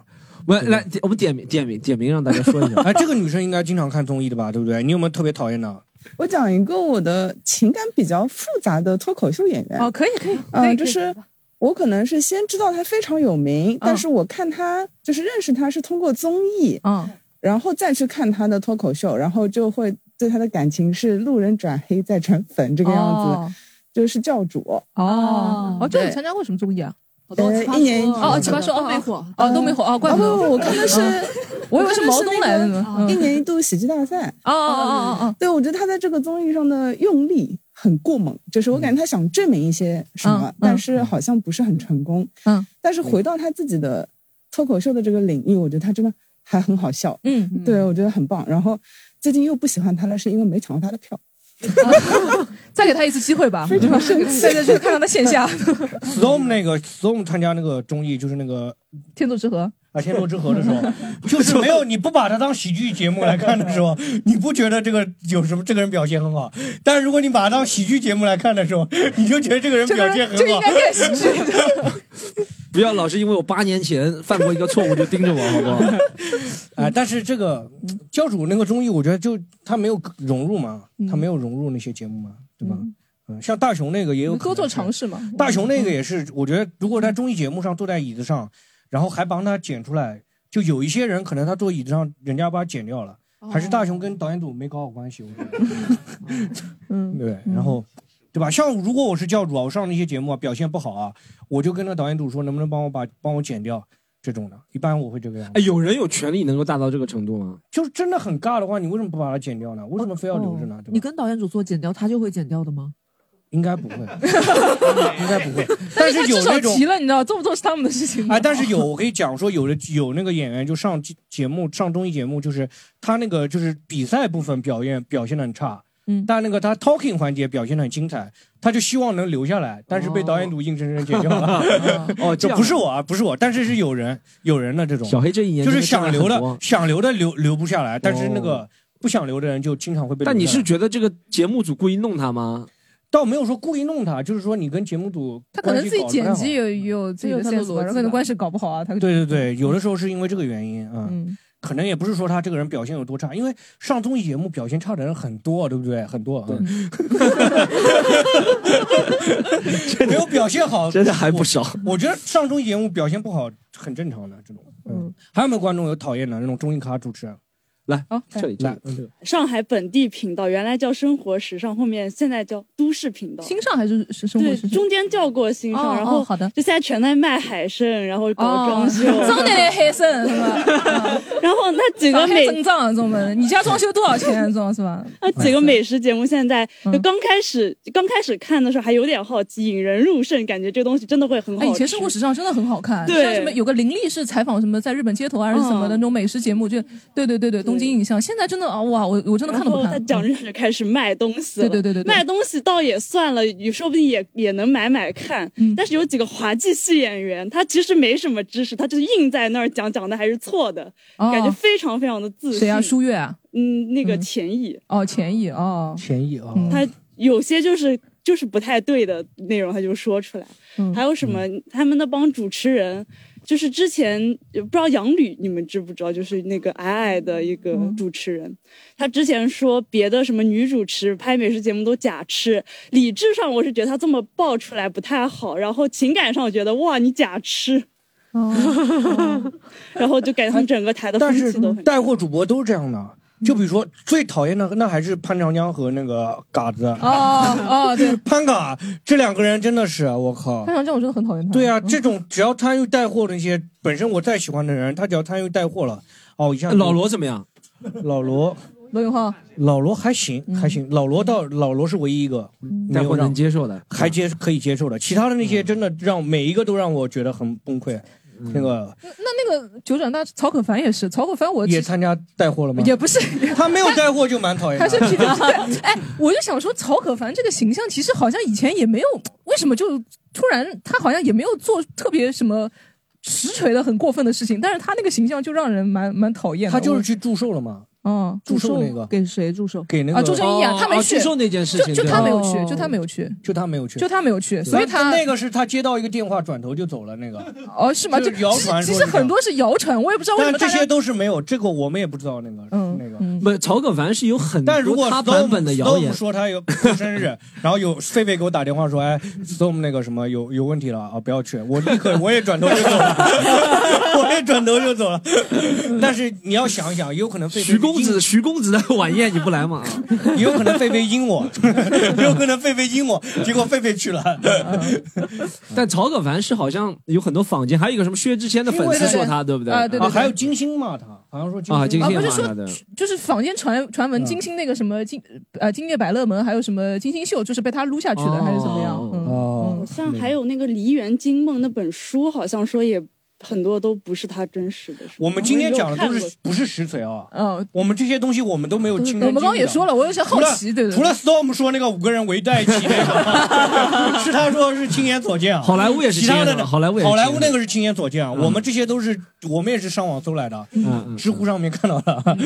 S3: 我来，我们点名点名点名让大家说一下。
S4: (laughs) 哎，这个女生应该经常看综艺的吧？对不对？你有没有特别讨厌的？
S15: 我讲一个我的情感比较复杂的脱口秀演员。
S4: 哦
S1: 可以可以
S15: 嗯、
S1: 可以嗯
S15: 就是我可能是先知道他非常有名，但是我看他就是认识他是通过综艺，
S8: 嗯，
S15: 然后再去看他的脱口秀，然后就会对他的感情是路人转黑再转粉这个样子，
S8: 哦
S15: 就是教主
S8: 哦哦，这你参
S15: 对
S8: 加过什么综艺啊？
S15: 呃一年级
S8: 哦，奇葩说
S15: 的
S8: 哦没火哦都没火哦，怪不得
S15: 哦不不我看的是
S8: 嗯 (laughs) 我以为是毛东来的呢嗯
S15: 我看的是那。个一年一度喜剧大赛。
S8: 哦哦哦哦哦，
S15: 对，我觉得他在这个综艺上的用力很过猛，就是我感觉他想证明一些什么，
S8: 嗯
S15: 但是好像不是很成功。
S8: 嗯，
S15: 但是回到他自己的脱口秀的这个领域，我觉得他真的还很好笑。
S8: 嗯，
S15: 对，我觉得很棒。然后最近又不喜欢他了，是因为没抢到他的票。
S1: 再给他一次机会吧，
S15: 非常生气
S1: 对对对，看看他线下
S4: Storm 那个 Storm 参加那个综艺，就是那个
S1: (laughs) 天作之合。
S4: 啊《天作之合》的时
S1: (laughs)
S4: 候，就是没
S3: (laughs)
S4: 有你不把它当喜剧节目来看的时候，你不觉得这个有什么这个人表现很好？但是如果你把它当喜剧节目来看的时候，你就觉得这个人表现很好，
S3: 这个人就应该变喜剧不要老是因为我八年前犯过一个错误就盯着我，好不好？
S4: (laughs) 啊、但是这个嗯教主那个综艺，我觉得就他没有融入嘛，他没有融入那些节目嘛，对吧？嗯，像大雄那个也有可能
S1: 多做尝试嘛。
S4: 大雄那个也是，我觉得如果在综艺节目上坐在椅子上，然后还帮他剪出来，就有一些人可能他坐椅子上，人家把他剪掉了，还是大雄跟导演组没搞好关系，我觉得。
S8: 嗯
S4: 对，然后。对吧？像如果我是教主啊，我上那些节目啊，表现不好啊，我就跟那导演组说，能不能帮我把帮我剪掉这种的。一般我会这个样子。
S3: 哎，有人有权利能够大到这个程度吗？
S4: 就是真的很尬的话，你为什么不把它剪掉呢？为什么非要留着呢？
S8: 你跟导演组做剪掉，他就会剪掉的吗？
S4: 应该不
S1: (laughs)
S4: 会，应该不会。但是有
S1: 至少
S4: 那种
S1: 急了，你知道，做不做是他们的事情。
S4: 啊，但是有我可以讲说，有的有那个演员就上节节目上综艺节目，就是他那个就是比赛部分表现表现的很差。
S8: 嗯，
S4: 但那个他 talking 环节表现的很精彩，他就希望能留下来，但是被
S1: 哦
S4: 导演组硬生生剪掉 (laughs) 了。
S3: 哦
S4: 这
S3: 这样
S4: 不是我啊，不是我，但是是有人有人的这种。
S3: 小黑这一年
S4: 就
S3: 真
S4: 是
S3: 的
S4: 想
S3: 赚了
S4: 留
S3: 很
S4: 的
S3: 多
S4: 想留的留留不下来，但是那
S3: 哦
S4: 个不想留的人就经常会被留下来。
S3: 但你是觉得这个节目组故意弄他吗？
S4: 倒没有说故意弄他，就是说你跟节目组
S1: (laughs) 他可能
S4: 关系
S1: 自己
S4: 搞得
S1: 剪
S4: 太好
S1: 辑也有自己的线
S8: 这
S1: 索，
S8: 有他的逻辑吧
S1: 有可能关系搞不好啊。他
S4: 对对对，有的时候是因为这个原因啊。
S8: 嗯
S4: 可能也不是说他这个人表现有多差，因为上综艺节目表现差的人很多，啊对不对？很多，嗯 (laughs) 没有表现好，
S3: 真的还不少。
S4: 我觉得上综艺节目表现不好很正常的，这种。嗯，还有没有观众有讨厌的那种综艺咖主持人？来，
S8: 啊，
S4: 这里来，嗯
S12: 上海本地频道原来叫生活时尚，后面现在叫都市频道。
S8: 新上还是是生活
S12: 对
S8: 时，尚？
S12: 中间叫过新上，
S8: 哦
S12: 然后
S8: 哦好的
S12: 就现在全在卖海参，然
S4: (laughs)
S12: 后搞装修，
S1: (laughs) 真的嘞，哦黑森是吧？
S12: (laughs) 然后那几
S1: 上
S12: 个
S1: 海
S12: 美
S1: 增长这种的， (laughs) 你家装修多少钱？啊这种是嗯吧？
S12: (laughs) 那几个美食节目现在就刚开始，刚开始看的时候还有点好奇，引人入胜，感觉这东西真的会很好
S1: 哎，
S12: 吃。
S1: 以前生活时尚真的很好看，
S12: 对嗯
S1: 像什么有个林立是采访什么在日本街头啊还是什么的那种美食节目，就对对对对，东京影像。现在真的啊，哇，我我真的看都不
S12: 然后
S1: 看嗯
S12: 他。讲着就开始卖东西了，
S1: 对对对对对
S12: 卖东西倒也算了，也说不定也也能买买看。
S1: 嗯
S12: 但是有几个滑稽戏演员，他其实没什么知识，他就硬在那儿讲，讲的还是错的，
S1: 哦
S12: 感觉非常非常的自信。
S1: 谁啊？舒月啊？
S12: 嗯，那个钱毅，
S1: 哦，钱毅哦，
S4: 前一啊，
S12: 他有些就是就是不太对的内容，他就说出来。
S4: 嗯
S12: 还有什么？他们那帮主持人，就是之前不知道杨吕你们知不知道？就是那个矮矮的一个
S4: 嗯
S12: 主持人，他之前说别的什么女主持拍美食节目都假吃，理智上我是觉得他这么爆出来不太好，然后情感上我觉得哇你假吃， (laughs) 然后就感觉他们整个台的
S4: 哦但
S12: 风
S4: 是
S12: 气都很。嗯
S4: 带货主播都是这样的。就比如说最讨厌的那还是潘长江和那个嘎子
S1: 哦哦对，
S4: 潘嘎这两个人真的是啊我靠
S1: 潘，长江我真的很讨厌他。嗯
S4: 对
S12: 嗯
S4: 啊，这种只要参与带货的那些本身我再喜欢的人，他只要参与带货了，哦一下
S3: 老罗怎么样？
S4: 老罗，
S1: 罗永浩，
S4: 老罗还行
S12: 嗯
S4: 还行，老罗到老罗是唯一一个
S3: 带货能接
S4: 受，
S3: 受的，嗯
S4: 还接可以接受的，其他的那些真的让每一个都让我觉得很崩溃。
S12: 嗯
S4: 那个
S1: 那那个九转大曹可凡也是，曹可凡我
S4: 也参加带货了吗？
S1: 也不是，
S4: 他没有带货就蛮讨厌
S1: 他
S4: 的，
S1: 是
S4: (laughs)
S1: P 对， (laughs) 哎，我就想说，曹可凡这个形象其实好像以前也没有，为什么就突然他好像也没有做特别什么实锤的很过分的事情，但是他那个形象就让人蛮蛮讨厌的。
S4: 他就是
S1: 我
S4: 去祝寿了嘛，
S8: 嗯，
S4: 祝寿那个
S8: 给谁祝寿？
S4: 给那个
S1: 啊，周正义啊，他没去。
S4: 哦祝寿那件事情，
S1: 就就
S4: 对
S1: 他没有
S4: 吧
S1: 去，就他没有去。
S4: 就他没有去，
S1: 就他没有去所以
S4: 那
S1: 他
S4: 那个是他接到一个电话，转头就走了那个。
S1: 哦，是吗？
S4: 就
S1: 就是
S4: 谣
S1: 其
S4: 传
S1: 其
S4: 说
S1: 实
S4: 是这
S1: 很
S4: 样
S1: 多是谣传，我也不知道为什
S4: 但
S1: 么
S4: 这
S1: 大家
S4: 些都是没有，这个我们也不知道那个。
S1: 嗯
S4: 那个
S3: 不，曹可凡是有很
S4: 但如
S3: 多
S4: 果
S3: 他版本的谣
S4: Storm
S3: 言。
S4: 说他有过生
S3: (laughs)
S4: 日，然后有狒狒给我打电话说，哎，Storm 那个什么有有问题了啊，不要去，我立刻我也转头就走了， (laughs) 我也转头就走了。但是你要想一想，有可能狒狒
S3: 徐公子，徐公子的晚宴你不来吗？
S4: (laughs) 也有可能狒狒阴我， (laughs) 有可能狒狒阴我，结果狒狒去了。
S3: 但曹可凡是好像有很多坊间，还有一个什么薛之谦的粉丝说他，对不对？
S1: 啊对对对
S4: 还有金星嘛，他好像嗯说
S3: 啊，金
S1: 啊
S3: 星
S1: 不是
S3: 嘛
S1: 说
S3: 他的。
S1: 就是坊间传传闻，金星那个什么金呃金夜百乐门，还有什么金星秀，就是被他撸下去的，还是怎么样？嗯
S4: 哦，
S12: 好像还有那个《梨园惊梦》那本书，好像说也很多都不是他真实的。是吗
S4: 我们今天讲的都
S12: 我没有看
S4: 是
S12: 过
S4: 不是实锤啊？
S1: 嗯，
S4: 我们这些东西我们都没有亲身经历的。
S1: 我们刚刚也说了我有些好奇对对
S4: 除了
S1: 对
S4: 除了 Storm 说那个五个人围在一起那个，是他说是亲眼所见啊。
S3: 好莱坞也是
S4: 其
S3: 亲眼
S4: 他的呢
S3: 好莱坞也是
S4: 好莱
S3: 亲
S4: 坞
S3: 眼
S4: 那个是亲眼所见啊。
S3: 嗯
S4: 我们这些都是我们也是上网搜来的，啊
S3: 嗯嗯
S4: 知乎上面看到
S1: 嗯
S4: 的。啊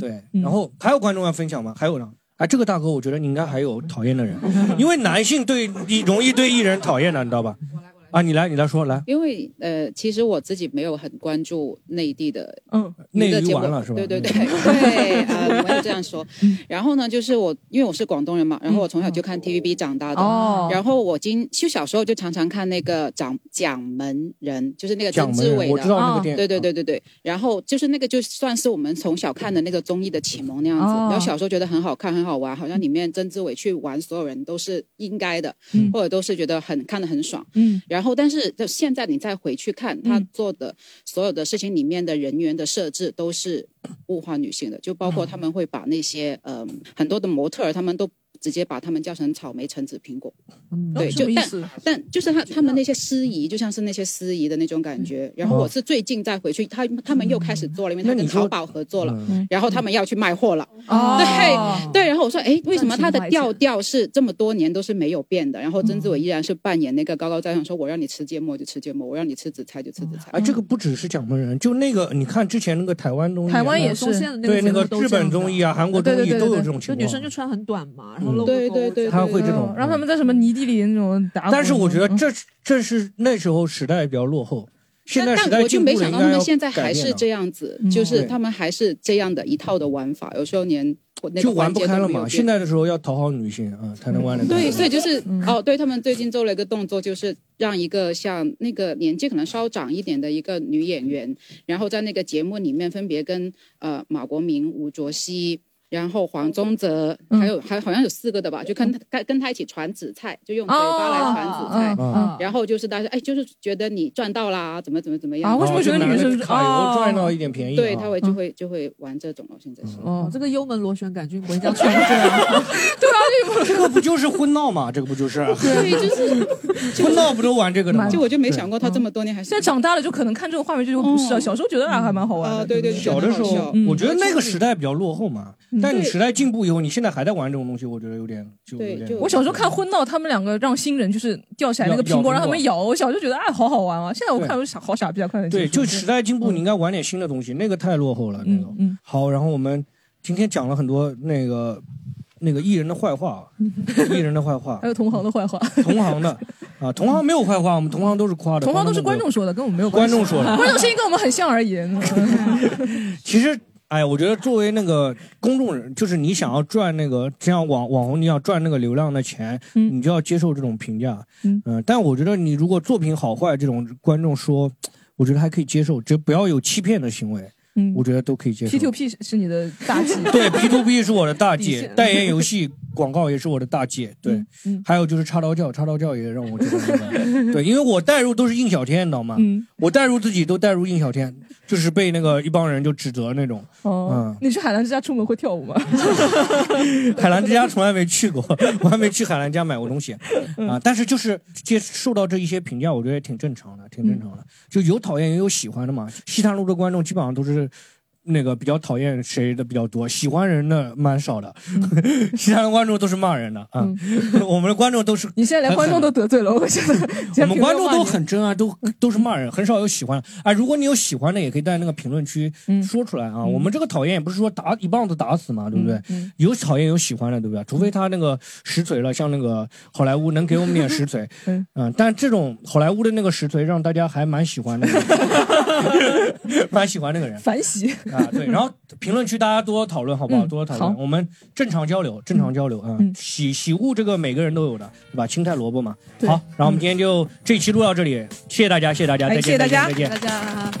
S4: 对，然后还有观众要分享吗？还有呢？啊，这个大哥，我觉得你应该还有讨厌的人，因为男性对一容易对艺人讨厌的，你知道吧？啊，你来，你来说来。
S13: 因为呃，其实我自己没有很关注内地的
S1: 嗯
S4: 内娱
S13: 娱
S4: 完了是吧嗯
S13: 对对对
S4: (laughs)
S13: 对啊，我也这样说。然后呢，就是我因为我是广东人嘛，然后我从小就看 TVB 长大的，
S1: 哦
S13: 然后我经就小时候就常常看那个掌掌门人，就是那个
S4: 蒋
S13: 曾
S4: 门
S13: 志
S4: 人
S13: 伟的，嗯
S4: 我知道那个电影
S13: 对对对对对。然后就是那个就算是我们从小看的那个综艺的启蒙那样子，
S1: 哦
S13: 然后小时候觉得很好看很好玩，好像里面曾志伟去玩所有人都是应该的，
S1: 嗯
S13: 或者都是觉得很看得很爽。
S1: 嗯
S13: 然后，但是就现在你再回去看他做的所有的事情里面的人员的设置都是物化女性的，就包括他们会把那些呃很多的模特儿，他们都直接把他们叫成草莓、橙子、苹果。对，
S1: 哦什
S13: 就
S1: 么意
S13: 但
S1: 思？
S13: 但就是他他们那些司仪，就像是那些司仪的那种感
S1: 嗯
S13: 觉。然
S4: 哦
S13: 后我是最近再回去，他他们又开始做了，因为他跟淘宝合作了
S4: 嗯，
S13: 然后他们要去卖货了。
S1: 哦
S13: 对对，然后我说，哎，为什么他的
S1: 赚钱
S13: 调调是这么多年都是没有变的？然后曾志
S1: 嗯
S13: 伟依然是扮演那个高高在上，说我让你吃芥末就吃芥末，我让你吃紫菜就吃紫菜。
S1: 哦
S4: 啊，这个不只是蒋门人，就那个你看之前那个台湾综艺
S13: 嗯
S4: 啊，
S13: 台湾也是
S4: 对那个日本综艺啊、韩国综艺都有这种
S8: 就
S4: 情
S8: 女生
S4: 况。嗯
S8: 就穿很短嘛，然后露
S13: 对对对，
S4: 他会这种
S1: 嗯然后他们在什么泥地里那种打滚。
S4: 但是我觉得这
S13: 嗯
S4: 这是那时候时代比较落后，现在时
S13: 但
S4: 代
S13: 我就
S4: 进步
S13: 没
S4: 了，
S13: 想
S4: 应
S13: 到他
S4: 该要
S13: 们现在
S4: 改
S13: 还
S4: 变
S13: 是
S4: 了
S13: 这样子
S4: 嗯，
S13: 就是
S4: 对
S13: 他们还是这样的一套的玩法，有时候连我那个
S4: 就玩不
S13: 环节
S4: 开
S13: 都
S4: 了
S13: 没有
S4: 嘛。
S13: 变嗯
S4: 现在的时候要讨好女性啊，才能玩得开。
S13: 对，所以就是、
S8: 嗯
S13: 哦，对他们最近做了一个动作，就是让一个像那个年纪可能稍长一点的一个女演员，然后在那个节目里面分别跟呃马国明、吴卓羲。然后黄宗泽，
S8: 嗯
S13: 还有还好像有四个的吧，就跟他跟跟他一起传紫菜，就用嘴巴来传紫菜。
S4: 哦哦哦
S13: 然后就是大家哎，就是觉得你赚到啦，怎么怎么怎么样
S4: 啊为什么觉得女生哦就拿那个卡油哦赚到一点便宜
S13: 对，
S4: 啊
S13: 他会就会就会玩这种了，现在是。
S8: 嗯哦，这个幽门螺旋杆菌国家全
S13: (laughs)
S8: 是这样。对啊，
S4: 这个不就是婚闹嘛？这个不就是？
S13: 对，就是
S4: (laughs) 婚闹不都玩这个的吗？
S13: 就我就没想过他这么多年还是。
S1: 嗯
S13: 嗯
S1: 现在长大了就可能看这种画面就觉得不是啊，小时候觉得啊还蛮好玩的。
S13: 对对
S4: 小的时候，
S13: 嗯
S4: 我觉得那个时代比较落后嘛。
S1: 嗯
S4: 但你
S1: 对
S4: 时代进步以后，你现在还在玩这种东西，我觉得有点就有点。
S1: 我小时候看《婚闹》，他们两个让新人就是吊起来那个
S4: 咬
S1: 苹
S4: 苹果
S1: 果让他们咬，我小时候觉得啊好好玩啊。现在我看
S4: 对
S1: 我傻好傻逼啊，看得
S4: 对，
S1: 清
S4: 就
S1: 楚
S4: 时代进步，你应该玩点新的东西，那个太落后了。那个
S1: 嗯
S4: 好，然后我们今天讲了很多那个那个艺人的
S1: (laughs)
S4: 坏话，啊艺人的坏话
S1: 还，有同行的坏话，(laughs)
S4: 同行的啊，同行没有坏话，我们同行都是夸的，
S1: 同行都是
S4: 观
S1: 观众说的，跟我们没有关
S4: 观
S1: 系。
S4: 众说
S1: (laughs)
S4: 的，
S1: 观众声音跟我们很像而已。
S4: 其实，哎呀，我觉得作为那个公众人，就是你想要赚那个，就像网网红，你想赚那个流量的钱，你就要接受这种评价。
S1: 嗯、
S4: 但我觉得你如果作品好坏这种观众说，我觉得还可以接受，只不要有欺骗的行为，
S1: 嗯
S4: 我觉得都可以接
S1: P
S4: 受
S1: to。P 是你的大忌。
S4: (laughs) 对 P
S1: (laughs)
S4: to P 是我的大忌
S1: 底，线嗯
S4: 代言游戏广告也是我的大忌。对，还有就是插刀教，插刀教也让
S1: (laughs)
S4: 我觉得那个对，因为我代入都是应小天，你知道吗？
S1: 嗯
S4: 我代入自己都代入应小天，就是被那个一帮人就指责那种。嗯
S1: 哦，你去海澜之家出门会跳舞吗？ (laughs)
S4: 海澜之家从来没去过，我还没去海澜家买过东西
S1: 嗯
S4: 啊。但是就是接受到这一些评价，我觉得也挺正常的，挺正常的。就有讨厌也有喜欢的嘛。西坛路的观众基本上都是那个比较讨厌谁的比较多，喜欢人的蛮少的，
S1: 嗯
S4: (laughs) 其他的观众都是骂人的啊。 (laughs) 我们的观众都是
S1: 你现在连观众嗯都得罪了，我觉得
S4: 我们观众
S1: (laughs)
S4: 都很真啊，都都是骂人，很少有喜欢的啊。如果你有喜欢的，也可以在那个评论区
S1: 嗯
S4: 说出来啊。我们这个讨厌也不是说打一棒子打死嘛，对不对？
S1: 嗯
S4: 有讨厌有喜欢的，对不对？除非他那个实锤了，像那个好莱坞能给我们点实锤， (laughs) 嗯、但这种好莱坞的那个实锤让大家还蛮喜欢的， (laughs) 蛮
S3: (laughs)
S4: 喜欢那个人
S1: 反洗
S4: 啊。对，然后评论区大家多讨论好不好？
S1: 嗯
S4: 多讨论，
S1: 好嗯
S4: 我们正常交流，正常交流啊。喜喜恶这个每个人都有的，对吧？青菜萝卜嘛。
S1: 对
S4: 好，然后我们今天就这期录到这里，谢谢大家，谢谢大家，
S1: 哎
S4: 再见，
S1: 谢谢大家，
S4: 再见。再见
S15: 啊
S1: 家。